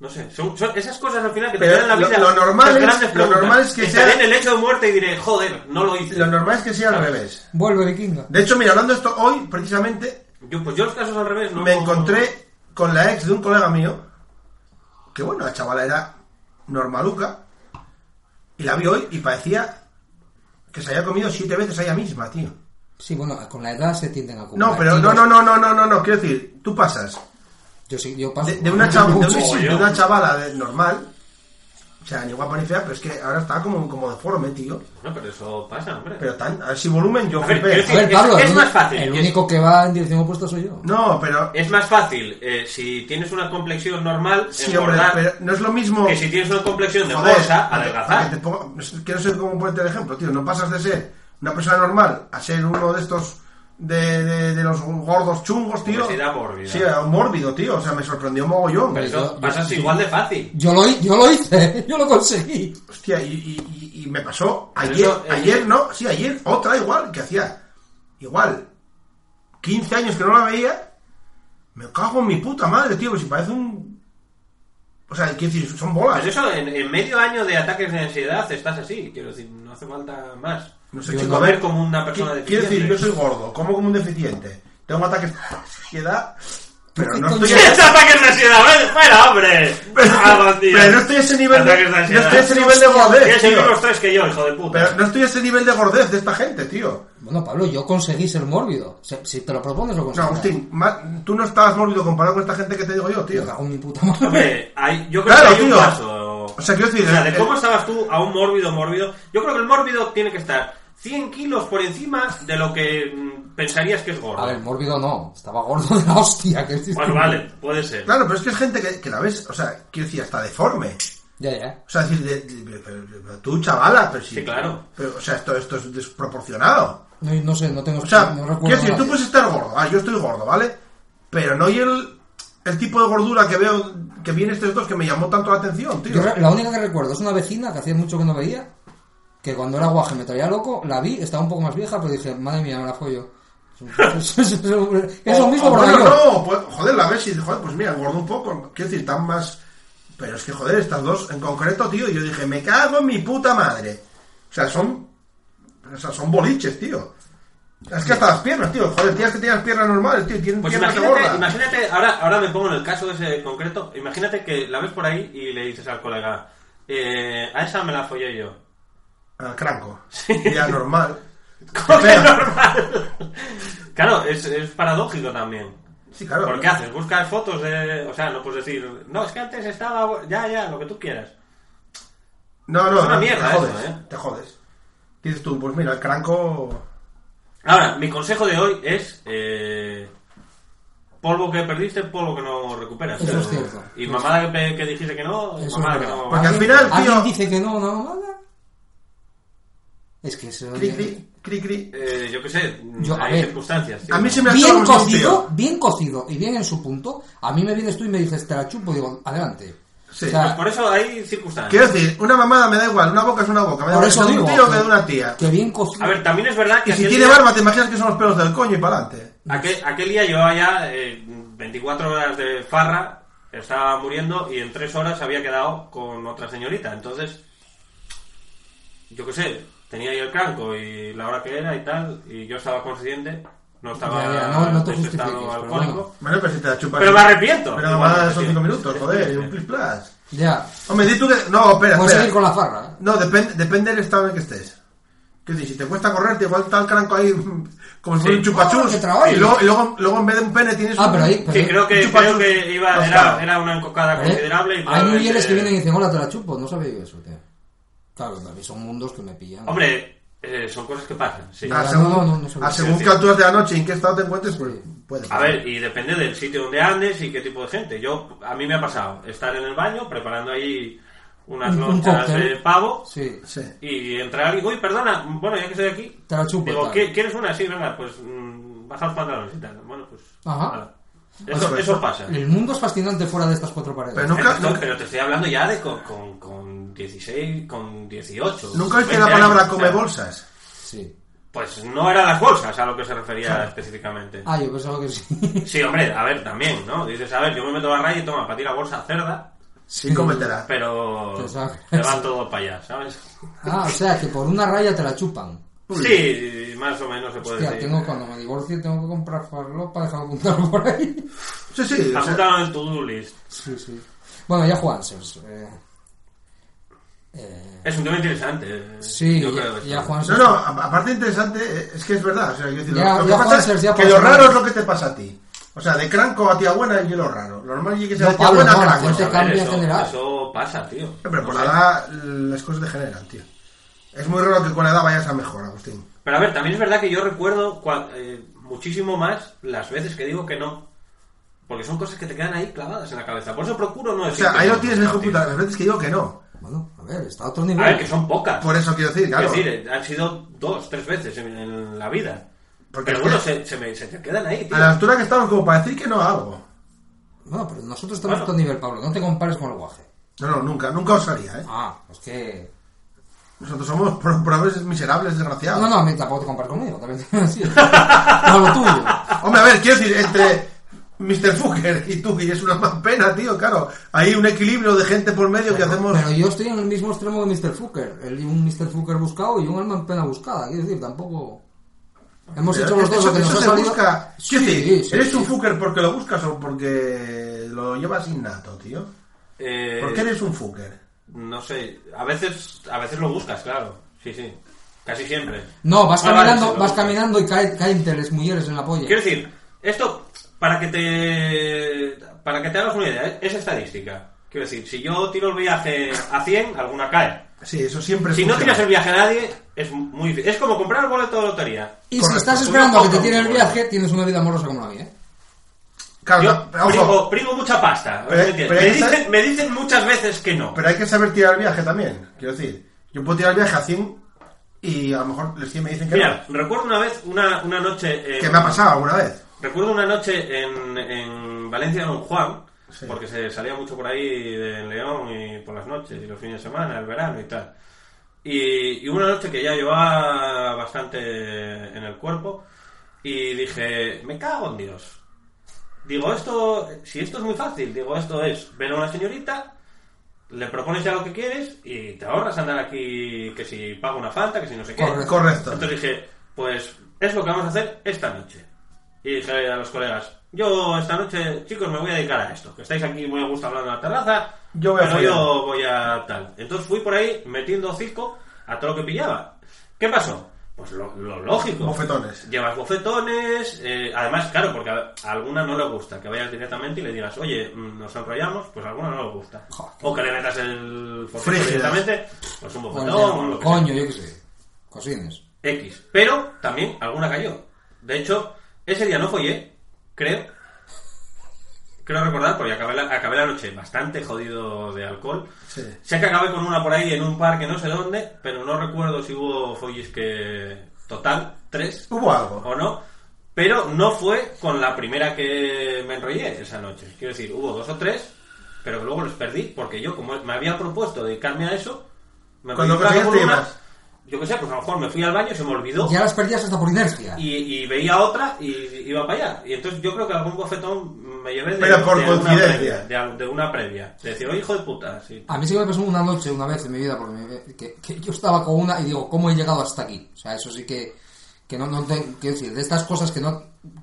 Speaker 4: No sé, son, son esas cosas al final que
Speaker 8: Pero
Speaker 4: te dan en la
Speaker 8: lo-
Speaker 4: vida.
Speaker 8: lo normal
Speaker 4: las
Speaker 8: es-
Speaker 4: grandes
Speaker 8: lo
Speaker 4: preguntas.
Speaker 8: normal es que
Speaker 4: Estaré
Speaker 8: sea-
Speaker 4: en el hecho de muerte y diré, joder, no lo hice.
Speaker 8: Lo normal es que sea al
Speaker 4: Claro.
Speaker 8: revés.
Speaker 7: Vuelve vikinga.
Speaker 8: De hecho, mira, hablando de esto hoy, precisamente,
Speaker 4: Yo, pues yo los casos al revés no...
Speaker 8: me encontré con la ex de un colega mío, que bueno, la chavala era normaluca, y la vi hoy y parecía que se había comido siete veces a ella misma, tío.
Speaker 7: Sí, bueno, con la edad se tienden a acumular.
Speaker 8: No, pero
Speaker 7: Yo-
Speaker 8: no, no, no, no, no, no, no, quiero decir, tú pasas
Speaker 7: Yo, sí, yo paso.
Speaker 8: de, de una, chav- de una-
Speaker 7: Mucho.
Speaker 8: de una chavala de- normal, o sea, ni guapa ni fea, pero es que ahora está como, como deforme, tío.
Speaker 4: No, pero eso pasa, hombre.
Speaker 8: Pero tan, a ver si volumen yo
Speaker 4: A ver,
Speaker 8: flipé.
Speaker 4: quiero
Speaker 7: A ver,
Speaker 4: Es-
Speaker 7: Pablo,
Speaker 4: es
Speaker 7: el,
Speaker 4: más
Speaker 7: uni-
Speaker 4: fácil,
Speaker 7: el
Speaker 4: es-
Speaker 7: único que va en dirección opuesta soy yo.
Speaker 8: No, pero...
Speaker 4: Es más fácil eh, si tienes una complexión normal
Speaker 8: Sí, hombre,
Speaker 4: engordar
Speaker 8: pero no es lo mismo...
Speaker 4: que si tienes una complexión de
Speaker 8: Joder,
Speaker 4: bolsa
Speaker 8: para que- para que
Speaker 4: adelgazar.
Speaker 8: te ponga- es- Quiero ser como un ponerte de ejemplo, tío. No pasas de ser una persona normal a ser uno de estos de, de- de los gordos chungos, tío.
Speaker 4: Obesidad mórbida.
Speaker 8: Sí, era mórbido, tío. O sea, me sorprendió mogollón.
Speaker 4: Pero eso pasa
Speaker 8: sí.
Speaker 4: igual de fácil.
Speaker 7: Yo lo, hi- yo lo hice, yo lo conseguí.
Speaker 8: Hostia, y, y- y- y me pasó
Speaker 4: Pero
Speaker 8: ayer,
Speaker 4: eso, eh,
Speaker 8: ayer no, sí, ayer otra igual, que hacía igual 15 años que no la veía. Me cago en mi puta madre, tío, que si parece un. O sea, quiero decir, son bolas.
Speaker 4: Pues eso, en, en medio año de ataques de ansiedad estás así. Quiero decir, no hace falta más.
Speaker 8: No sé,
Speaker 4: Yo
Speaker 8: chico,
Speaker 4: no
Speaker 8: a ver,
Speaker 4: ver como una persona
Speaker 8: qui- Quiero decir,
Speaker 4: deficiente.
Speaker 8: yo soy gordo, como como un deficiente, tengo ataques de ansiedad, pero
Speaker 7: ¿Qué
Speaker 8: no
Speaker 7: coño?
Speaker 8: estoy.
Speaker 4: ¡Es ataques de ansiedad! ¡Vale, ¡Fuera, hombre!
Speaker 8: Pero,
Speaker 4: Vamos, tío.
Speaker 8: pero no estoy a ese nivel de,
Speaker 4: ¿eh? Ataques de
Speaker 8: no
Speaker 4: ansiedad.
Speaker 8: estoy a ese nivel de gordez,
Speaker 4: Tienes el mismo
Speaker 8: tío.
Speaker 4: estrés que yo, hijo de puta.
Speaker 8: Pero no estoy a ese nivel de gordez de esta gente, tío.
Speaker 7: Bueno, Pablo, yo conseguí ser mórbido. Se- Si te lo propones, lo
Speaker 8: O sea,
Speaker 7: conseguirás.
Speaker 8: Agustín, ma- tú no estabas mórbido comparado con esta gente que te digo yo, tío.
Speaker 7: Me cago en mi puta madre.
Speaker 4: Hombre, hay- yo creo
Speaker 8: Claro,
Speaker 4: que hay
Speaker 8: tío.
Speaker 4: un paso.
Speaker 8: O sea, quiero decir,
Speaker 4: O sea, de
Speaker 8: el-
Speaker 4: cómo
Speaker 8: el-
Speaker 4: estabas tú a un mórbido, mórbido. Yo creo que el mórbido tiene que estar 100 kilos por encima de lo que mm, pensarías que es gordo.
Speaker 7: A ver, mórbido no. Estaba gordo de la hostia. Que es distinto.
Speaker 4: bueno, vale, puede ser.
Speaker 8: Claro, pero es que es gente que, que la ves, o sea, quiero decir, hasta deforme.
Speaker 7: Ya, ya.
Speaker 8: O sea, decir, de- de- pero- pero- pero tú, chavala, pero sí.
Speaker 4: Sí, claro.
Speaker 8: Pero, o sea, esto, esto es desproporcionado.
Speaker 7: No, no sé, no tengo...
Speaker 8: O sea,
Speaker 7: no
Speaker 8: quiero
Speaker 7: recuerdo
Speaker 8: decir, tú
Speaker 7: nada.
Speaker 8: puedes estar gordo. Ah, yo estoy gordo, ¿vale? Pero no hay el, el tipo de gordura que veo que viene estos dos que me llamó tanto la atención, tío.
Speaker 7: Yo re- la única que recuerdo es una vecina que hacía mucho que no veía, que cuando era guaje me traía loco, la vi, estaba un poco más vieja, pero dije, madre mía, me la follo. es lo
Speaker 8: O-
Speaker 7: mismo,
Speaker 8: o
Speaker 7: por
Speaker 8: bueno,
Speaker 7: mayor.
Speaker 8: no, pues, joder, la ves y dices, joder, pues mira, gordo un poco. Quiero decir, tan más. Pero es que, joder, estas dos en concreto, tío, yo dije, me cago en mi puta madre. O sea, son. O sea, son boliches, tío. Es que hasta las piernas, tío. Joder, tías que tienen piernas normales, tío, y tienen
Speaker 4: Pues
Speaker 8: piernas de
Speaker 4: imagínate,
Speaker 8: gorda.
Speaker 4: imagínate ahora, ahora me pongo en el caso ese concreto. Imagínate que la ves por ahí y le dices al colega, eh, a esa me la follé yo.
Speaker 8: Al Ah, cranco. Ya normal.
Speaker 4: ¿Cómo que
Speaker 8: Pero-
Speaker 4: normal? claro, es, es paradójico también.
Speaker 8: Sí, claro.
Speaker 4: ¿Por qué haces? Buscas fotos de. O sea, no puedes decir. No, es que antes estaba. bu- Ya, ya, lo que tú quieras.
Speaker 8: No, no,
Speaker 4: Es una
Speaker 8: no,
Speaker 4: mierda
Speaker 8: te jodes,
Speaker 4: eso, ¿eh?
Speaker 8: te jodes. Dices tú, pues mira, el cranco...
Speaker 4: Ahora, mi consejo de hoy es. eh, polvo que perdiste, polvo que no recuperas.
Speaker 7: Eso es
Speaker 4: Pero-
Speaker 7: cierto.
Speaker 4: Y mamada que, pe- que dijiste que no,
Speaker 7: Eso es
Speaker 4: mamada que
Speaker 7: verdad.
Speaker 4: no.
Speaker 8: Porque al
Speaker 7: ¿Alguien-
Speaker 8: final, tío-
Speaker 7: ¿Alguien dice que no, no, nada? Es que eso...
Speaker 8: Cri, cri, cri, cri.
Speaker 4: Eh, yo qué sé,
Speaker 7: Yo, a
Speaker 4: hay
Speaker 7: ver.
Speaker 4: circunstancias. tío.
Speaker 8: A mí se me ha
Speaker 7: Bien
Speaker 8: hecho
Speaker 7: cocido, bien cocido y bien en su punto. A mí me vienes tú y me dices, te la chupo, digo, adelante.
Speaker 8: Sí.
Speaker 7: O
Speaker 4: Pues
Speaker 7: sea,
Speaker 4: por eso hay circunstancias.
Speaker 8: Quiero decir, una mamada me da igual, una boca es una boca. Me da
Speaker 7: por
Speaker 8: igual
Speaker 7: eso
Speaker 8: que de
Speaker 7: digo
Speaker 8: un tío que de una tía.
Speaker 7: que bien cocido.
Speaker 4: A ver, también es verdad que.
Speaker 8: Y si
Speaker 4: aquel
Speaker 8: tiene
Speaker 4: día-
Speaker 8: barba, te imaginas que son los pelos del coño y para adelante.
Speaker 4: Aquel, aquel día llevaba ya eh, 24 horas de farra, estaba muriendo y en 3 horas había quedado con otra señorita. Entonces, yo qué sé, tenía ahí el cranco y la hora que era y tal, y yo estaba consciente, no estaba
Speaker 7: Ya, ya, no- no te
Speaker 4: en ese estado
Speaker 7: justifiques, pero
Speaker 4: alcohólico.
Speaker 8: Bueno, pero si te la chupas.
Speaker 4: Pero me arrepiento.
Speaker 8: Pero
Speaker 4: Igual,
Speaker 8: mamada
Speaker 4: sí.
Speaker 8: son 5 minutos,
Speaker 4: Sí,
Speaker 8: joder,
Speaker 4: sí,
Speaker 8: y un
Speaker 4: sí.
Speaker 8: plis plas.
Speaker 7: Ya,
Speaker 8: Hombre, di tú que. No, espera,
Speaker 7: puedes seguir con
Speaker 8: espera.
Speaker 7: la farra. ¿eh?
Speaker 8: No, depende, depende del estado en el que estés. Quiero decir, si te cuesta correr, te igual está el cranco ahí como si fuera
Speaker 4: Sí.
Speaker 8: un chupachus.
Speaker 7: Ah, qué trabajo.
Speaker 8: y luego, y luego, luego en vez de un pene tienes
Speaker 7: Ah,
Speaker 8: un.
Speaker 7: pero ahí-
Speaker 4: Sí, creo que,
Speaker 8: Chupa
Speaker 4: creo
Speaker 8: chus.
Speaker 4: que iba,
Speaker 8: Ostras.
Speaker 4: era, era una encocada
Speaker 7: ¿Eh?
Speaker 4: considerable. Y
Speaker 7: Hay mujeres
Speaker 4: probablemente-
Speaker 7: que vienen y dicen, hola, te la chupo. No sabía yo eso, tío. Claro, a mí son mundos que me pillan.
Speaker 4: Hombre, eh, son cosas que pasan. Sí.
Speaker 8: Ah,
Speaker 7: No,
Speaker 8: según,
Speaker 7: no, no, no se
Speaker 8: ah,
Speaker 7: puede.
Speaker 8: según
Speaker 4: Sí,
Speaker 8: qué
Speaker 4: sí.
Speaker 8: alturas de la noche y en qué estado te encuentres, pues puede.
Speaker 4: A ver, y depende del sitio donde andes y qué tipo de gente. Yo, a mí me ha pasado estar en el baño preparando ahí unas
Speaker 7: Un- un
Speaker 4: lonchas
Speaker 7: cóctel.
Speaker 4: de pavo
Speaker 7: Sí,
Speaker 8: Sí.
Speaker 4: y entrar alguien, uy, perdona, bueno, ya que estoy aquí,
Speaker 7: te la chupo.
Speaker 4: digo,
Speaker 7: tal.
Speaker 4: "¿Qui- ¿quieres una? Sí, venga, pues mm, baja los pantalones y tal. Bueno, pues...
Speaker 7: Ajá.
Speaker 4: nada. Eso,
Speaker 8: Pues,
Speaker 4: eso pasa.
Speaker 7: El mundo es fascinante fuera de estas cuatro paredes.
Speaker 8: Pero nunca,
Speaker 4: Pero,
Speaker 8: nunca,
Speaker 4: pero te estoy hablando ya de con, con, con 16, con 18.
Speaker 8: nunca oíste la
Speaker 4: 20 años,
Speaker 8: palabra
Speaker 4: o sea,
Speaker 8: come bolsas.
Speaker 7: Sí.
Speaker 4: Pues no eran las bolsas a lo que se refería específicamente.
Speaker 7: Ah, yo pensaba que sí.
Speaker 4: Sí, hombre, a ver, también, ¿no? Dices, a ver, yo me meto la raya y toma, para ti la bolsa cerda,
Speaker 8: Sí, cómetela.
Speaker 4: pero
Speaker 7: Te saca.
Speaker 4: te van todo para allá, ¿sabes?
Speaker 7: Ah, o sea, que por una raya te la chupan.
Speaker 4: Sí, más o menos se puede
Speaker 7: Hostia,
Speaker 4: decir.
Speaker 7: tengo, cuando me divorcie tengo que comprar farlopa, déjame apuntarlo por ahí.
Speaker 8: Sí, sí. o sea,
Speaker 4: Apúntalo en el to-do list.
Speaker 7: Sí, sí. Bueno, ya Juan Eh, eh,
Speaker 4: Es un tema interesante. eh,
Speaker 7: sí,
Speaker 4: yo creo
Speaker 7: ya,
Speaker 4: que
Speaker 7: ya
Speaker 4: sí.
Speaker 7: Juan
Speaker 8: No, no, a- aparte interesante, eh, es que es verdad. O sea, quiero decir,
Speaker 7: Ya-
Speaker 8: lo que
Speaker 7: ya
Speaker 8: pasa
Speaker 7: Juan Sers,
Speaker 8: es
Speaker 7: ya
Speaker 8: que
Speaker 7: Juan
Speaker 8: lo
Speaker 7: Sers.
Speaker 8: raro es lo que te pasa a ti. O sea, de cranco a tía buena y yo lo raro. Lo normal es que sea
Speaker 7: No,
Speaker 8: de tía
Speaker 7: Pablo,
Speaker 8: buena a
Speaker 7: no, la
Speaker 8: cranco.
Speaker 7: gente
Speaker 4: A ver,
Speaker 7: cambia
Speaker 4: eso,
Speaker 7: este en general.
Speaker 4: eso pasa, tío.
Speaker 8: Pero
Speaker 4: No
Speaker 8: con
Speaker 4: sé.
Speaker 8: la edad mm, las cosas degeneran, tío. Es muy raro que con la edad vayas a mejor, Agustín.
Speaker 4: Pero a ver, también es verdad que yo recuerdo cua- eh, muchísimo más las veces que digo que no. Porque son cosas que te quedan ahí clavadas en la cabeza. Por eso procuro no
Speaker 8: O
Speaker 4: decir.
Speaker 8: sea,
Speaker 4: que
Speaker 8: ahí
Speaker 4: no,
Speaker 8: lo tienes de
Speaker 4: no,
Speaker 8: hijo
Speaker 4: tío.
Speaker 8: puta. Las veces que digo que no.
Speaker 7: Bueno, a ver, está a otro nivel.
Speaker 4: A ver, que son pocas.
Speaker 8: Por eso quiero decir, claro.
Speaker 4: Es decir, eh, han sido dos, tres veces en, en la vida.
Speaker 8: Porque
Speaker 4: Pero
Speaker 8: es
Speaker 4: bueno,
Speaker 8: que
Speaker 4: se, se me, se te quedan ahí, tío.
Speaker 8: a la altura que estamos, como para decir que no hago.
Speaker 7: Bueno, pero nosotros estamos
Speaker 4: Bueno.
Speaker 7: a todo nivel, Pablo. No te compares con el guaje.
Speaker 8: No, no, nunca, nunca osaría, ¿eh?
Speaker 7: Ah, es que...
Speaker 8: Nosotros somos pro- pobres, miserables, desgraciados.
Speaker 7: No, no, a mí tampoco te compares conmigo. También te voy a decir. No lo tuyo.
Speaker 8: Hombre, a ver, quiero decir, entre Mr. Fucker y tú, y es una más pena, tío, claro. Hay un equilibrio de gente por medio que hacemos.
Speaker 7: Pero yo estoy en el mismo extremo de Mr. Fucker. El- un Mr. Fucker buscado y un alma en pena buscada. Quiero decir, tampoco... Hemos
Speaker 8: Pero
Speaker 7: hecho los dos
Speaker 8: eso,
Speaker 7: lo que
Speaker 8: eso
Speaker 7: nos ha
Speaker 8: se
Speaker 7: salido.
Speaker 8: busca.
Speaker 7: Sí,
Speaker 8: Quiero decir,
Speaker 7: sí,
Speaker 8: ¿eres
Speaker 7: sí.
Speaker 8: un Fucker porque lo buscas o porque lo llevas innato, tío?
Speaker 4: Eh,
Speaker 8: ¿Por qué eres un Fucker?
Speaker 4: No sé, a veces, a veces lo buscas, claro. Sí, sí. Casi siempre.
Speaker 7: No, vas
Speaker 4: Ah, vale,
Speaker 7: caminando,
Speaker 4: sí, lo
Speaker 7: vas
Speaker 4: buscas.
Speaker 7: caminando y caen, caen te les mujeres en la polla.
Speaker 4: Quiero decir, esto, para que te para que te hagas una idea, ¿eh? es estadística. Quiero decir, si yo tiro el viaje a 100, alguna cae.
Speaker 8: Sí, eso siempre es
Speaker 4: Si no
Speaker 8: fucker.
Speaker 4: tiras el viaje a nadie, es muy difícil. Es como comprar el boleto de lotería.
Speaker 7: Y si
Speaker 8: Correcto. Pues
Speaker 7: estás esperando a que te
Speaker 4: Una
Speaker 7: tire el
Speaker 4: foto,
Speaker 7: viaje, tienes una vida amorosa como la mía. ¿eh?
Speaker 8: Claro,
Speaker 4: Yo
Speaker 8: pero, ojo,
Speaker 4: primo, primo mucha pasta.
Speaker 8: Pero-
Speaker 4: ¿me entiendes?
Speaker 8: pero hay
Speaker 4: me,
Speaker 8: que saber-
Speaker 4: dicen, me dicen muchas veces que no.
Speaker 8: pero hay que saber tirar el viaje también. Quiero decir, yo puedo tirar el viaje a 100 y a lo mejor los 100 me dicen que
Speaker 4: Mira, recuerdo una vez, una, una noche...
Speaker 8: no.
Speaker 4: en-
Speaker 8: Que me ha pasado alguna vez.
Speaker 4: Recuerdo una noche en, en Valencia Don Juan, porque se salía mucho por ahí de León y por las noches y los fines de semana, el verano y tal. Y, y una noche que ya llevaba bastante en el cuerpo y dije, me cago en Dios. Digo, esto, si esto es muy fácil, digo, esto es ver a una señorita, le propones ya lo que quieres y te ahorras andar aquí que si pago una falta, que si no sé qué.
Speaker 8: Corre- Correcto.
Speaker 4: Entonces dije, pues es lo que vamos a hacer esta noche. Y dije a los colegas, yo esta noche, chicos, me voy a dedicar a esto. Que estáis aquí muy a gusto hablando en la terraza,
Speaker 8: Yo voy a
Speaker 4: pero
Speaker 8: follar.
Speaker 4: yo voy a tal. Entonces fui por ahí metiendo hocico a todo lo que pillaba. ¿Qué pasó? Pues lo, lo lógico.
Speaker 8: Bofetones.
Speaker 4: Llevas bofetones, eh, además, claro, porque a, a alguna no le gusta que vayas directamente y le digas, oye, mm, nos enrollamos, pues a alguna no le gusta.
Speaker 7: Joder.
Speaker 4: O que le metas el forcejo
Speaker 8: Frígidas.
Speaker 4: directamente, pues un bofetón, o
Speaker 7: Bueno,
Speaker 4: lo que sea.
Speaker 7: coño, yo qué sé. Cosines.
Speaker 4: X. Pero también alguna cayó. De hecho, ese día no follé, creo. Creo recordar, porque acabé la, acabé la noche bastante jodido de alcohol.
Speaker 8: Sí.
Speaker 4: Sé que acabé con una por ahí en un parque, no sé dónde, pero no recuerdo si hubo follis que. Total, tres
Speaker 8: Hubo algo.
Speaker 4: o no. Pero no fue con la primera que me enrollé esa noche. Quiero decir, hubo dos o tres, pero que luego los perdí porque yo, como me había propuesto dedicarme a eso, me
Speaker 8: Cuando
Speaker 4: metí cada
Speaker 8: conseguiste
Speaker 4: por una.
Speaker 8: más.
Speaker 4: Yo qué sé, pues a lo mejor me fui al baño, se me olvidó
Speaker 7: Ya las perdías hasta por inercia.
Speaker 4: y, y veía otra y iba para allá. Y entonces yo creo que algún bofetón me llevé de,
Speaker 8: Pero por
Speaker 4: de
Speaker 8: coincidencia.
Speaker 4: Una previa, de, al- de una previa. De decir, oh, hijo de puta, sí.
Speaker 7: A mí sí que me pasó una noche, una vez en mi vida, porque me- que, que yo estaba con una y digo, ¿cómo he llegado hasta aquí? O sea, eso sí que, que no, no te- quiero decir, de estas cosas que no...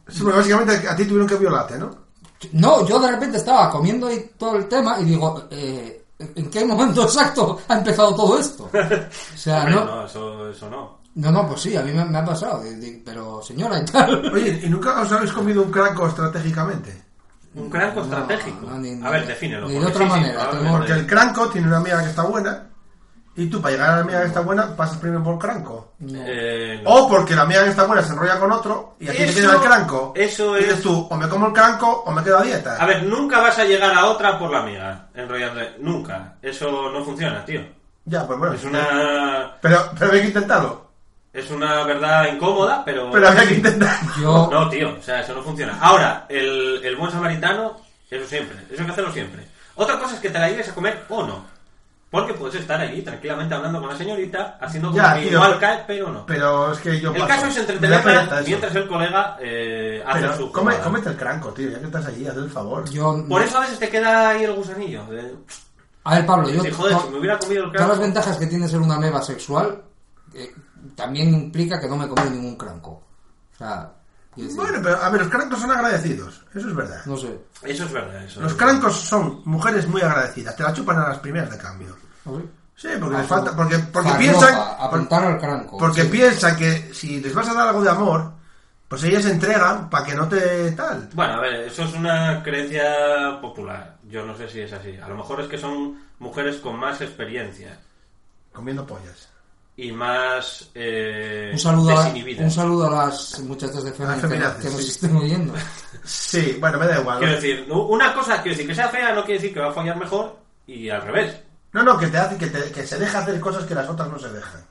Speaker 8: Sí, pero básicamente a ti tuvieron que violarte, ¿no?
Speaker 7: No, yo de repente estaba comiendo y todo el tema y digo, eh, ¿en qué momento exacto ha empezado todo esto? O sea,
Speaker 4: Hombre,
Speaker 7: no...
Speaker 4: no, eso, eso no.
Speaker 7: No, no, pues sí, a mí me, me ha pasado, de- de- pero señora y tal.
Speaker 8: Oye, ¿y nunca os habéis comido un craco estratégicamente?
Speaker 4: Un cranco
Speaker 7: No,
Speaker 4: estratégico.
Speaker 7: no, ni-
Speaker 4: a ver,
Speaker 7: ni-
Speaker 4: defínelo.
Speaker 7: ni de
Speaker 4: porque
Speaker 7: otra
Speaker 4: sí, sí,
Speaker 7: manera,
Speaker 4: probablemente.
Speaker 7: tengo-
Speaker 8: Porque el cranco tiene una amiga que está buena y tú para llegar a la amiga que está buena pasas primero por cranco.
Speaker 4: Eh, no.
Speaker 8: O porque la amiga que está buena se enrolla con otro y aquí te
Speaker 4: Eso-
Speaker 8: queda el cranco.
Speaker 4: eso
Speaker 8: Y dices
Speaker 4: es-
Speaker 8: tú, o me como el cranco o me quedo a dieta.
Speaker 4: A ver, nunca vas a llegar a otra por la amiga, enrollándote. Nunca. Eso no funciona, tío.
Speaker 8: Ya, pues bueno.
Speaker 4: Es una.
Speaker 8: Pero, pero había que intentarlo.
Speaker 4: Es una verdad incómoda, pero.
Speaker 8: Pero había que intentarlo.
Speaker 7: Yo,
Speaker 4: No, tío, o sea, eso no funciona. Ahora, el, el buen samaritano, eso siempre, eso hay que hacerlo siempre. Otra cosa es que te la lleves a comer o no. Porque puedes estar allí tranquilamente hablando con la señorita, haciendo como
Speaker 8: Ya,
Speaker 4: que
Speaker 8: tío.
Speaker 4: igual cae, pero no.
Speaker 8: Pero es que yo
Speaker 4: el
Speaker 8: paso.
Speaker 4: caso es
Speaker 8: Me da
Speaker 4: entretenerla
Speaker 8: pereza eso.
Speaker 4: mientras el colega eh, hace
Speaker 8: Pero
Speaker 4: su
Speaker 8: come-
Speaker 4: jugada.
Speaker 8: cómete el cranco, tío, ya que estás allí, haz el favor.
Speaker 7: yo...
Speaker 4: Por eso a veces te queda ahí el gusanillo. De,
Speaker 7: A ver, Pablo, yo...
Speaker 4: de, joder,
Speaker 7: to-
Speaker 4: si me hubiera comido el
Speaker 7: Todas las
Speaker 4: crack...
Speaker 7: ventajas que tiene ser una meba sexual eh, también implica que no me he comido ningún cranco. O sea, quiero decir,
Speaker 8: Bueno, pero a ver, los crancos son agradecidos, eso es verdad.
Speaker 7: no sé.
Speaker 4: Eso es verdad, eso.
Speaker 8: Los crancos son mujeres muy agradecidas, te la chupan a las primeras de cambio.
Speaker 7: No sé.
Speaker 8: Sí, porque les
Speaker 7: Ah,
Speaker 8: falta, porque, porque
Speaker 7: farlopa,
Speaker 8: piensan,
Speaker 7: apuntar al cranco.
Speaker 8: porque
Speaker 7: sí.
Speaker 8: piensan que si les vas a dar algo de amor, pues ellas se entregan para que no te tal.
Speaker 4: Bueno, a ver, eso es una creencia popular. Yo no sé si es así. A lo mejor es que son mujeres con más experiencia.
Speaker 8: Comiendo pollas.
Speaker 4: y más eh,
Speaker 7: un saludo, a,
Speaker 4: desinhibidas.
Speaker 7: un saludo a las muchachas de Femina que,
Speaker 8: feminaces,
Speaker 7: que nos
Speaker 8: sí.
Speaker 7: estén oyendo.
Speaker 8: Sí, bueno, me da igual.
Speaker 4: Quiero decir, no- una cosa, quiero decir, que sea fea no quiere decir que va a fallar mejor y al revés.
Speaker 8: No, no, que te hace, que, te- que se deja hacer cosas que las otras no se dejan.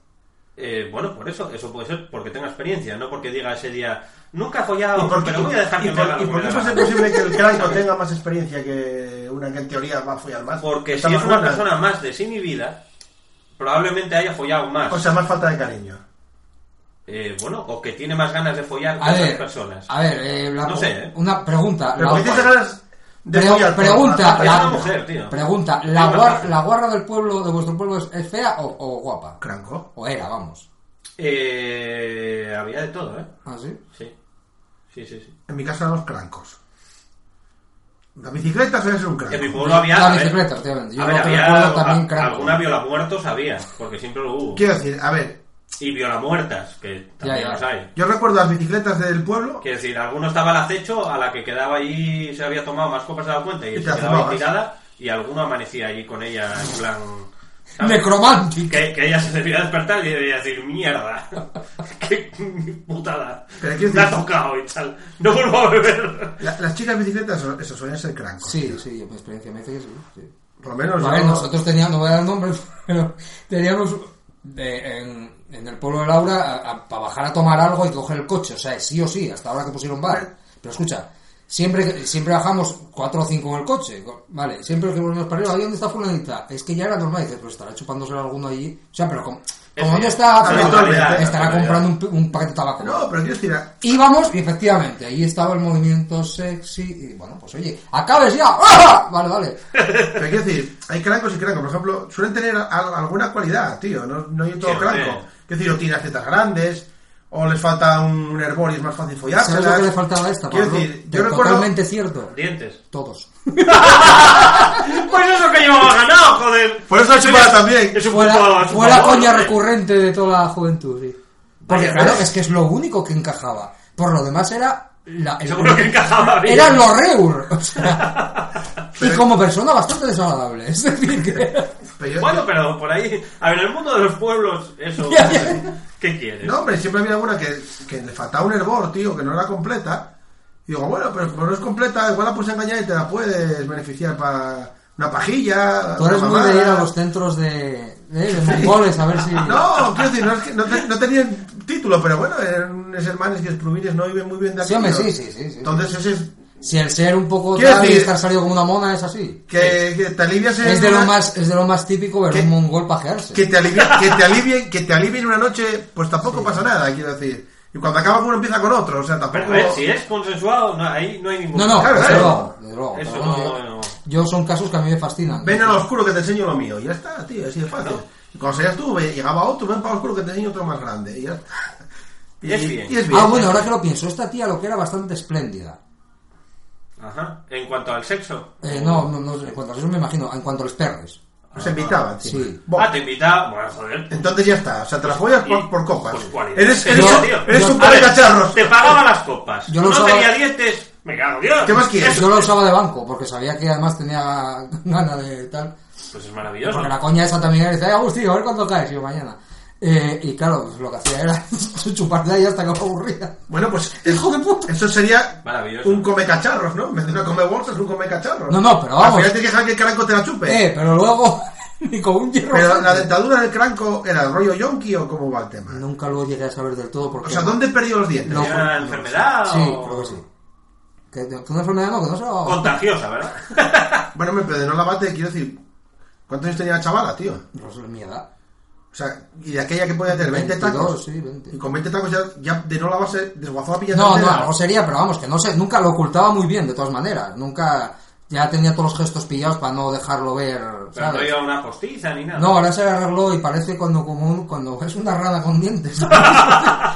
Speaker 4: Eh, bueno, por eso, eso puede ser porque tenga experiencia, no porque diga ese día, nunca he follado,
Speaker 8: ¿Y por qué,
Speaker 4: pero voy a dejar
Speaker 8: y
Speaker 4: que me
Speaker 8: por-
Speaker 4: haga
Speaker 8: y
Speaker 4: lo
Speaker 8: por
Speaker 4: que
Speaker 8: qué
Speaker 4: me
Speaker 8: eso
Speaker 4: da
Speaker 8: es
Speaker 4: la gana.
Speaker 8: posible que el cráneo tenga más experiencia que una que en teoría va a follar más?
Speaker 4: Porque
Speaker 8: Está
Speaker 4: si es
Speaker 8: más
Speaker 4: una
Speaker 8: buena.
Speaker 4: persona más de sí mi vida, probablemente haya follado más.
Speaker 8: O sea, más falta de cariño.
Speaker 4: Eh, bueno, o que tiene más ganas de follar que
Speaker 7: A
Speaker 4: otras
Speaker 7: ver,
Speaker 4: personas.
Speaker 7: a ver, eh, la-
Speaker 4: No sé, ¿eh?
Speaker 7: una pregunta.
Speaker 8: Pero
Speaker 7: la-
Speaker 8: ¿por qué tienes ganas de
Speaker 7: Pre-
Speaker 8: follar?
Speaker 7: pregunta,
Speaker 4: Es una
Speaker 7: la-
Speaker 4: mujer, tío.
Speaker 7: Pregunta, ¿la, guar- la guarra del pueblo, de vuestro pueblo, es- es fea o, o guapa?
Speaker 8: Cranco.
Speaker 7: O era, vamos.
Speaker 4: Eh, había de todo, ¿eh?
Speaker 7: ¿Ah, sí?
Speaker 4: Sí. Sí, sí, sí.
Speaker 8: En mi casa eran los crancos. La bicicleta suele ser un cranco.
Speaker 4: En mi pueblo había.
Speaker 7: La
Speaker 4: a ver,
Speaker 7: bicicleta, efectivamente. Yo
Speaker 4: a ver,
Speaker 7: lo que
Speaker 4: había
Speaker 7: recuerdo
Speaker 4: a-
Speaker 7: también cranco.
Speaker 4: Alguna viola muertos había, porque siempre lo hubo.
Speaker 8: Quiero decir, a ver,
Speaker 4: Y viola muertas, que también
Speaker 7: ya.
Speaker 4: las hay.
Speaker 8: yo recuerdo las bicicletas del pueblo
Speaker 4: Quiero decir, alguno estaba al acecho, a la que quedaba allí se había tomado más copas de la cuenta y,
Speaker 8: Y te
Speaker 4: se quedaba
Speaker 8: asomabas.
Speaker 4: ahí tirada, y alguno amanecía allí con ella en plan. ¿sabes?
Speaker 7: Necromántica.
Speaker 4: Que, que ella se debía despertar y debía decir, mierda, qué putada,
Speaker 8: Pero quiero
Speaker 4: me ha
Speaker 8: decir-
Speaker 4: tocado y tal, no vuelvo a beber.
Speaker 8: La- las chicas bicicletas, eso, eso suelen ser crancos.
Speaker 7: Sí, sí, yo por experiencia me dice que sí. sí.
Speaker 8: Por lo menos
Speaker 7: A ver,
Speaker 8: yo-
Speaker 7: nosotros teníamos, no voy a dar nombre, pero teníamos de- en, en el pueblo de Laura para bajar a tomar algo y coger el coche, o sea, sí o sí, hasta ahora que pusieron bar. Pero escucha, siempre que- siempre bajamos cuatro o cinco en el coche, co- ¿vale? Siempre que volvemos para arriba, ¿ahí dónde está fulanita? Es que ya era normal, dices, pues estará chupándose alguno allí. O sea, pero como, como
Speaker 4: Es-
Speaker 7: dónde está
Speaker 4: es
Speaker 7: fulanita,
Speaker 4: normalidad, es
Speaker 7: estará
Speaker 4: normalidad.
Speaker 7: comprando un, p- un paquete de tabaco.
Speaker 8: No, pero Dios tira.
Speaker 7: Íbamos y efectivamente, ahí estaba el movimiento sexy y bueno, pues oye, acabes ya. ¡Ah! Vale, vale.
Speaker 8: Pero quiero decir, hay crancos y crancos. Por ejemplo, suelen tener al- alguna cualidad, tío. No, no hay todo
Speaker 4: Sí,
Speaker 8: cranco.
Speaker 4: hombre.
Speaker 8: Quiero decir, o tienen tetas grandes, o les falta un, un hervor y es más fácil follarse.
Speaker 7: ¿Sabes lo que le faltaba a esta,
Speaker 8: Quiero
Speaker 7: Pablo?
Speaker 8: decir, yo
Speaker 7: De-
Speaker 8: recuerdo-
Speaker 7: Totalmente cierto.
Speaker 4: Dientes.
Speaker 7: Todos.
Speaker 4: Pues eso que llevaba ganado, joder.
Speaker 8: Por eso la chupada también.
Speaker 4: Es un
Speaker 7: Fue
Speaker 4: puto-
Speaker 7: la,
Speaker 4: es un
Speaker 7: fue la
Speaker 4: favor,
Speaker 7: coña
Speaker 4: hombre.
Speaker 7: recurrente de toda la juventud, sí. Porque
Speaker 4: Vaya,
Speaker 7: claro,
Speaker 4: ¿ves?
Speaker 7: es que es lo único que encajaba. Por lo demás era... La, el-
Speaker 4: Seguro que encajaba bien.
Speaker 7: Era lo reur. o sea, y como persona bastante desagradable. Es decir, que...
Speaker 8: Pero yo-
Speaker 4: Bueno, pero por ahí, a ver, en el mundo de los pueblos, eso,
Speaker 7: Ya, ya.
Speaker 4: ¿qué quieres?
Speaker 8: No, hombre, siempre había alguna que, que le faltaba un hervor, tío, que no era completa. Y digo, bueno, pero como no es completa, igual la puedes engañar y te la puedes beneficiar para una pajilla.
Speaker 7: Tú eres muy
Speaker 8: una
Speaker 7: de ir a
Speaker 8: mamada.
Speaker 7: los centros de... ¿eh? de mongoles, a ver si...
Speaker 8: No, quiero decir, no, es que no, te- no tenían título, pero bueno, eran unos hermanos que los plumines no viven muy bien de
Speaker 7: Sí,
Speaker 8: aquello.
Speaker 7: hombre, sí, sí, sí, sí.
Speaker 8: Entonces, ese es
Speaker 7: Si el ser un poco
Speaker 8: Quiero
Speaker 7: tal y
Speaker 8: decir-
Speaker 7: estar salido como una mona es así.
Speaker 8: que, que te alivias en
Speaker 7: Es de lo
Speaker 8: una-
Speaker 7: más, es de lo más típico ver
Speaker 8: ¿Qué?
Speaker 7: un mongol pajearse.
Speaker 8: que te alivien que te alivien que te alivien una noche pues tampoco pasa nada quiero decir y cuando acaba uno empieza con otro o sea
Speaker 4: Pero a
Speaker 8: tampoco
Speaker 4: ver, si es consensuado, no, ahí no hay ningún
Speaker 7: No, no,
Speaker 8: Claro,
Speaker 7: desde
Speaker 8: claro.
Speaker 7: luego, desde luego,
Speaker 4: Eso
Speaker 7: pero bueno,
Speaker 4: no,
Speaker 7: yo,
Speaker 4: no.
Speaker 7: yo son casos que a mí me fascinan. Ah,
Speaker 8: ven al oscuro que te enseño lo mío y ya está tío así de fácil y cuando salías tú ve- llegaba otro ven para el oscuro que te enseño otro más grande y ya está.
Speaker 4: Y es bien.
Speaker 8: y es bien
Speaker 7: ah, bueno, ahora que lo pienso, esta tía lo que era bastante espléndida.
Speaker 4: Ajá. En cuanto al sexo.
Speaker 7: Eh, no, no, no, en cuanto a eso me imagino, en cuanto a los perres.
Speaker 8: se invitaban
Speaker 7: Sí.
Speaker 8: sí.
Speaker 4: Ah, te invita. Bueno, joder.
Speaker 8: entonces ya está o sea te las follas por, por copas
Speaker 4: Pues, ¿cuál es?
Speaker 8: eres,
Speaker 4: Yo-
Speaker 8: eres, un-
Speaker 4: tío,
Speaker 8: eres
Speaker 7: yo-
Speaker 8: un
Speaker 4: A
Speaker 8: par de
Speaker 4: ver,
Speaker 8: cacharros
Speaker 4: Te pagaba las copas.
Speaker 7: Yo lo
Speaker 4: no
Speaker 7: usaba-
Speaker 4: tenía dientes. Me cago en Dios.
Speaker 8: ¿Qué más quieres?
Speaker 4: Eso-
Speaker 7: Yo la usaba de banco, porque sabía que además tenía gana de tal.
Speaker 4: Pues es maravilloso.
Speaker 7: Porque la coña esa también era, dice, "Ay, Agustín, a ver cuándo caes, Y yo mañana. Eh, y claro, pues, lo que hacía era chuparte ahí hasta que me aburría.
Speaker 8: bueno pues
Speaker 7: ¡Hijo de puta!
Speaker 8: Eso sería
Speaker 4: Maravilloso.
Speaker 8: un come cacharros, ¿no? En vez de una come bolsas, un come cacharros.
Speaker 7: No, no, pero vamos.
Speaker 8: Al final te quejas que el cranco te la chupe.
Speaker 7: Eh, pero luego, ni con un hierro.
Speaker 8: pero la dentadura del cranco era rollo yonki o cómo va el tema.
Speaker 7: Nunca lo llegué a saber del todo porque...
Speaker 8: O sea, ¿dónde he perdido los dientes?
Speaker 7: No.
Speaker 4: Era una enfermedad.
Speaker 7: Sí,
Speaker 4: o-
Speaker 7: creo que sí. Que, que una enfermedad no, que no se va a...
Speaker 4: Contagiosa, ¿verdad?
Speaker 8: Bueno, me pero de no lavate, quiero decir, ¿cuántos años tenía la chavala, tío?
Speaker 7: No sé, mi edad.
Speaker 8: O sea, y de aquella que podía tener 20 tacos.
Speaker 7: sí, 20.
Speaker 8: Y con 20 tacos ya, ya de no lavarse, desguazaba pillas
Speaker 7: No, no, algo sería, pero vamos, que no sé, nunca lo ocultaba muy bien, de todas maneras. Nunca... Ya tenía todos los gestos pillados para no dejarlo ver,
Speaker 4: Pero no
Speaker 7: ¿sabes?
Speaker 4: iba a una postiza ni nada.
Speaker 7: No, ahora se le arregló y parece cuando, como un- cuando es una rana con dientes.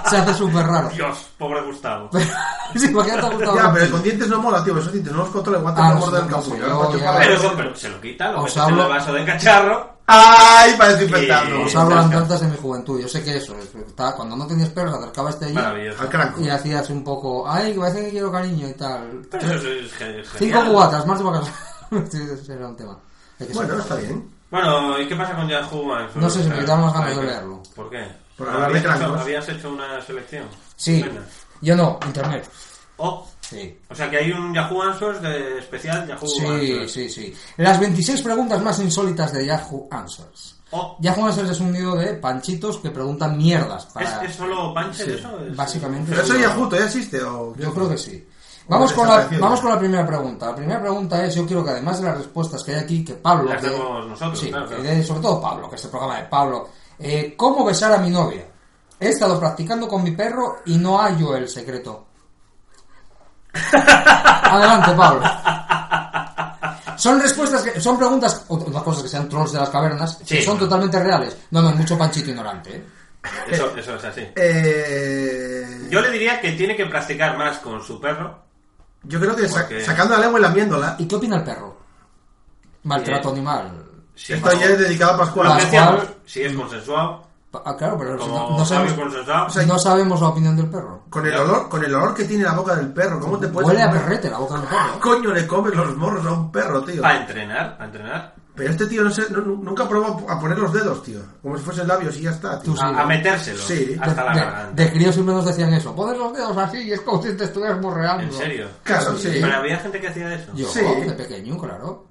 Speaker 7: se hace súper raro.
Speaker 4: Dios, pobre Gustavo.
Speaker 7: Sí, imagínate a Gustavo
Speaker 8: Ya, pero
Speaker 7: Martín.
Speaker 8: con dientes no mola, tío. Esos dientes no los controla igual te
Speaker 7: Ah,
Speaker 8: lo
Speaker 7: no,
Speaker 8: morda
Speaker 7: sí,
Speaker 8: el
Speaker 7: no,
Speaker 8: capullo.
Speaker 7: sí,
Speaker 8: ¿no?
Speaker 7: yo
Speaker 8: Coche
Speaker 7: ya-
Speaker 8: para-
Speaker 4: Pero, eso- pero se lo quita, lo
Speaker 7: Os
Speaker 4: metes en
Speaker 7: hablo-
Speaker 4: el vaso de cacharro.
Speaker 8: ¡Ay! Para desinfectarlo.
Speaker 7: Os
Speaker 4: Sí.
Speaker 7: hablan
Speaker 4: Exacto.
Speaker 7: tantas de mi juventud, yo sé que eso, es- estaba- cuando no tenías perros, acercabas este allí
Speaker 4: Maravilloso.
Speaker 8: Al cranco.
Speaker 7: y hacías un poco, ay, que parece que quiero cariño y tal.
Speaker 4: Pero eso es ge-
Speaker 7: Cinco
Speaker 4: genial.
Speaker 7: cubatas, más para casa. Sí, ese era un tema. Hay que
Speaker 8: Bueno,
Speaker 7: saber.
Speaker 8: está bien.
Speaker 4: Bueno, ¿y qué pasa con Yahoo? Answers?
Speaker 7: No sé, se me quitaron las ganas
Speaker 4: Ay,
Speaker 7: de
Speaker 4: ¿qué-
Speaker 7: leerlo.
Speaker 4: ¿Por qué?
Speaker 8: Por hablar de
Speaker 4: habías, hecho,
Speaker 8: crancos.
Speaker 4: habías hecho una selección.
Speaker 7: Sí,
Speaker 4: Venga.
Speaker 7: yo no, internet.
Speaker 4: Oh,
Speaker 7: Sí.
Speaker 4: o sea que hay un Yahoo Answers de especial Yahoo
Speaker 7: Sí,
Speaker 4: Answers.
Speaker 7: sí, sí. Las 26 preguntas más insólitas de Yahoo Answers.
Speaker 4: Oh.
Speaker 7: Ya Juan Soles es un nido de panchitos que preguntan mierdas.
Speaker 4: ¿Es,
Speaker 7: Para...
Speaker 4: es solo panche
Speaker 7: Sí,
Speaker 4: eso? Es-
Speaker 7: básicamente.
Speaker 8: Pero eso ya justo, ya existe. O...
Speaker 7: Yo creo que sí. Vamos con, la,
Speaker 8: desaparecido.
Speaker 7: vamos con la primera pregunta. La primera pregunta es, yo quiero que además de las respuestas que hay aquí, que Pablo...
Speaker 4: Las
Speaker 7: que-
Speaker 4: demos nosotros,
Speaker 7: sí,
Speaker 4: claro, claro.
Speaker 7: que dé- sobre todo Pablo, que este programa de Pablo. Eh, ¿Cómo besar a mi novia? He estado practicando con mi perro y no hallo el secreto. Adelante, Pablo. Son respuestas que, son preguntas, otras cosas que sean trolls de las cavernas, que
Speaker 4: Sí.
Speaker 7: son totalmente reales. No, no, es mucho panchito ignorante, ¿eh?
Speaker 4: Eso, eso es así.
Speaker 8: Eh...
Speaker 4: Yo le diría que tiene que practicar más con su perro.
Speaker 8: Yo creo que sa-
Speaker 4: Porque-
Speaker 8: sacando la lengua y lamiéndola.
Speaker 7: ¿Y qué opina el perro? Maltrato animal.
Speaker 4: Si
Speaker 8: Esto
Speaker 4: es-
Speaker 8: ya es dedicado a Pascual.
Speaker 4: lo que decíamos,
Speaker 7: Pascual.
Speaker 4: si es consensuado,
Speaker 7: Ah, claro, pero
Speaker 4: como
Speaker 7: no, no
Speaker 4: Fabio
Speaker 7: sabemos,
Speaker 4: consensuado.
Speaker 8: sea,
Speaker 7: no sabemos la opinión del perro.
Speaker 8: Con el olor, con el olor que tiene la boca del perro, ¿cómo te puedes
Speaker 7: Huele a
Speaker 8: comer?
Speaker 7: perrete la boca del perro.
Speaker 8: coño le comes los morros a un perro, tío?
Speaker 4: Para entrenar, para entrenar.
Speaker 8: Pero este tío no sé, no- nunca probó a poner los dedos, tío. Como si fuesen labios y ya está, tío.
Speaker 7: Tú Pues sí.
Speaker 4: A, a metérselo.
Speaker 8: Sí.
Speaker 4: Hasta la
Speaker 7: de,
Speaker 4: garganta.
Speaker 7: de- de crío siempre nos decían eso. Pones los dedos así y es como si te estuvieras morreando.
Speaker 4: En serio.
Speaker 8: Claro, sí.
Speaker 4: Pero había gente que hacía eso.
Speaker 7: Yo,
Speaker 8: Sí.
Speaker 7: de pequeño, claro.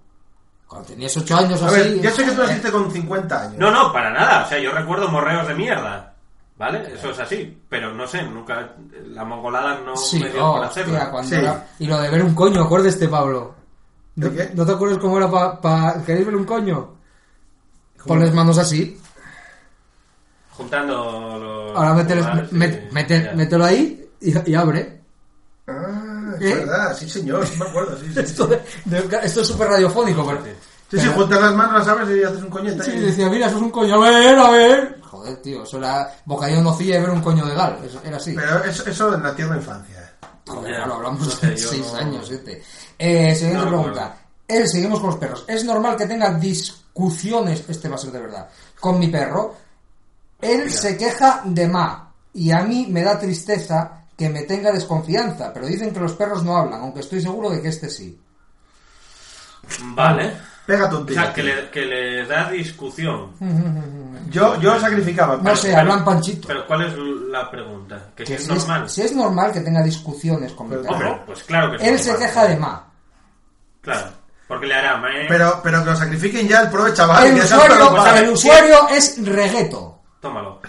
Speaker 7: Cuando tenías 8 años
Speaker 8: A
Speaker 7: así.
Speaker 8: ver, ya sé que tú
Speaker 7: eh,
Speaker 8: naciste con 50 años.
Speaker 4: No, no, para nada. O sea, yo recuerdo morreos de mierda. ¿Vale? Eso es así. Pero no sé, nunca. La mongolada no
Speaker 7: Sí,
Speaker 4: me dio
Speaker 7: oh,
Speaker 4: por
Speaker 7: hostia,
Speaker 4: hacerla.
Speaker 7: cuando
Speaker 8: Sí.
Speaker 7: era- Y lo de ver un coño, acuérdate, Pablo. ¿No,
Speaker 8: ¿De qué?
Speaker 7: ¿No te acuerdas cómo era para. ¿Queréis ver un coño? Pon las manos así.
Speaker 4: Juntando los.
Speaker 7: Ahora mételes-
Speaker 4: pulgares y-
Speaker 7: met- mete-
Speaker 4: ya.
Speaker 7: mételo ahí y- y abre.
Speaker 8: Ah, es
Speaker 7: ¿Eh?
Speaker 8: verdad, sí señor, sí me acuerdo, sí, sí.
Speaker 7: Esto, de- de- esto es súper radiofónico, pero...
Speaker 8: Sí, sí, juntas las manos, las abres y haces un coñete.
Speaker 7: Sí, decía, mira, eso es un coño, a ver, a ver. Joder, tío, eso era bocadillo de nocilla y ver un coño de gal, eso era así.
Speaker 8: Pero eso, eso en la tierna infancia. eh.
Speaker 7: Joder,
Speaker 4: Ya,
Speaker 7: claro,
Speaker 4: no
Speaker 7: hablamos
Speaker 4: sé,
Speaker 7: de
Speaker 4: yo
Speaker 7: 6
Speaker 4: no-
Speaker 7: años, 7. Eh, siguiente
Speaker 4: No me
Speaker 7: pregunta.
Speaker 4: acuerdo.
Speaker 7: Él, seguimos con los perros. ¿Es normal que tenga discusiones, este va a ser de verdad, con mi perro? Él se queja de ma y a mí me da tristeza que me tenga desconfianza, pero dicen que los perros no hablan, aunque estoy seguro de que este sí.
Speaker 4: Vale.
Speaker 8: Pégate un
Speaker 4: O
Speaker 8: tiro.
Speaker 4: sea, que le, que le da discusión.
Speaker 8: Yo, yo sacrificaba.
Speaker 7: No sé,
Speaker 4: Pero-
Speaker 7: hablan panchito.
Speaker 4: Pero ¿cuál es la pregunta? ¿Que si
Speaker 7: Que
Speaker 4: es
Speaker 7: si
Speaker 4: normal?
Speaker 7: si es normal que tenga discusiones con mi
Speaker 8: Pero-
Speaker 7: perro.
Speaker 4: Hombre, pues claro que es
Speaker 7: Él se
Speaker 4: normal.
Speaker 7: queja de ma.
Speaker 4: Claro, porque le hará... "Meh".
Speaker 8: Pero, pero que lo sacrifiquen ya el pro chaval.
Speaker 7: el
Speaker 8: que sea
Speaker 7: usuario,
Speaker 8: todo para-
Speaker 4: Ah, ¿sabes? pues
Speaker 7: el usuario es regueto.
Speaker 4: Tómalo.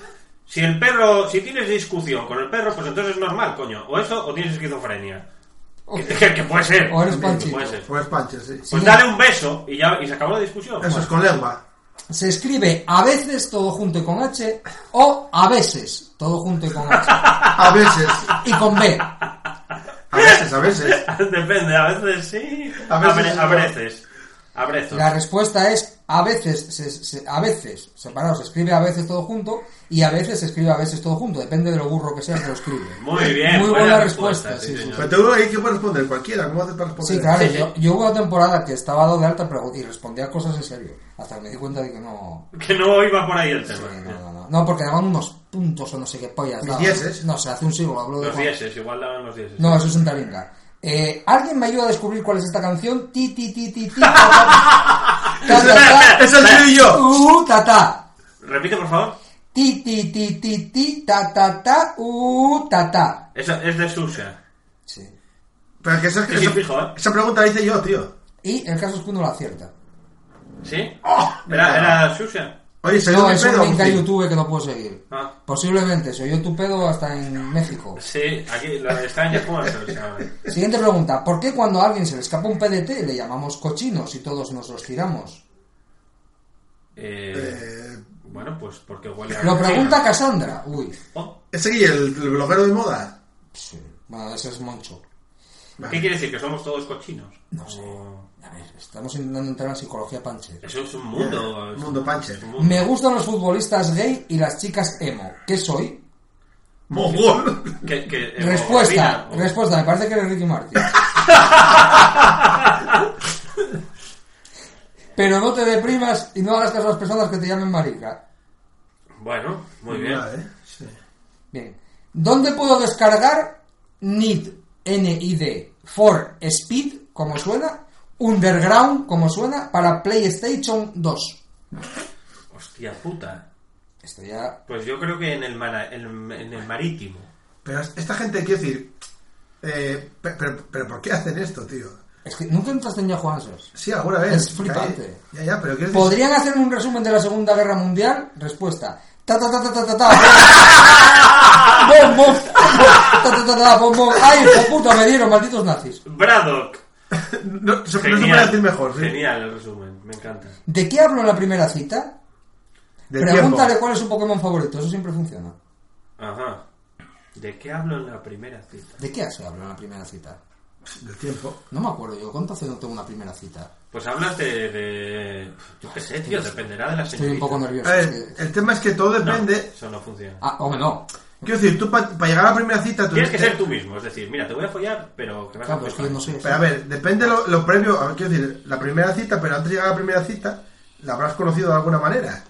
Speaker 4: Si el perro... Si tienes discusión con el perro, pues entonces es normal, coño. O eso, o tienes esquizofrenia.
Speaker 7: O-
Speaker 4: Que, que- que puede ser.
Speaker 7: Oh. O eres
Speaker 4: Que
Speaker 7: panchito.
Speaker 4: Puede ser.
Speaker 8: Pues panches, sí.
Speaker 4: Pues dale un beso y ya y se acabó la discusión.
Speaker 8: Eso es con lengua.
Speaker 7: Se escribe a veces todo junto y con H o a veces todo junto y con H.
Speaker 8: A veces,
Speaker 7: y con B.
Speaker 8: a veces, a veces.
Speaker 4: Depende, a veces sí,
Speaker 8: A
Speaker 4: a
Speaker 8: veces
Speaker 4: veces.
Speaker 8: no.
Speaker 4: A veces. A brezos.
Speaker 7: La respuesta es a veces, se- se- a veces, separado, se escribe a veces todo junto y a veces se escribe a veces todo junto. Depende de lo burro que sea que lo escribe.
Speaker 4: Muy bien.
Speaker 7: Muy buena respuesta, sí, sí,
Speaker 4: señor.
Speaker 8: Pero te digo ahí que puede responder cualquiera. ¿Cómo haces para responder?
Speaker 7: Sí, claro,
Speaker 4: Sí, sí.
Speaker 7: Yo, yo hubo una temporada que estaba dado de alta pero- y respondía cosas en serio. Hasta que me di cuenta de que no...
Speaker 4: Que no iba por ahí el tema.
Speaker 7: Sí, no, no, no. No, porque daban unos puntos o no sé qué pollas.
Speaker 8: Mis
Speaker 7: daban.
Speaker 8: dieces.
Speaker 7: No, sé, hace un siglo hablo de.
Speaker 4: Los
Speaker 7: Juan-
Speaker 4: dieces, igual daban los dieces.
Speaker 7: No, eso es un taringa. Eh, ¿Alguien me ayuda a descubrir cuál es esta canción? Ti, ti, ti, ti, ti. ta, ta, ta, ta, ta,
Speaker 8: Eso lo y yo.
Speaker 7: uh, ta, ta.
Speaker 4: Repite, por favor.
Speaker 7: Ti, ti, ti, ti, ti, ta, ta, ta, uh, ta, ta.
Speaker 4: Eso es de Susha.
Speaker 7: Sí.
Speaker 8: Pero que esa,
Speaker 4: Sí, sí,
Speaker 8: esa-
Speaker 4: fijo, ¿eh?
Speaker 8: esa pregunta la hice yo, tío.
Speaker 7: Y el caso es que uno la acierta.
Speaker 4: ¿Sí?
Speaker 8: mira.
Speaker 4: ¿Era, era Susha?
Speaker 8: Oye, ¿se
Speaker 7: No,
Speaker 8: mi
Speaker 7: es un
Speaker 8: pedo?
Speaker 7: link a
Speaker 8: Sí.
Speaker 7: YouTube que no puedo seguir.
Speaker 4: Ah.
Speaker 7: Posiblemente, soy yo tu pedo hasta en México.
Speaker 4: Sí, aquí la está en Yahoo Answers ahora.
Speaker 7: Siguiente pregunta. ¿Por qué cuando a alguien se le escapa un PDT le llamamos cochinos y todos nos los tiramos?
Speaker 4: Eh,
Speaker 8: Eh,
Speaker 4: bueno, pues porque huele a...
Speaker 7: Lo pregunta Cassandra. Uy.
Speaker 4: Oh,
Speaker 8: ese y el, el bloguero de moda.
Speaker 7: Sí. Bueno, ese es Moncho.
Speaker 4: ¿Qué quiere decir? ¿Que somos todos cochinos? No
Speaker 7: sé. A ver, estamos intentando entrar en psicología panche.
Speaker 4: Eso es un mundo.
Speaker 8: Eh,
Speaker 4: es
Speaker 8: mundo
Speaker 4: un-
Speaker 8: panche.
Speaker 4: es un mundo.
Speaker 7: Me gustan los futbolistas gay y las chicas emo. ¿Qué soy?
Speaker 8: Mogol.
Speaker 4: Que- que- eh,
Speaker 7: Respuesta.
Speaker 4: o- o-
Speaker 7: Respuesta. Me parece que eres Ricky Martin. Pero no te deprimas y no hagas caso a las personas que te llamen marica.
Speaker 4: Bueno, muy bien.
Speaker 8: Vale, sí.
Speaker 7: Bien. ¿Dónde puedo descargar NID, N-I-D, for Speed, como suena, Underground, como suena, para PlayStation 2?
Speaker 4: Hostia puta.
Speaker 7: Esto ya...
Speaker 4: Pues yo creo que en el, mara- en- en el marítimo.
Speaker 8: Pero esta gente, quiero decir. eh, pe- pero, pero ¿por qué hacen esto, tío?
Speaker 7: Es que nunca entraste en Yahoo Answers.
Speaker 8: Sí, alguna vez.
Speaker 7: Es flipante.
Speaker 8: Ya, ya, pero quiero decir.
Speaker 7: ¿Podrían hacerme un resumen de la Segunda Guerra Mundial? Respuesta. Ta ta ta ta ta ta ta. Bom, bom. Ta ta ta ta, bom, bom. Ay, hijo puta, me dieron, malditos nazis.
Speaker 4: Braddock.
Speaker 8: No, se, no se puede
Speaker 4: Genial.
Speaker 8: decir mejor, sí.
Speaker 4: Genial el resumen, me encanta.
Speaker 7: ¿De qué hablo en la primera cita?
Speaker 8: De
Speaker 7: Pregúntale
Speaker 8: tiempo.
Speaker 7: cuál es su Pokémon favorito, eso siempre funciona.
Speaker 4: Ajá. ¿De qué hablo en la primera cita?
Speaker 7: ¿De qué se habla en la primera cita?
Speaker 8: De tiempo.
Speaker 7: No me acuerdo yo, ¿cuánto hace que no tengo una primera cita?
Speaker 4: Pues hablas de. de- Yo qué sé, tío, dependerá de la
Speaker 7: Estoy
Speaker 4: señorita.
Speaker 7: un poco nervioso.
Speaker 8: A
Speaker 7: es
Speaker 8: ver,
Speaker 7: que-
Speaker 8: el tema es que todo
Speaker 4: No,
Speaker 8: depende.
Speaker 4: eso no funciona.
Speaker 7: Ah, hombre, no.
Speaker 8: Quiero decir, tú para llegar a la primera cita. Tú
Speaker 4: Tienes que
Speaker 8: eh,
Speaker 4: ser tú mismo, es decir, mira, te voy a follar, pero que vas
Speaker 7: Claro,
Speaker 4: a
Speaker 7: es que
Speaker 4: follar.
Speaker 7: yo no sé.
Speaker 8: Pero a ver, depende lo, lo previo. A ver, quiero decir, la primera cita, pero antes de llegar a la primera cita, la habrás conocido de alguna manera.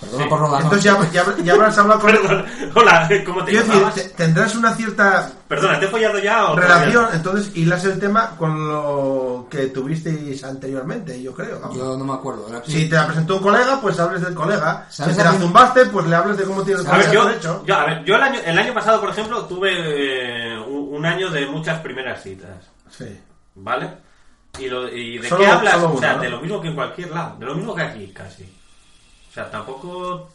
Speaker 7: Perdona por lo de
Speaker 8: Entonces
Speaker 7: anoche.
Speaker 8: ya, ya, ya habrás hablado con.
Speaker 4: Perdón, hola, ¿cómo te
Speaker 8: Quiero decir,
Speaker 4: llamabas?
Speaker 8: te- tendrás una cierta
Speaker 4: Perdona, ¿te he follado ya o todavía no?
Speaker 8: relación, entonces hilas el tema con lo que tuvisteis anteriormente, yo creo. vamos.
Speaker 7: Yo no me acuerdo. era-
Speaker 8: Si te la presentó un colega, pues hables del colega. Si
Speaker 7: ¿Sabes
Speaker 8: te
Speaker 7: a
Speaker 8: la
Speaker 7: quién-
Speaker 8: zumbaste, pues le hablas de cómo tienes el
Speaker 4: A ver,
Speaker 8: colega
Speaker 4: yo,
Speaker 8: hecho.
Speaker 4: yo- a ver, yo el, año, el año pasado, por ejemplo, tuve eh, un un año de muchas primeras citas,
Speaker 8: Sí.
Speaker 4: ¿vale? ¿Y, lo- y de
Speaker 8: Solo-
Speaker 4: qué hablas?
Speaker 8: solo
Speaker 4: o sea,
Speaker 8: una, ¿no?
Speaker 4: de lo mismo que en cualquier lado, de lo mismo que aquí, casi. O sea, tampoco...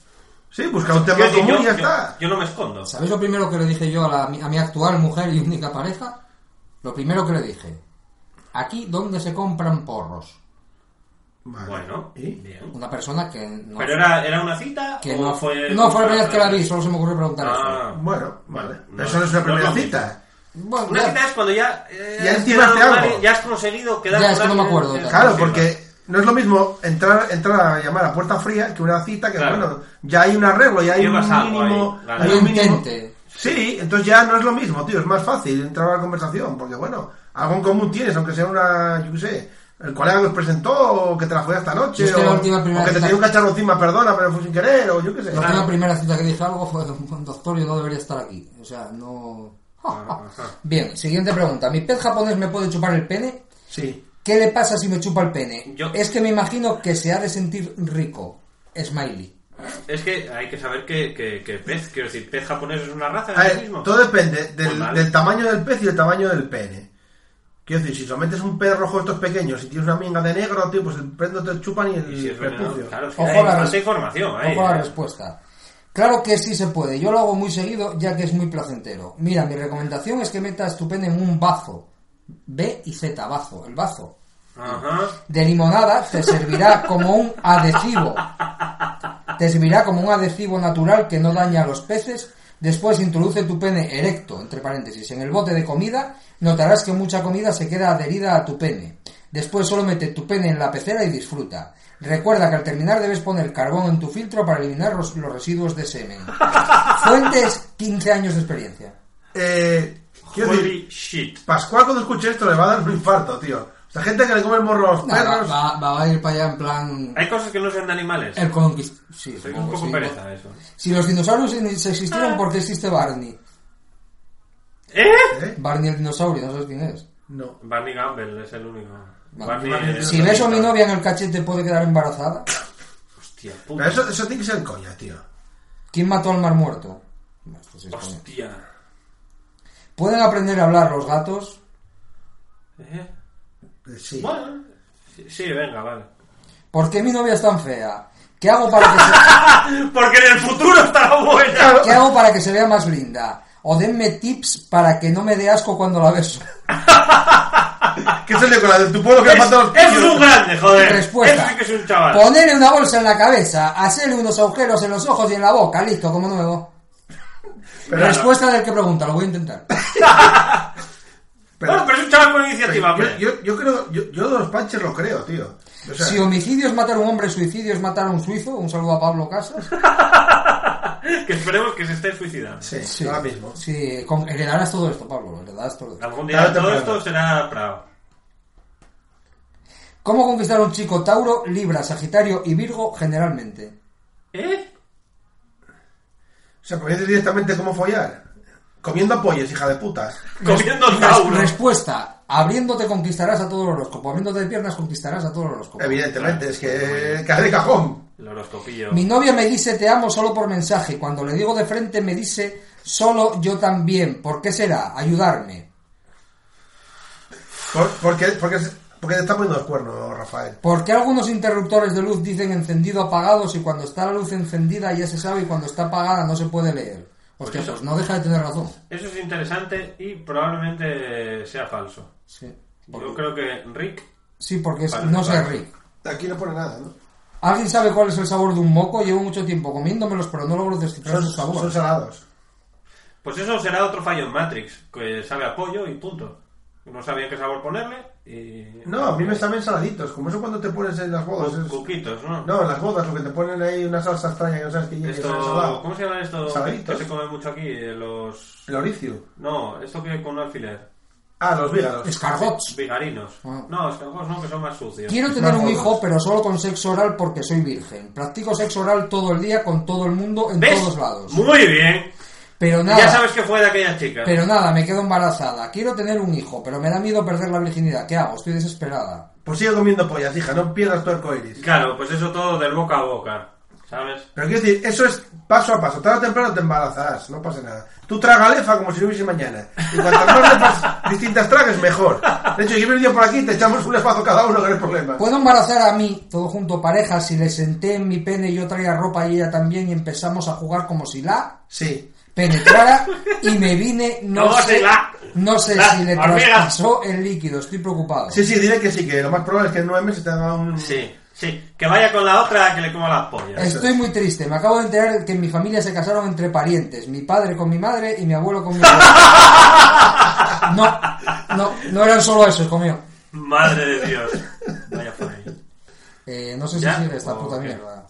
Speaker 8: Sí, busca un tema
Speaker 4: Quiero decir,
Speaker 8: común y ya
Speaker 4: yo, yo-
Speaker 8: está.
Speaker 4: yo no me escondo.
Speaker 7: ¿Sabéis lo primero que le dije yo a, la- a mi actual mujer y única pareja? Lo primero que le dije. Aquí donde se compran porros.
Speaker 8: Vale.
Speaker 4: Bueno,
Speaker 8: ¿Y?
Speaker 4: bien.
Speaker 7: Una persona que no,
Speaker 4: ¿Pero era, era una cita
Speaker 7: que
Speaker 4: o
Speaker 7: no,
Speaker 4: fue...?
Speaker 7: no fue la primera vez que la vi, solo se me ocurrió preguntar eso.
Speaker 4: Ah.
Speaker 8: Bueno, vale. Pero
Speaker 4: No,
Speaker 8: eso no es una
Speaker 4: no
Speaker 8: primera
Speaker 4: es lo mismo.
Speaker 8: cita.
Speaker 7: Bueno,
Speaker 4: Una
Speaker 7: ya-
Speaker 4: cita es cuando ya... eh,
Speaker 8: Ya
Speaker 4: has
Speaker 8: intimaste
Speaker 4: quedado con
Speaker 8: algo.
Speaker 4: alguien, Ya has conseguido quedar
Speaker 7: Ya,
Speaker 4: con
Speaker 7: es que no me
Speaker 4: alguien,
Speaker 7: acuerdo,
Speaker 4: eh,
Speaker 8: Claro,
Speaker 4: confirma.
Speaker 8: porque no es lo mismo entrar, entrar a llamar a puerta fría que una cita que,
Speaker 4: Claro.
Speaker 8: bueno, ya hay un arreglo, ya hay un
Speaker 4: Llevas algo
Speaker 8: mínimo.
Speaker 4: ahí, claro.
Speaker 8: hay
Speaker 7: Yo
Speaker 8: un mínimo-
Speaker 7: intente.
Speaker 8: Sí, entonces ya no es lo mismo, tío. Es más fácil entrar a la conversación, porque bueno, algo en común tienes, aunque sea una, yo qué sé, el colega que os presentó, o que te la fue esta
Speaker 7: Yo
Speaker 8: noche,
Speaker 7: es que
Speaker 8: o,
Speaker 7: la última primera
Speaker 8: o que te
Speaker 7: cita-
Speaker 8: tenía un cacharro encima, perdona, pero fue sin querer, o yo qué sé.
Speaker 4: Ah.
Speaker 7: La última primera cita que dije algo fue, doctor, yo no debería estar aquí. O sea, no...
Speaker 4: Ah,
Speaker 7: Bien, siguiente pregunta. ¿Mi pez japonés me puede chupar el pene?
Speaker 8: Sí.
Speaker 7: ¿Qué le pasa si me chupa el pene?
Speaker 4: Yo-
Speaker 7: Es que me imagino que se ha de sentir rico. Smiley.
Speaker 4: Es que hay que saber que, que, que pez, quiero decir, pez japonés es una raza
Speaker 8: A
Speaker 7: Ah, eh,
Speaker 4: en sí
Speaker 8: ver,
Speaker 4: mismo. Pues
Speaker 8: todo depende del,
Speaker 4: Muy mal.
Speaker 8: del tamaño del pez y del tamaño del pene. Quiero decir, si solamente es un pez rojo estos pequeños y tienes una minga de negro, tío, pues el pez no te chupan y el
Speaker 4: Y si es venenoso,
Speaker 8: prepucio.
Speaker 4: claro, es que
Speaker 7: Ojo
Speaker 4: hay
Speaker 7: a la
Speaker 4: falta
Speaker 7: res-
Speaker 4: información ahí.
Speaker 7: Ojo a la
Speaker 4: ¿eh?
Speaker 7: respuesta. Claro que sí se puede, yo lo hago muy seguido ya que es muy placentero. Mira, mi recomendación es que metas tu pene en un bazo. B y Z, bazo, el bazo.
Speaker 4: Ajá.
Speaker 7: De limonada te servirá como un adhesivo. Te servirá como un adhesivo natural que no daña a los peces. Después introduce tu pene erecto, entre paréntesis, en el bote de comida. Notarás que mucha comida se queda adherida a tu pene. Después solo mete tu pene en la pecera y disfruta. Recuerda que al terminar debes poner carbón en tu filtro para eliminar los, los residuos de semen. Fuentes, 15 años de experiencia.
Speaker 8: Eh, quiero decir,
Speaker 4: Holy shit.
Speaker 8: Pascual cuando escuche esto le va a dar un infarto, tío. Esta gente que le come el morro a los
Speaker 7: Nada,
Speaker 8: perros.
Speaker 7: va, va a ir para allá en plan...
Speaker 4: Hay cosas que no son de animales.
Speaker 7: El conquist... Sí,
Speaker 4: Soy un
Speaker 7: supongo,
Speaker 4: poco
Speaker 7: sí.
Speaker 4: pereza de eso.
Speaker 7: Si los dinosaurios se existieron, ¿por qué existe Barney?
Speaker 4: ¿Eh?
Speaker 8: ¿eh?
Speaker 7: Barney el dinosaurio, no sabes quién es.
Speaker 8: No.
Speaker 4: Barney Gamble es el único.
Speaker 7: Vale.
Speaker 4: Barney-
Speaker 7: Si
Speaker 4: eh,
Speaker 7: beso a mi novia en el cachete, ¿puede quedar embarazada?
Speaker 4: Hostia,
Speaker 8: Pero
Speaker 4: puta.
Speaker 8: eso, eso tiene que ser coña, tío.
Speaker 7: ¿Quién mató al mar muerto? No, esto sí es coña.
Speaker 4: Hostia.
Speaker 7: ¿Pueden aprender a hablar los gatos?
Speaker 4: ¿Eh?
Speaker 8: Eh, Sí.
Speaker 4: Bueno. sí- Sí, venga, vale.
Speaker 7: ¿Por qué mi novia es tan fea? ¿Qué hago para que se,
Speaker 4: Porque en el futuro estará buena.
Speaker 7: ¿qué hago para que se vea más linda? O denme tips para que no me dé asco cuando la beso.
Speaker 8: ¿Qué es el de con la de tu pueblo que le
Speaker 4: Es,
Speaker 8: mata a los
Speaker 4: es
Speaker 8: tíos?
Speaker 4: un grande, joder.
Speaker 7: Respuesta.
Speaker 4: Ese sí que es un chaval.
Speaker 7: Ponerle una bolsa en la cabeza, hacerle unos agujeros en los ojos y en la boca, listo, como nuevo.
Speaker 8: Pero-
Speaker 7: Respuesta del que pregunta, lo voy a intentar.
Speaker 8: pero-
Speaker 4: Bueno, pero es un chaval con
Speaker 8: pero
Speaker 4: iniciativa, hombre.
Speaker 8: yo, yo, yo creo, yo, yo de los panches lo creo, tío. O sea,
Speaker 7: Si homicidio es matar a un hombre, suicidio es matar a un suizo. Un saludo a Pablo Casas.
Speaker 4: Que esperemos que se esté suicidando.
Speaker 8: sí, ahora mismo.
Speaker 7: Sí, con- heredarás todo esto, Pablo. Heredarás todo esto.
Speaker 4: Algún día
Speaker 8: Tarde o
Speaker 4: todo
Speaker 8: temprano.
Speaker 4: esto será Prado.
Speaker 7: ¿Cómo conquistar a un chico Tauro, Libra, Sagitario y Virgo generalmente?
Speaker 4: ¿Eh?
Speaker 8: O sea, comiences directamente cómo follar. Comiendo pollos, hija de putas.
Speaker 4: Comiendo
Speaker 7: Res-
Speaker 4: Tauro.
Speaker 7: Respuesta. Abriéndote conquistarás a todo el horóscopo. Abriéndote de piernas conquistarás a todo el horóscopo.
Speaker 8: Evidentemente, es que cae de cajón.
Speaker 4: El horoscopillo.
Speaker 7: Mi novia me dice te amo solo por mensaje. Cuando le digo de frente me dice solo yo también. ¿Por qué será? Ayudarme.
Speaker 8: ¿Por, por qué, por qué se- por qué te está poniendo los cuernos, Rafael?
Speaker 7: ¿Por qué algunos interruptores de luz dicen encendido apagados y cuando está la luz encendida ya se sabe y cuando está apagada no se puede leer? Hostia, pues no deja de tener razón.
Speaker 4: Eso es interesante y probablemente sea falso.
Speaker 7: Sí,
Speaker 4: Yo creo que Rick
Speaker 7: Sí, porque es-
Speaker 4: Vale,
Speaker 7: no sé,
Speaker 4: vale.
Speaker 7: Rick.
Speaker 8: Aquí no pone nada, ¿no?
Speaker 7: ¿Alguien sabe cuál es el sabor de un moco? Llevo mucho tiempo comiéndomelos, pero no logro descifrar
Speaker 8: Son,
Speaker 7: su sabor.
Speaker 8: son salados.
Speaker 4: Pues eso será otro fallo en Matrix, que sabe a pollo y punto. No sabía qué sabor ponerle y...
Speaker 8: No, a mí me saben saladitos, como eso cuando te pones en las bodas.
Speaker 4: Cu-
Speaker 8: es-
Speaker 4: Cuquitos, ¿no?
Speaker 8: No, en las bodas, lo que te ponen ahí una salsa extraña que no sabes qué lleva, que sabe
Speaker 4: Esto...
Speaker 8: salado.
Speaker 4: ¿Cómo se llama esto
Speaker 8: Saladitos.
Speaker 4: que se come mucho aquí? Eh, Los...
Speaker 8: El oricio.
Speaker 4: No, esto que con un alfiler.
Speaker 8: Ah, los vígaros.
Speaker 7: Escargots.
Speaker 4: Vigarinos.
Speaker 7: Ah.
Speaker 4: No, escargots no, que son más sucios.
Speaker 7: Quiero tener un
Speaker 8: Escargots.
Speaker 7: hijo, pero solo con sexo oral porque soy virgen. Practico sexo oral todo el día con todo el mundo en
Speaker 4: ¿Ves?
Speaker 7: todos lados.
Speaker 4: Muy bien.
Speaker 7: Pero nada.
Speaker 4: Ya sabes que fue de aquella chica.
Speaker 7: Pero nada, me quedo embarazada. Quiero tener un hijo, pero me da miedo perder la virginidad. ¿Qué hago? Estoy desesperada.
Speaker 8: Pues sigue comiendo pollas, hija, no pierdas tu arcoiris.
Speaker 4: Claro, pues eso todo del boca a boca, ¿sabes?
Speaker 8: Pero quiero decir, eso es paso a paso. Tarde o temprano te embarazas, no pasa nada. Tú traga lefa como si no hubiese mañana. Y cuantas más lefas distintas tragues, mejor. De hecho, yo he venido por aquí y te echamos un espacio cada uno, que no hay problema.
Speaker 4: Pues-
Speaker 7: Puedo embarazar a mí, todo junto pareja, si le senté en mi pene y yo traía ropa y ella también y empezamos a jugar como si la
Speaker 8: Sí.
Speaker 7: penetrara y me vine, no
Speaker 4: Como
Speaker 7: sé,
Speaker 4: si la-
Speaker 7: no sé
Speaker 4: la
Speaker 7: si le
Speaker 4: hormiga.
Speaker 7: traspasó el líquido, estoy preocupado.
Speaker 8: Sí, sí, diré que sí, que lo más probable es que en nueve meses te haga un...
Speaker 4: Sí, sí. Que vaya con la otra que le coma las pollas.
Speaker 7: Estoy muy triste, me acabo de enterar que en mi familia se casaron entre parientes, mi padre con mi madre y mi abuelo con mi abuelo. No, no, no eran solo esos, comió.
Speaker 4: Madre de Dios. Vaya fue.
Speaker 7: Eh, no sé si
Speaker 4: ¿Ya?
Speaker 7: sigue esta
Speaker 4: ¿O
Speaker 7: puta
Speaker 4: qué?
Speaker 7: mierda.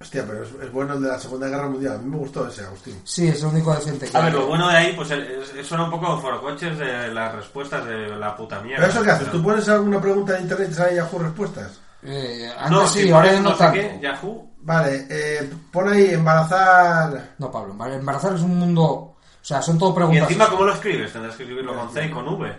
Speaker 8: Hostia, pero es, es bueno el de la Segunda Guerra Mundial. A mí me gustó ese, Agustín.
Speaker 7: Sí, es el único decente que
Speaker 4: A ver,
Speaker 7: hay.
Speaker 4: lo bueno de ahí, pues es- es- suena un poco forocoches de las respuestas de la puta mierda.
Speaker 8: ¿Pero eso qué haces? ¿Tú pones alguna pregunta en internet y sale Yahoo respuestas?
Speaker 7: Eh,
Speaker 8: Ah,
Speaker 7: antes
Speaker 4: No,
Speaker 7: sí,
Speaker 4: si
Speaker 7: ahora
Speaker 4: pones
Speaker 7: ya no,
Speaker 4: no sé
Speaker 7: tanto.
Speaker 4: qué, Yahoo.
Speaker 8: Vale, eh, pon ahí embarazar...
Speaker 7: No, Pablo, embar- embarazar es un mundo. O sea, son todo
Speaker 4: Y
Speaker 7: preguntas.
Speaker 4: encima, ¿cómo lo escribes? Tendrás que escribirlo con C y con V.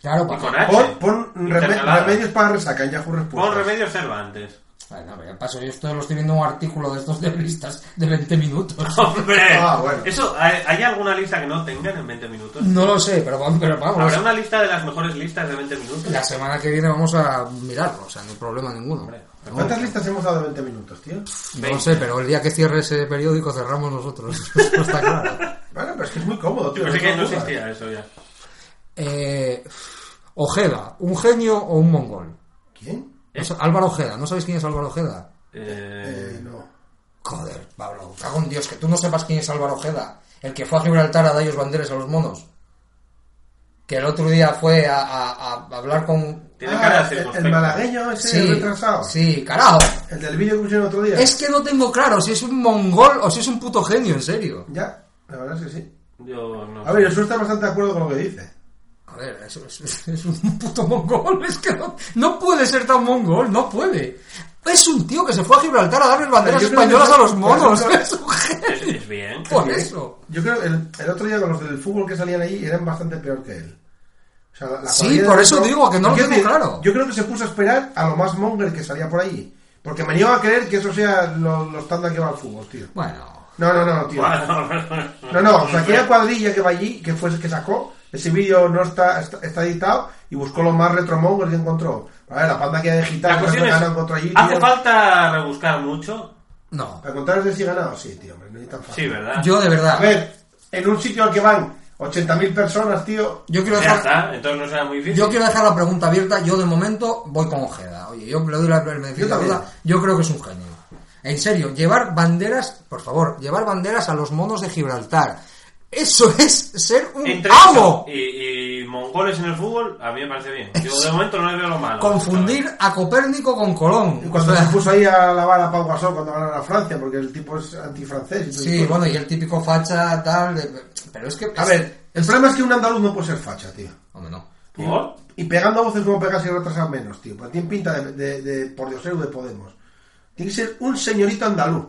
Speaker 7: Claro,
Speaker 4: Y
Speaker 7: Pablo.
Speaker 4: con H.
Speaker 8: Pon, pon reme-
Speaker 4: Ah, Intercalada.
Speaker 8: remedios para resaca en Yahoo respuestas.
Speaker 4: Pon remedios Cervantes.
Speaker 7: Ay, no, pero paso, yo esto lo estoy viendo en un artículo de estos de listas de 20 minutos.
Speaker 4: ¡Hombre!
Speaker 8: Ah, bueno.
Speaker 4: Eso, ¿hay hay alguna lista que no tengan en 20 minutos?
Speaker 7: No lo sé, pero, vamos- pero vamos.
Speaker 8: pues-
Speaker 4: ¿Habrá una lista de las mejores listas de 20 minutos?
Speaker 7: La semana que viene vamos a mirarlo, o sea, no hay problema ninguno.
Speaker 8: ¿Cuántas listas hemos dado en 20 minutos, tío?
Speaker 7: No lo sé, pero el día que cierre ese periódico cerramos nosotros. Eso está claro.
Speaker 8: Bueno, pero es que es muy cómodo, tío.
Speaker 4: Yo pensé
Speaker 8: te
Speaker 4: que no
Speaker 8: preocupas.
Speaker 4: existía eso ya.
Speaker 7: Eh, Ojeda, ¿un genio o un mongol?
Speaker 8: ¿Quién?
Speaker 7: No sé, Álvaro Ojeda, ¿no sabéis quién es Álvaro Ojeda?
Speaker 4: Eh,
Speaker 8: Eh, no.
Speaker 7: Joder, Pablo, cago en Dios, que tú no sepas quién es Álvaro Ojeda, el que fue a Gibraltar a dar ellos banderas a los monos. Que el otro día fue a, a- a hablar con...
Speaker 4: tiene
Speaker 8: Ah,
Speaker 4: cara de
Speaker 8: el- el,
Speaker 4: circunspecto.
Speaker 8: malagueño ese retrasado.
Speaker 7: sí, carajo.
Speaker 8: El del vídeo que pusieron el otro día.
Speaker 7: Es que no tengo claro si es un mongol o si es un puto genio, en serio.
Speaker 8: Ya, la verdad es que sí.
Speaker 4: Yo no.
Speaker 8: A ver, eso está bastante de acuerdo con lo que dice.
Speaker 7: Joder, es, es- es un puto mongol, es que no, no puede ser tan mongol, no puede. Es un tío que se fue a Gibraltar a darles banderas
Speaker 8: Yo creo que
Speaker 7: españolas
Speaker 8: eso-
Speaker 7: a los monos,
Speaker 8: por ejemplo-
Speaker 7: es un genio.
Speaker 4: es, es bien.
Speaker 7: Por eso.
Speaker 8: Yo creo que el, el otro día con los del fútbol que salían ahí eran bastante peor que él. O sea, la- la
Speaker 7: Sí,
Speaker 8: cualidad
Speaker 7: por
Speaker 8: de
Speaker 7: eso
Speaker 8: otro-
Speaker 7: digo que no lo
Speaker 8: Quiero
Speaker 7: tengo
Speaker 8: decir,
Speaker 7: claro.
Speaker 8: Yo creo que se puso a esperar a lo más monger que salía por ahí. Porque me niego a creer que eso sea lo- los tandas que va al fútbol, tío.
Speaker 7: Bueno,
Speaker 8: No, no, no, tío. No, no, o sea, aquella cuadrilla que va allí, que fue que sacó, ese vídeo no está, está, está editado y buscó los más retromongos que encontró. A ver, la panda que ha de
Speaker 4: La
Speaker 8: gitanos,
Speaker 4: cuestión es,
Speaker 8: ganan contra allí,
Speaker 4: ¿hace
Speaker 8: tío.
Speaker 4: falta rebuscar mucho?
Speaker 7: no.
Speaker 8: Para contar de si ganado, sí, tío, hombre, no es tan fácil.
Speaker 4: Sí, ¿verdad?
Speaker 7: Yo de verdad.
Speaker 8: A ver, en un sitio al que van 80.000 personas, tío,
Speaker 7: Yo quiero,
Speaker 4: Ya
Speaker 7: dejar,
Speaker 4: está, entonces no será muy difícil.
Speaker 7: yo quiero dejar la pregunta abierta. Yo, de momento, voy con Ojeda. Oye, yo le doy la el beneficio
Speaker 8: Yo
Speaker 7: de la
Speaker 8: también.
Speaker 7: duda. Yo creo que es un genio. En serio, llevar banderas, por favor, llevar banderas a los monos de Gibraltar. Eso es ser un
Speaker 4: Entre
Speaker 7: amo.
Speaker 4: eso y, y mongoles en el fútbol, a mí me parece bien. Yo de momento no le veo lo malo.
Speaker 7: Confundir a Copérnico con Colón.
Speaker 8: y cuando
Speaker 7: O sea,
Speaker 8: se puso ahí a lavar a Pau Gasol cuando ganaron a Francia, porque el tipo es antifrancés. y todo
Speaker 7: Sí,
Speaker 8: eso.
Speaker 7: bueno, y el típico facha tal. de- Pero es que.
Speaker 8: A ver, el problema es que un andaluz no puede ser facha, tío.
Speaker 7: Hombre, no.
Speaker 4: ¿Por?
Speaker 8: Y pegando voces como pegas y retrasas menos, tío. Pues tiene pinta de, de, de por diosero de Podemos. Tiene que ser un señorito andaluz.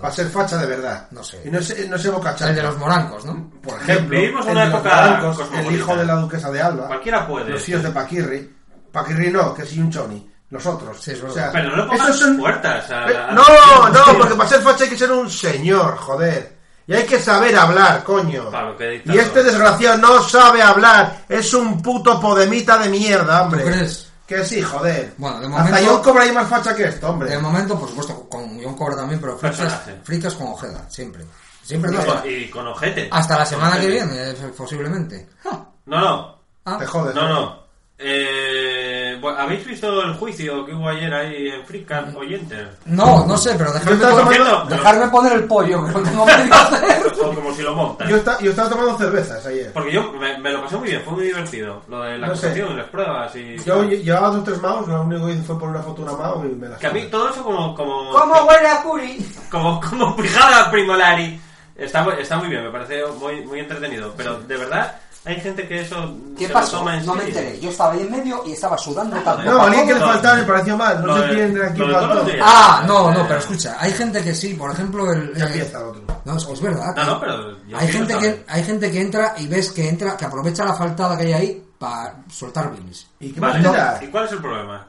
Speaker 8: Para ser facha de verdad.
Speaker 7: Pues, No sé.
Speaker 8: Y no se, no se boca
Speaker 7: El de
Speaker 8: chancla.
Speaker 7: los morancos, ¿no?
Speaker 8: Por ejemplo,
Speaker 4: Vivimos en
Speaker 8: el
Speaker 4: una
Speaker 8: de los
Speaker 4: época
Speaker 8: Barrancos,
Speaker 4: cosmopolita.
Speaker 8: el hijo de la duquesa de Alba.
Speaker 4: Cualquiera puede.
Speaker 8: Los hijos de Paquirri. Paquirri no, que sí un choni. Los otros.
Speaker 7: Sí, es verdad.
Speaker 4: Pero no le pongas
Speaker 8: esos son-
Speaker 4: puertas a la-
Speaker 8: Eh,
Speaker 4: a la-
Speaker 8: No, no, porque para ser facha hay que ser un señor, joder. Y hay que saber hablar, coño.
Speaker 4: Claro, qué dictador.
Speaker 8: y este desgraciado no sabe hablar. Es un puto podemita de mierda, hombre.
Speaker 7: ¿Tú crees?
Speaker 8: Que sí, joder.
Speaker 7: Bueno, de
Speaker 8: Hasta
Speaker 7: momento-
Speaker 8: John Cobra hay más facha que esto, hombre.
Speaker 7: De momento, por supuesto, con John Cobra también, pero fritas,
Speaker 4: Personaje.
Speaker 7: fritas con ojeda, siempre. Siempre
Speaker 4: Y
Speaker 7: no,
Speaker 4: con-
Speaker 7: hasta,
Speaker 4: Y con ojete.
Speaker 7: hasta la semana
Speaker 4: Con
Speaker 7: que
Speaker 4: ojete.
Speaker 7: viene, eh, posiblemente. Ah,
Speaker 4: No, no.
Speaker 7: ah.
Speaker 8: Te jodes.
Speaker 4: No,
Speaker 8: ¿eh?
Speaker 4: no. Eh, bueno, ¿Habéis visto el juicio que hubo ayer ahí en Freecast oyentes?
Speaker 7: No, no sé, pero dejadme,
Speaker 8: estaba
Speaker 7: poner,
Speaker 4: tomando-
Speaker 7: dejadme poner el pollo, que lo tengo medio que hacer.
Speaker 4: O como si lo montan.
Speaker 8: Yo, esta- yo estaba tomando cervezas ayer.
Speaker 4: Porque yo me, me lo pasé muy bien, fue muy divertido. Lo de la
Speaker 8: No sé.
Speaker 4: acusación, las pruebas y...
Speaker 8: Yo lle- llevaba dos o tres maos, lo único que hice fue poner una foto de una mao y me la
Speaker 4: Que a mí todo eso como... como
Speaker 7: ¿Cómo huele a Curi?
Speaker 4: como, como pijada primolari. Está, mu- está muy bien, me parece muy, muy entretenido. Pero de verdad, hay gente que eso
Speaker 10: ¿Qué
Speaker 4: se lo
Speaker 10: pasó?
Speaker 4: toma en
Speaker 10: No me
Speaker 4: serio.
Speaker 10: enteré. Yo estaba ahí en medio y estaba sudando tanto.
Speaker 8: No, alguien que le
Speaker 4: No.
Speaker 8: faltaba le pareció mal. No
Speaker 4: Lo
Speaker 8: se
Speaker 4: de-
Speaker 8: entiende aquí
Speaker 4: lo de
Speaker 8: faltó.
Speaker 4: todos los días.
Speaker 7: Ah, no, no, pero escucha, hay gente que sí, por ejemplo, el...
Speaker 8: Ya
Speaker 7: eh,
Speaker 8: empieza el otro.
Speaker 7: No, es que es verdad.
Speaker 4: No,
Speaker 7: que-
Speaker 4: no, pero yo
Speaker 7: hay
Speaker 4: quiero
Speaker 7: gente
Speaker 4: saber.
Speaker 7: que hay gente que entra y ves que entra, que aprovecha la faltada que hay ahí para soltar bilis.
Speaker 8: ¿Y qué
Speaker 4: Vale,
Speaker 8: más
Speaker 4: ¿y cuál es el problema?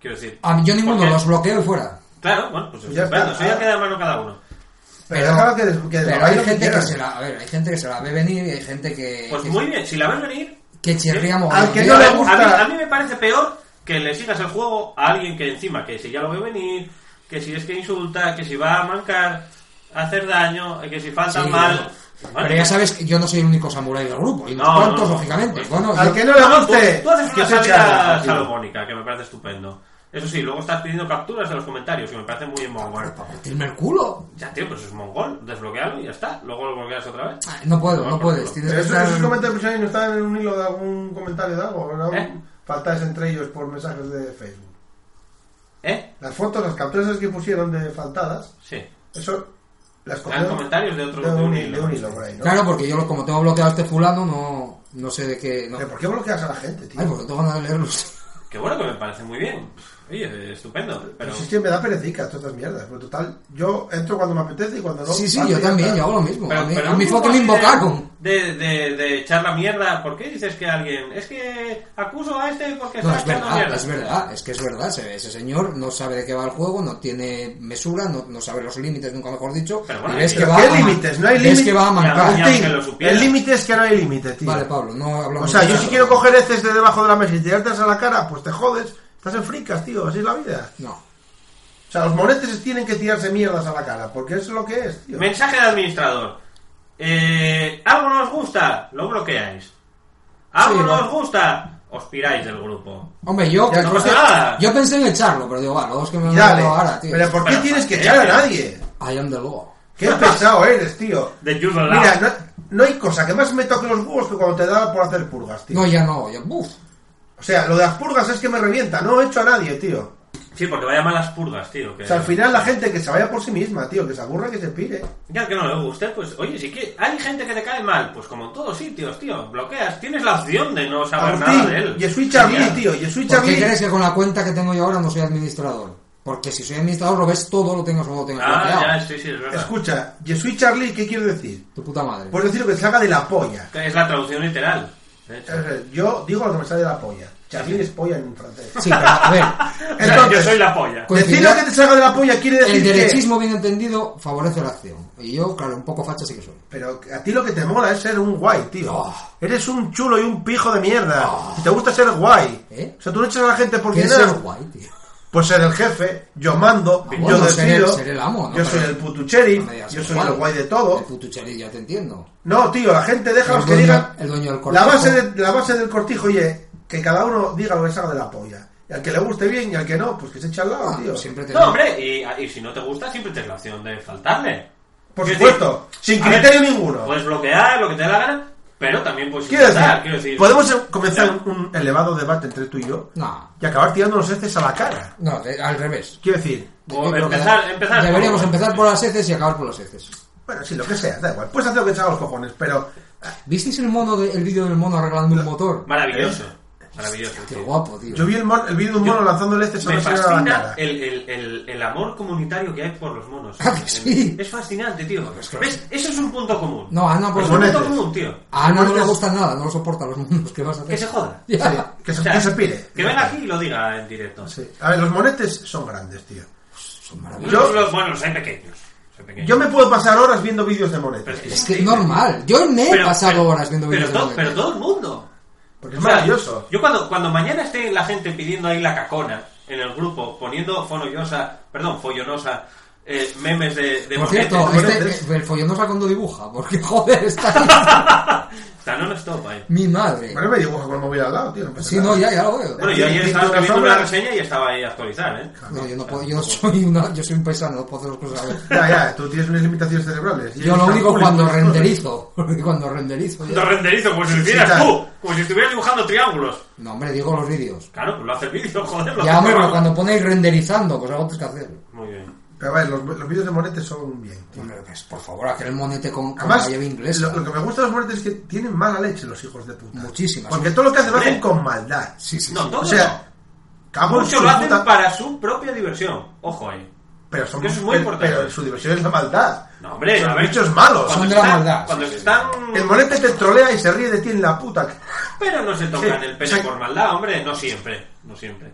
Speaker 4: Quiero decir...
Speaker 7: A mí yo ninguno
Speaker 4: porque-
Speaker 7: los bloqueo y fuera.
Speaker 4: Claro, bueno, pues
Speaker 8: Ya
Speaker 4: estupendo.
Speaker 8: está.
Speaker 4: Eso ya queda en mano cada uno.
Speaker 8: Pero déjalo que des- que
Speaker 7: pero
Speaker 8: desvaya
Speaker 7: hay
Speaker 8: lo que
Speaker 7: gente que
Speaker 8: quieran.
Speaker 7: se la, a ver, hay gente que se la ve venir y hay gente que
Speaker 4: Pues
Speaker 7: que,
Speaker 4: muy bien, si la ves venir...
Speaker 7: que chirría
Speaker 4: Al
Speaker 7: mogollón.
Speaker 8: que
Speaker 7: Yo-
Speaker 4: Yo,
Speaker 8: no le
Speaker 4: a mí-
Speaker 8: gusta.
Speaker 4: A mí, me parece peor que le sigas el juego a alguien que encima, que si ya lo ve venir, que si es que insulta, que si va a mancar, a hacer daño, que si falta
Speaker 7: Sí,
Speaker 4: mal. Bueno,
Speaker 7: Pero ya sabes que yo no soy el único samurái del grupo, y
Speaker 4: No,
Speaker 7: unos cuantos,
Speaker 4: no.
Speaker 7: lógicamente. Bueno,
Speaker 8: Al
Speaker 7: yo-
Speaker 8: que no le
Speaker 4: No, tú,
Speaker 8: guste,
Speaker 4: tú haces
Speaker 8: que
Speaker 4: una
Speaker 8: se eche
Speaker 4: salida
Speaker 8: atrás, tío.
Speaker 4: salomónica, que me parece estupendo. Eso sí, luego estás pidiendo capturas en los comentarios, que me parece muy mongol.
Speaker 7: para partirme el culo.
Speaker 4: Ya, tío, pero eso es mongol, desbloquealo y ya está. Luego lo bloqueas otra vez.
Speaker 7: Ah, No puedo,
Speaker 4: No,
Speaker 7: no
Speaker 4: por
Speaker 7: puedes.
Speaker 4: favor.
Speaker 7: Tienes
Speaker 8: Pero
Speaker 7: que
Speaker 8: eso-
Speaker 7: estar...
Speaker 8: esos comentarios personales no estaban en un hilo de algún comentario de algo. ¿no?
Speaker 4: ¿Eh?
Speaker 8: Faltas entre ellos por mensajes de Facebook.
Speaker 4: ¿Eh?
Speaker 8: Las fotos, las capturas que pusieron de faltadas,
Speaker 4: Sí.
Speaker 8: eso las
Speaker 4: Eran
Speaker 8: cogieron
Speaker 4: comentarios de otro
Speaker 8: de un, de un hilo por ahí, ¿no?
Speaker 7: Claro, porque yo como tengo bloqueado a este fulano, no, no sé de qué... No.
Speaker 8: ¿Pero por qué bloqueas a la gente, tío?
Speaker 7: Ay, porque tengo ganas de leerlos.
Speaker 4: Que bueno, que me parece muy bien. Oye, estupendo. Pero...
Speaker 7: Pues
Speaker 8: Pero sí, sí, me da perecicas todas estas mierdas. Pero total, yo entro cuando me apetece y cuando no.
Speaker 7: Sí, sí,
Speaker 8: paso y
Speaker 7: yo
Speaker 8: ya
Speaker 7: también,
Speaker 8: está.
Speaker 7: yo hago lo mismo. a mí, a
Speaker 4: un
Speaker 7: mí fue que
Speaker 4: poco
Speaker 7: me
Speaker 4: así de-
Speaker 7: invocaron.
Speaker 4: De, de, de echar la mierda. ¿Por qué dices que alguien.? Es que acuso a este porque
Speaker 7: No,
Speaker 4: está
Speaker 7: es
Speaker 4: echando
Speaker 7: verdad,
Speaker 4: mierda.
Speaker 7: es verdad, es que es verdad, se- ese señor no sabe de qué va el juego, no tiene mesura, no, no sabe los límites, nunca mejor dicho,
Speaker 4: Pero bueno,
Speaker 7: y ves
Speaker 4: pero
Speaker 7: que va
Speaker 8: ¿qué
Speaker 7: a man-
Speaker 8: límites? No hay
Speaker 7: ves
Speaker 8: límites.
Speaker 7: que va a mancar.
Speaker 4: Ya,
Speaker 8: Martín,
Speaker 4: aunque lo supiera.
Speaker 8: el límite es que no hay límite, tío.
Speaker 7: Vale, pues, Pablo, no
Speaker 8: o
Speaker 7: hablamos
Speaker 8: sea,
Speaker 7: de
Speaker 8: yo
Speaker 7: nada.
Speaker 8: si quiero coger heces de debajo de la mesa y tirártelas a la cara, pues te jodes. Estás en fricas, tío. Así es la vida.
Speaker 7: No,
Speaker 8: O sea, los monetes tienen que tirarse mierdas a la cara, porque eso es lo que es, tío.
Speaker 4: Mensaje del administrador. Eh, algo no os gusta, lo bloqueáis. Algo
Speaker 7: Sí,
Speaker 4: no
Speaker 7: bueno.
Speaker 4: os gusta, os piráis del grupo.
Speaker 7: hombre, yo,
Speaker 8: Ya,
Speaker 4: no
Speaker 7: pensé,
Speaker 4: pasa nada.
Speaker 7: yo pensé en echarlo, pero digo, va, los que me han
Speaker 8: Ya,
Speaker 7: dado
Speaker 8: le-
Speaker 7: ahora, tío.
Speaker 8: Pero ¿por qué
Speaker 4: Pero,
Speaker 8: tienes que
Speaker 4: ¿qué?
Speaker 8: echar a nadie?
Speaker 7: Ahí anda luego.
Speaker 8: Qué pesado eres, tío.
Speaker 4: De Judo
Speaker 8: Mira, no, no hay cosa que más me toque los huevos que cuando te da por hacer purgas, tío.
Speaker 7: No, ya no, ya, buf.
Speaker 8: O sea, lo de las purgas es que me revienta. No he hecho a nadie, tío.
Speaker 4: Sí, porque vaya malas purgas, tío. Que...
Speaker 8: O sea, al final la gente que se vaya por sí misma, tío, que se aburra, que se pire.
Speaker 4: Ya que no le guste, pues oye, si que hay gente que te cae mal, pues como en todos sitios, tío, bloqueas, tienes la opción de no saber nada de él.
Speaker 8: Agustín, Yesui Charlie,
Speaker 4: Ya.
Speaker 8: tío, Yesui
Speaker 7: ¿Por qué
Speaker 8: Charlie.
Speaker 7: crees que con la cuenta que tengo yo ahora no soy administrador? Porque si soy administrador lo ves todo, lo tengas o no lo tengas
Speaker 4: Ah,
Speaker 7: bloqueado.
Speaker 4: ya, sí, sí, es verdad.
Speaker 8: Escucha, Yesui Charlie, ¿qué quiere decir?
Speaker 7: Tu puta madre.
Speaker 8: Pues decir lo que te salga de la polla.
Speaker 4: Es la traducción literal. de hecho.
Speaker 8: Es decir, Yo digo lo que me sale de la polla. Charlie es polla en francés.
Speaker 7: Sí, pero a ver,
Speaker 4: O sea,
Speaker 8: Entonces,
Speaker 4: yo soy la polla.
Speaker 7: Pues
Speaker 8: decir
Speaker 7: mira,
Speaker 8: lo que te salga de la polla quiere decir
Speaker 7: el
Speaker 8: que-
Speaker 7: derechismo bien entendido favorece la acción. Y yo, claro, un poco facha sí que soy.
Speaker 8: Pero a ti lo que te mola es ser un guay, tío.
Speaker 7: Oh.
Speaker 8: Eres un chulo y un pijo de mierda. Y te gusta ser guay.
Speaker 7: ¿Eh?
Speaker 8: O sea, tú no echas a la gente porque
Speaker 7: ¿Quieres
Speaker 8: nada.
Speaker 7: ser guay, tío?
Speaker 8: Pues ser el jefe, yo mando, yo
Speaker 7: bueno, ser
Speaker 8: decido.
Speaker 7: el- ser el amo, ¿no?
Speaker 8: Yo
Speaker 7: Pero-
Speaker 8: soy el putucheri,
Speaker 7: No me digas
Speaker 8: yo
Speaker 7: ser
Speaker 8: soy el guay de todo.
Speaker 7: El putucheri, ya te entiendo.
Speaker 8: No, tío, la gente deja
Speaker 7: El
Speaker 8: los que
Speaker 7: dueño-
Speaker 8: digan.
Speaker 7: el dueño del
Speaker 8: la
Speaker 7: cortijo.
Speaker 8: base, de- la base del cortijo y es que cada uno diga lo que salga de la polla. Y al que le guste bien y al que no, pues que se eche al lado,
Speaker 7: Ah,
Speaker 8: tío.
Speaker 7: siempre te
Speaker 4: No, hombre, y, y si no te gusta, siempre tienes la opción de faltarle.
Speaker 8: Por
Speaker 4: Quiero
Speaker 8: supuesto, sin
Speaker 4: a ver,
Speaker 8: criterio ninguno.
Speaker 4: Puedes bloquear lo que te dé la gana, pero también puedes
Speaker 8: Quiero
Speaker 4: insultar,
Speaker 8: decir,
Speaker 4: quiero decir.
Speaker 8: podemos em- comenzar un elevado debate entre tú y yo
Speaker 7: No,
Speaker 8: y acabar tirándonos heces a la cara.
Speaker 7: no, de- al revés.
Speaker 8: Quiero decir,
Speaker 4: O
Speaker 7: Yo creo que
Speaker 4: empezar-
Speaker 7: da-
Speaker 4: empezar
Speaker 7: Deberíamos
Speaker 4: por-
Speaker 7: empezar por las heces y acabar por las heces.
Speaker 8: bueno, sí, lo que sea, da igual. Puedes hacer lo que te salga a los cojones, pero
Speaker 7: ¿Visteis el mono de- el vídeo del mono arreglando un motor?
Speaker 4: Maravilloso. Maravilloso.
Speaker 7: Qué
Speaker 4: tío.
Speaker 7: guapo, tío.
Speaker 8: yo vi el, mon- el vídeo de un mono lanzándole heces a
Speaker 4: Me
Speaker 8: una señora a la
Speaker 4: fascina
Speaker 8: cara.
Speaker 4: el, el, el, el amor comunitario que hay por los monos.
Speaker 7: Ah, que sí.
Speaker 4: Es fascinante, tío.
Speaker 8: Pues
Speaker 7: es que-
Speaker 4: ¿Ves? Eso es un punto común.
Speaker 7: No,
Speaker 8: ah,
Speaker 7: Ana, por
Speaker 4: es un punto
Speaker 8: monetes.
Speaker 4: común, tío.
Speaker 7: A Ana no le gusta nada, no lo soporta los monos. ¿Qué vas a hacer?
Speaker 4: Que se Ah. joda.
Speaker 7: Ya.
Speaker 8: Ah, Que se,
Speaker 4: O sea,
Speaker 8: que se pire.
Speaker 4: Que venga aquí y lo diga en directo.
Speaker 8: Sí. A ver, los monetes son grandes, tío.
Speaker 7: Son maravillosos.
Speaker 4: Yo, los, bueno, los hay pequeños. Soy pequeño.
Speaker 8: Yo me puedo pasar horas viendo vídeos de Monet.
Speaker 4: Pero
Speaker 7: Es que es normal. Yo me he
Speaker 4: Pero-
Speaker 7: pasado
Speaker 4: pero-
Speaker 7: horas viendo
Speaker 4: pero
Speaker 7: vídeos de
Speaker 4: todo-
Speaker 7: Monet.
Speaker 4: Pero todo el mundo.
Speaker 8: Porque es
Speaker 4: O sea,
Speaker 8: maravilloso.
Speaker 4: Yo cuando, cuando mañana esté la gente pidiendo ahí la cacona en el grupo, poniendo folloyosa, perdón, follonosa, eh, memes de, de
Speaker 7: Por
Speaker 4: monetes,
Speaker 7: cierto,
Speaker 4: monetes,
Speaker 7: este, eh, el follón no sabe cuando dibuja, porque joder, está
Speaker 4: está no stop ahí.
Speaker 7: mi madre.
Speaker 8: Bueno, me dibujo con el móvil al lado, tío. no pasa
Speaker 7: Sí, no,
Speaker 8: nada.
Speaker 7: ya, ya lo veo.
Speaker 4: Bueno, yo ayer
Speaker 8: Pinto
Speaker 4: estaba
Speaker 8: una
Speaker 4: escribiendo una
Speaker 8: sombra.
Speaker 4: reseña y estaba ahí a actualizar, ¿eh?
Speaker 7: No, yo no puedo, yo soy una, yo soy un paisano, no puedo hacer las cosas a la vez.
Speaker 8: Ya, ya, tú tienes unas limitaciones cerebrales. Y
Speaker 7: Yo
Speaker 8: eres
Speaker 7: lo
Speaker 8: tan
Speaker 7: único
Speaker 8: cool y
Speaker 7: cuando
Speaker 8: cool.
Speaker 7: renderizo, porque cuando renderizo
Speaker 4: Lo
Speaker 7: ya...
Speaker 4: renderizo, pues si lo
Speaker 8: Sí,
Speaker 4: hicieras
Speaker 8: claro.
Speaker 4: tú, pues si estuvieras dibujando triángulos.
Speaker 7: No, hombre, digo los vídeos.
Speaker 4: Claro, pues lo hace el vídeo, joder, lo
Speaker 7: Ya, hombre,
Speaker 4: hace el
Speaker 7: pero
Speaker 4: programa.
Speaker 7: cuando ponéis renderizando, pues algo tienes que hacer.
Speaker 4: Muy bien.
Speaker 8: Pero vale, los, los vídeos de Monete son bien. tío.
Speaker 7: Hombre, pues, por favor, aquel monete con, con la
Speaker 8: Además,
Speaker 7: llave inglesa.
Speaker 8: lo, lo que me gusta de los Monetes es que tienen mala leche los hijos de puta.
Speaker 7: Muchísimas.
Speaker 8: Porque todo lo que hacen lo hacen
Speaker 4: Hombre.
Speaker 8: con maldad.
Speaker 7: Sí, sí,
Speaker 4: No,
Speaker 7: sí.
Speaker 4: todo
Speaker 8: O sea, cago en
Speaker 4: Muchos
Speaker 8: su
Speaker 4: lo hacen
Speaker 8: puta-
Speaker 4: para su propia diversión. Ojo ahí.
Speaker 8: Pero son
Speaker 4: que eso es muy
Speaker 8: pero-
Speaker 4: importante.
Speaker 8: Pero su diversión es la maldad.
Speaker 4: No, hombre,
Speaker 8: son
Speaker 4: a ver.
Speaker 8: bichos malos.
Speaker 4: Cuando
Speaker 7: Son de la
Speaker 4: están-
Speaker 7: maldad,
Speaker 4: Cuando
Speaker 7: sí,
Speaker 4: se
Speaker 7: sí.
Speaker 4: están...
Speaker 8: El Monete te trolea y se ríe de ti en la puta
Speaker 4: Pero no se tocan el pene
Speaker 8: Sí.
Speaker 4: por maldad, hombre. No siempre, no siempre.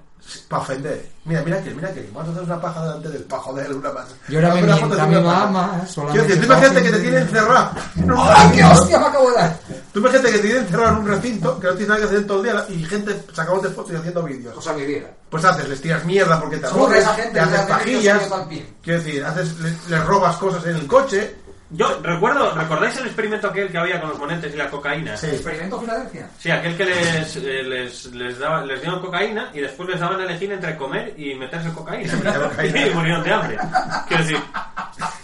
Speaker 8: para ofender. Mira, mira que, mira que, vamos a hacer una paja delante del pajo de una más.
Speaker 7: Yo ahora
Speaker 8: Haz
Speaker 7: me
Speaker 8: una foto
Speaker 7: mienta
Speaker 8: de
Speaker 7: mi
Speaker 8: una paja.
Speaker 7: mamá,
Speaker 8: Quiero
Speaker 7: solamente...
Speaker 8: decir, tú imagínate que te tienen
Speaker 7: tienen
Speaker 8: encerrado. en un
Speaker 7: ¡Ay, qué
Speaker 8: recinto.
Speaker 7: hostia me acabo de dar!
Speaker 8: Tú imagínate que te tienen encerrado en un recinto, que no tienes nada que hacer todo el día y gente sacándote fotos y haciendo vídeos.
Speaker 7: mi vida.
Speaker 8: Pues haces, les tiras mierda porque te
Speaker 7: Somos
Speaker 8: aburres,
Speaker 7: esa gente
Speaker 8: te
Speaker 7: que
Speaker 8: haces
Speaker 7: hace vídeos
Speaker 8: pajillas.
Speaker 7: y yo también.
Speaker 8: Quiero decir, haces, les, les robas cosas en el coche.
Speaker 4: Yo recuerdo, ¿recordáis el experimento aquel que había con los monetes y la cocaína?
Speaker 8: Sí.
Speaker 7: ¿Experimento Filadelfia?
Speaker 4: Sí, aquel que les, eh, les, les, daba- les dieron cocaína y después les daban a elegir entre comer y meterse cocaína.
Speaker 8: cocaína.
Speaker 4: y murieron de hambre. Quiero decir,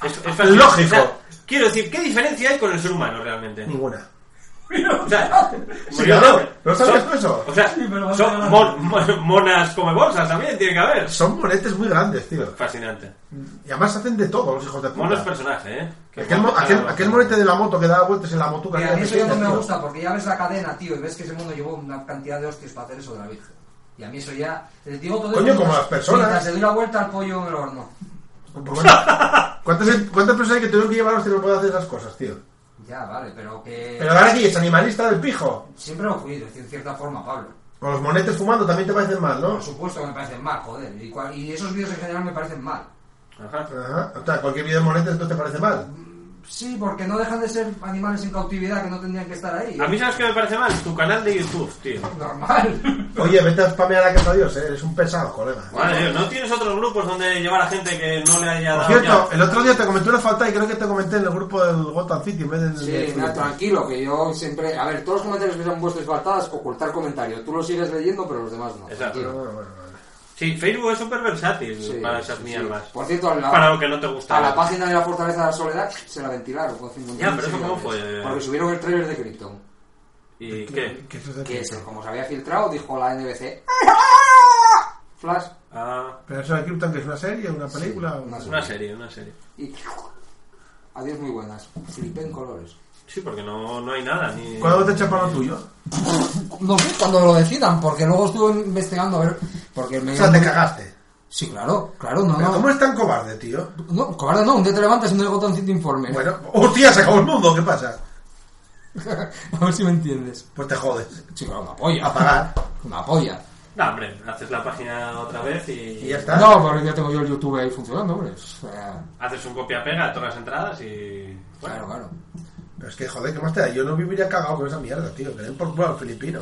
Speaker 4: es, es fascinante.
Speaker 8: Lógico.
Speaker 4: O sea, quiero decir, ¿qué diferencia hay con el ser humano realmente?
Speaker 8: Ninguna.
Speaker 4: O sea, murieron
Speaker 8: claro.
Speaker 4: de hambre.
Speaker 8: ¿No sabías
Speaker 4: Son-
Speaker 8: tú eso?
Speaker 4: O sea,
Speaker 11: pero
Speaker 4: son mon- mon- monas come bolsas también, tiene que haber.
Speaker 8: Son monetes muy grandes, tío.
Speaker 4: Fascinante.
Speaker 8: Y además hacen de todo los hijos de
Speaker 4: Monos
Speaker 8: puta.
Speaker 4: personaje, ¿eh? Que
Speaker 8: Aquel,
Speaker 4: monos
Speaker 8: mo- aquel,
Speaker 4: personaje.
Speaker 8: aquel monete de la moto que daba vueltas en la motuca.
Speaker 12: Mira,
Speaker 8: que
Speaker 12: a
Speaker 8: era
Speaker 12: mí eso ya no
Speaker 8: pequeña,
Speaker 12: me
Speaker 8: tío.
Speaker 12: gusta, porque ya ves la cadena, tío, y ves que ese mundo llevó una cantidad de hostias para hacer eso de la Virgen. Y a mí eso ya... Les digo todo
Speaker 8: Coño,
Speaker 12: esto
Speaker 8: como
Speaker 12: mientras-
Speaker 8: las personas.
Speaker 12: Mientras se doy la vuelta al pollo en el horno.
Speaker 8: Pues bueno, ¿Cuántas, ¿Cuántas personas hay que tuvieron que llevarlos que no pueden hacer esas cosas, tío?
Speaker 12: Ya, vale, pero que...
Speaker 8: Pero ahora aquí es animalista del pijo.
Speaker 12: Siempre lo fui, de cierta forma, Pablo.
Speaker 8: Con los monetes fumando también te parecen mal, ¿no?
Speaker 12: Por supuesto que me parecen mal, joder. Y, cua- y esos vídeos en general me parecen mal.
Speaker 4: Ajá.
Speaker 8: Ajá. O sea, cualquier video de monetes no te parece mal.
Speaker 12: Sí, porque no dejan de ser animales en cautividad que no tendrían que estar ahí.
Speaker 4: A mí, ¿sabes qué me parece mal? Tu canal de YouTube, tío.
Speaker 12: Normal.
Speaker 8: Oye, vete a spamear a casa de Dios, ¿eh? eres un pesado, colega.
Speaker 4: Madre Dios, ¿no tienes otros grupos donde llevar a gente que no le haya
Speaker 8: Por
Speaker 4: dado
Speaker 8: cierto,
Speaker 4: ya?
Speaker 8: el otro día te comenté una falta y creo que te comenté en el grupo del Gotham City en vez del...
Speaker 7: Sí,
Speaker 8: del-
Speaker 7: no, tranquilo, que yo siempre... A ver, todos los comentarios que se han puesto esbatadas, ocultar comentario. Tú los sigues leyendo, pero los demás no.
Speaker 4: Exacto.
Speaker 7: tranquilo.
Speaker 8: Bueno, bueno, bueno.
Speaker 4: Sí, Facebook es súper versátil
Speaker 7: Sí,
Speaker 4: Ah, para esas
Speaker 7: sí,
Speaker 4: mierdas.
Speaker 7: sí. Por cierto, a la,
Speaker 4: Para lo que no te gusta.
Speaker 7: a la página de la Fortaleza de la Soledad se la ventilaron con 50
Speaker 4: Ya, pero eso cómo fue.
Speaker 7: Porque subieron el trailer de Krypton.
Speaker 4: ¿Y qué?
Speaker 8: ¿Qué sucede?
Speaker 7: Que se- como se había filtrado, dijo la NBC... Flash.
Speaker 4: Ah,
Speaker 8: ¿Pero eso de Krypton que es una serie, una película? o-
Speaker 7: una
Speaker 4: una serie, una serie.
Speaker 7: Y... Adiós, muy buenas. Flipé en colores.
Speaker 4: Sí, porque no, no hay nada. Ni...
Speaker 8: ¿Cuándo te echas para lo tuyo?
Speaker 7: No sé, cuando lo decidan, porque luego estuve investigando a ver... Porque me
Speaker 8: O sea, te cagaste.
Speaker 7: Sí, claro, claro, no,
Speaker 8: Pero
Speaker 7: no.
Speaker 8: ¿Cómo eres tan cobarde, tío?
Speaker 7: No, cobarde no, un día te levantas y no hay botoncito informe.
Speaker 8: Bueno, hostia, se acabó el mundo, ¿qué pasa?
Speaker 7: a ver si me entiendes.
Speaker 8: Pues te jodes.
Speaker 7: Sí, claro, una polla.
Speaker 8: Apagar.
Speaker 7: Una polla.
Speaker 4: No, hombre, haces la página otra vez y,
Speaker 8: Y ya está.
Speaker 7: No, porque ya tengo yo el YouTube ahí funcionando, hombre. O sea,
Speaker 4: haces un copia-pega de todas las entradas y...
Speaker 7: claro,
Speaker 4: Bueno,
Speaker 7: claro.
Speaker 8: Pero es que, joder, ¿qué más te da? Yo no viviría cagado con esa mierda, tío. Que den por culo al filipino.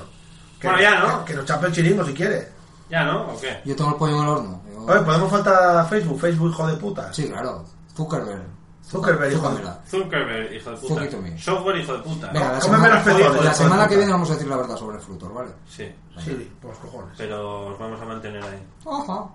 Speaker 8: Que,
Speaker 4: Bueno, ya, ¿no?
Speaker 8: Que, que nos chape el chiringo si quiere.
Speaker 4: ¿Ya no? ¿O qué?
Speaker 7: Yo tengo el pollo en el horno. Yo-
Speaker 8: A ver, podemos faltar a Facebook. Facebook, hijo de puta.
Speaker 7: Sí, claro. Zuckerberg.
Speaker 8: Zuckerberg, hijo de-
Speaker 7: Zúcamela.
Speaker 4: Zuckerberg, hijo de puta.
Speaker 7: Poquito mío.
Speaker 4: Software, hijo de puta.
Speaker 7: Venga, la
Speaker 8: Cómeme
Speaker 7: semana,
Speaker 8: los pezones, hijo
Speaker 7: la
Speaker 8: de
Speaker 7: semana
Speaker 8: puta.
Speaker 7: que viene vamos a decir la verdad sobre frutos, ¿vale?
Speaker 4: Sí,
Speaker 8: Sí, por los cojones.
Speaker 4: pero os vamos a mantener ahí.
Speaker 7: Ajá.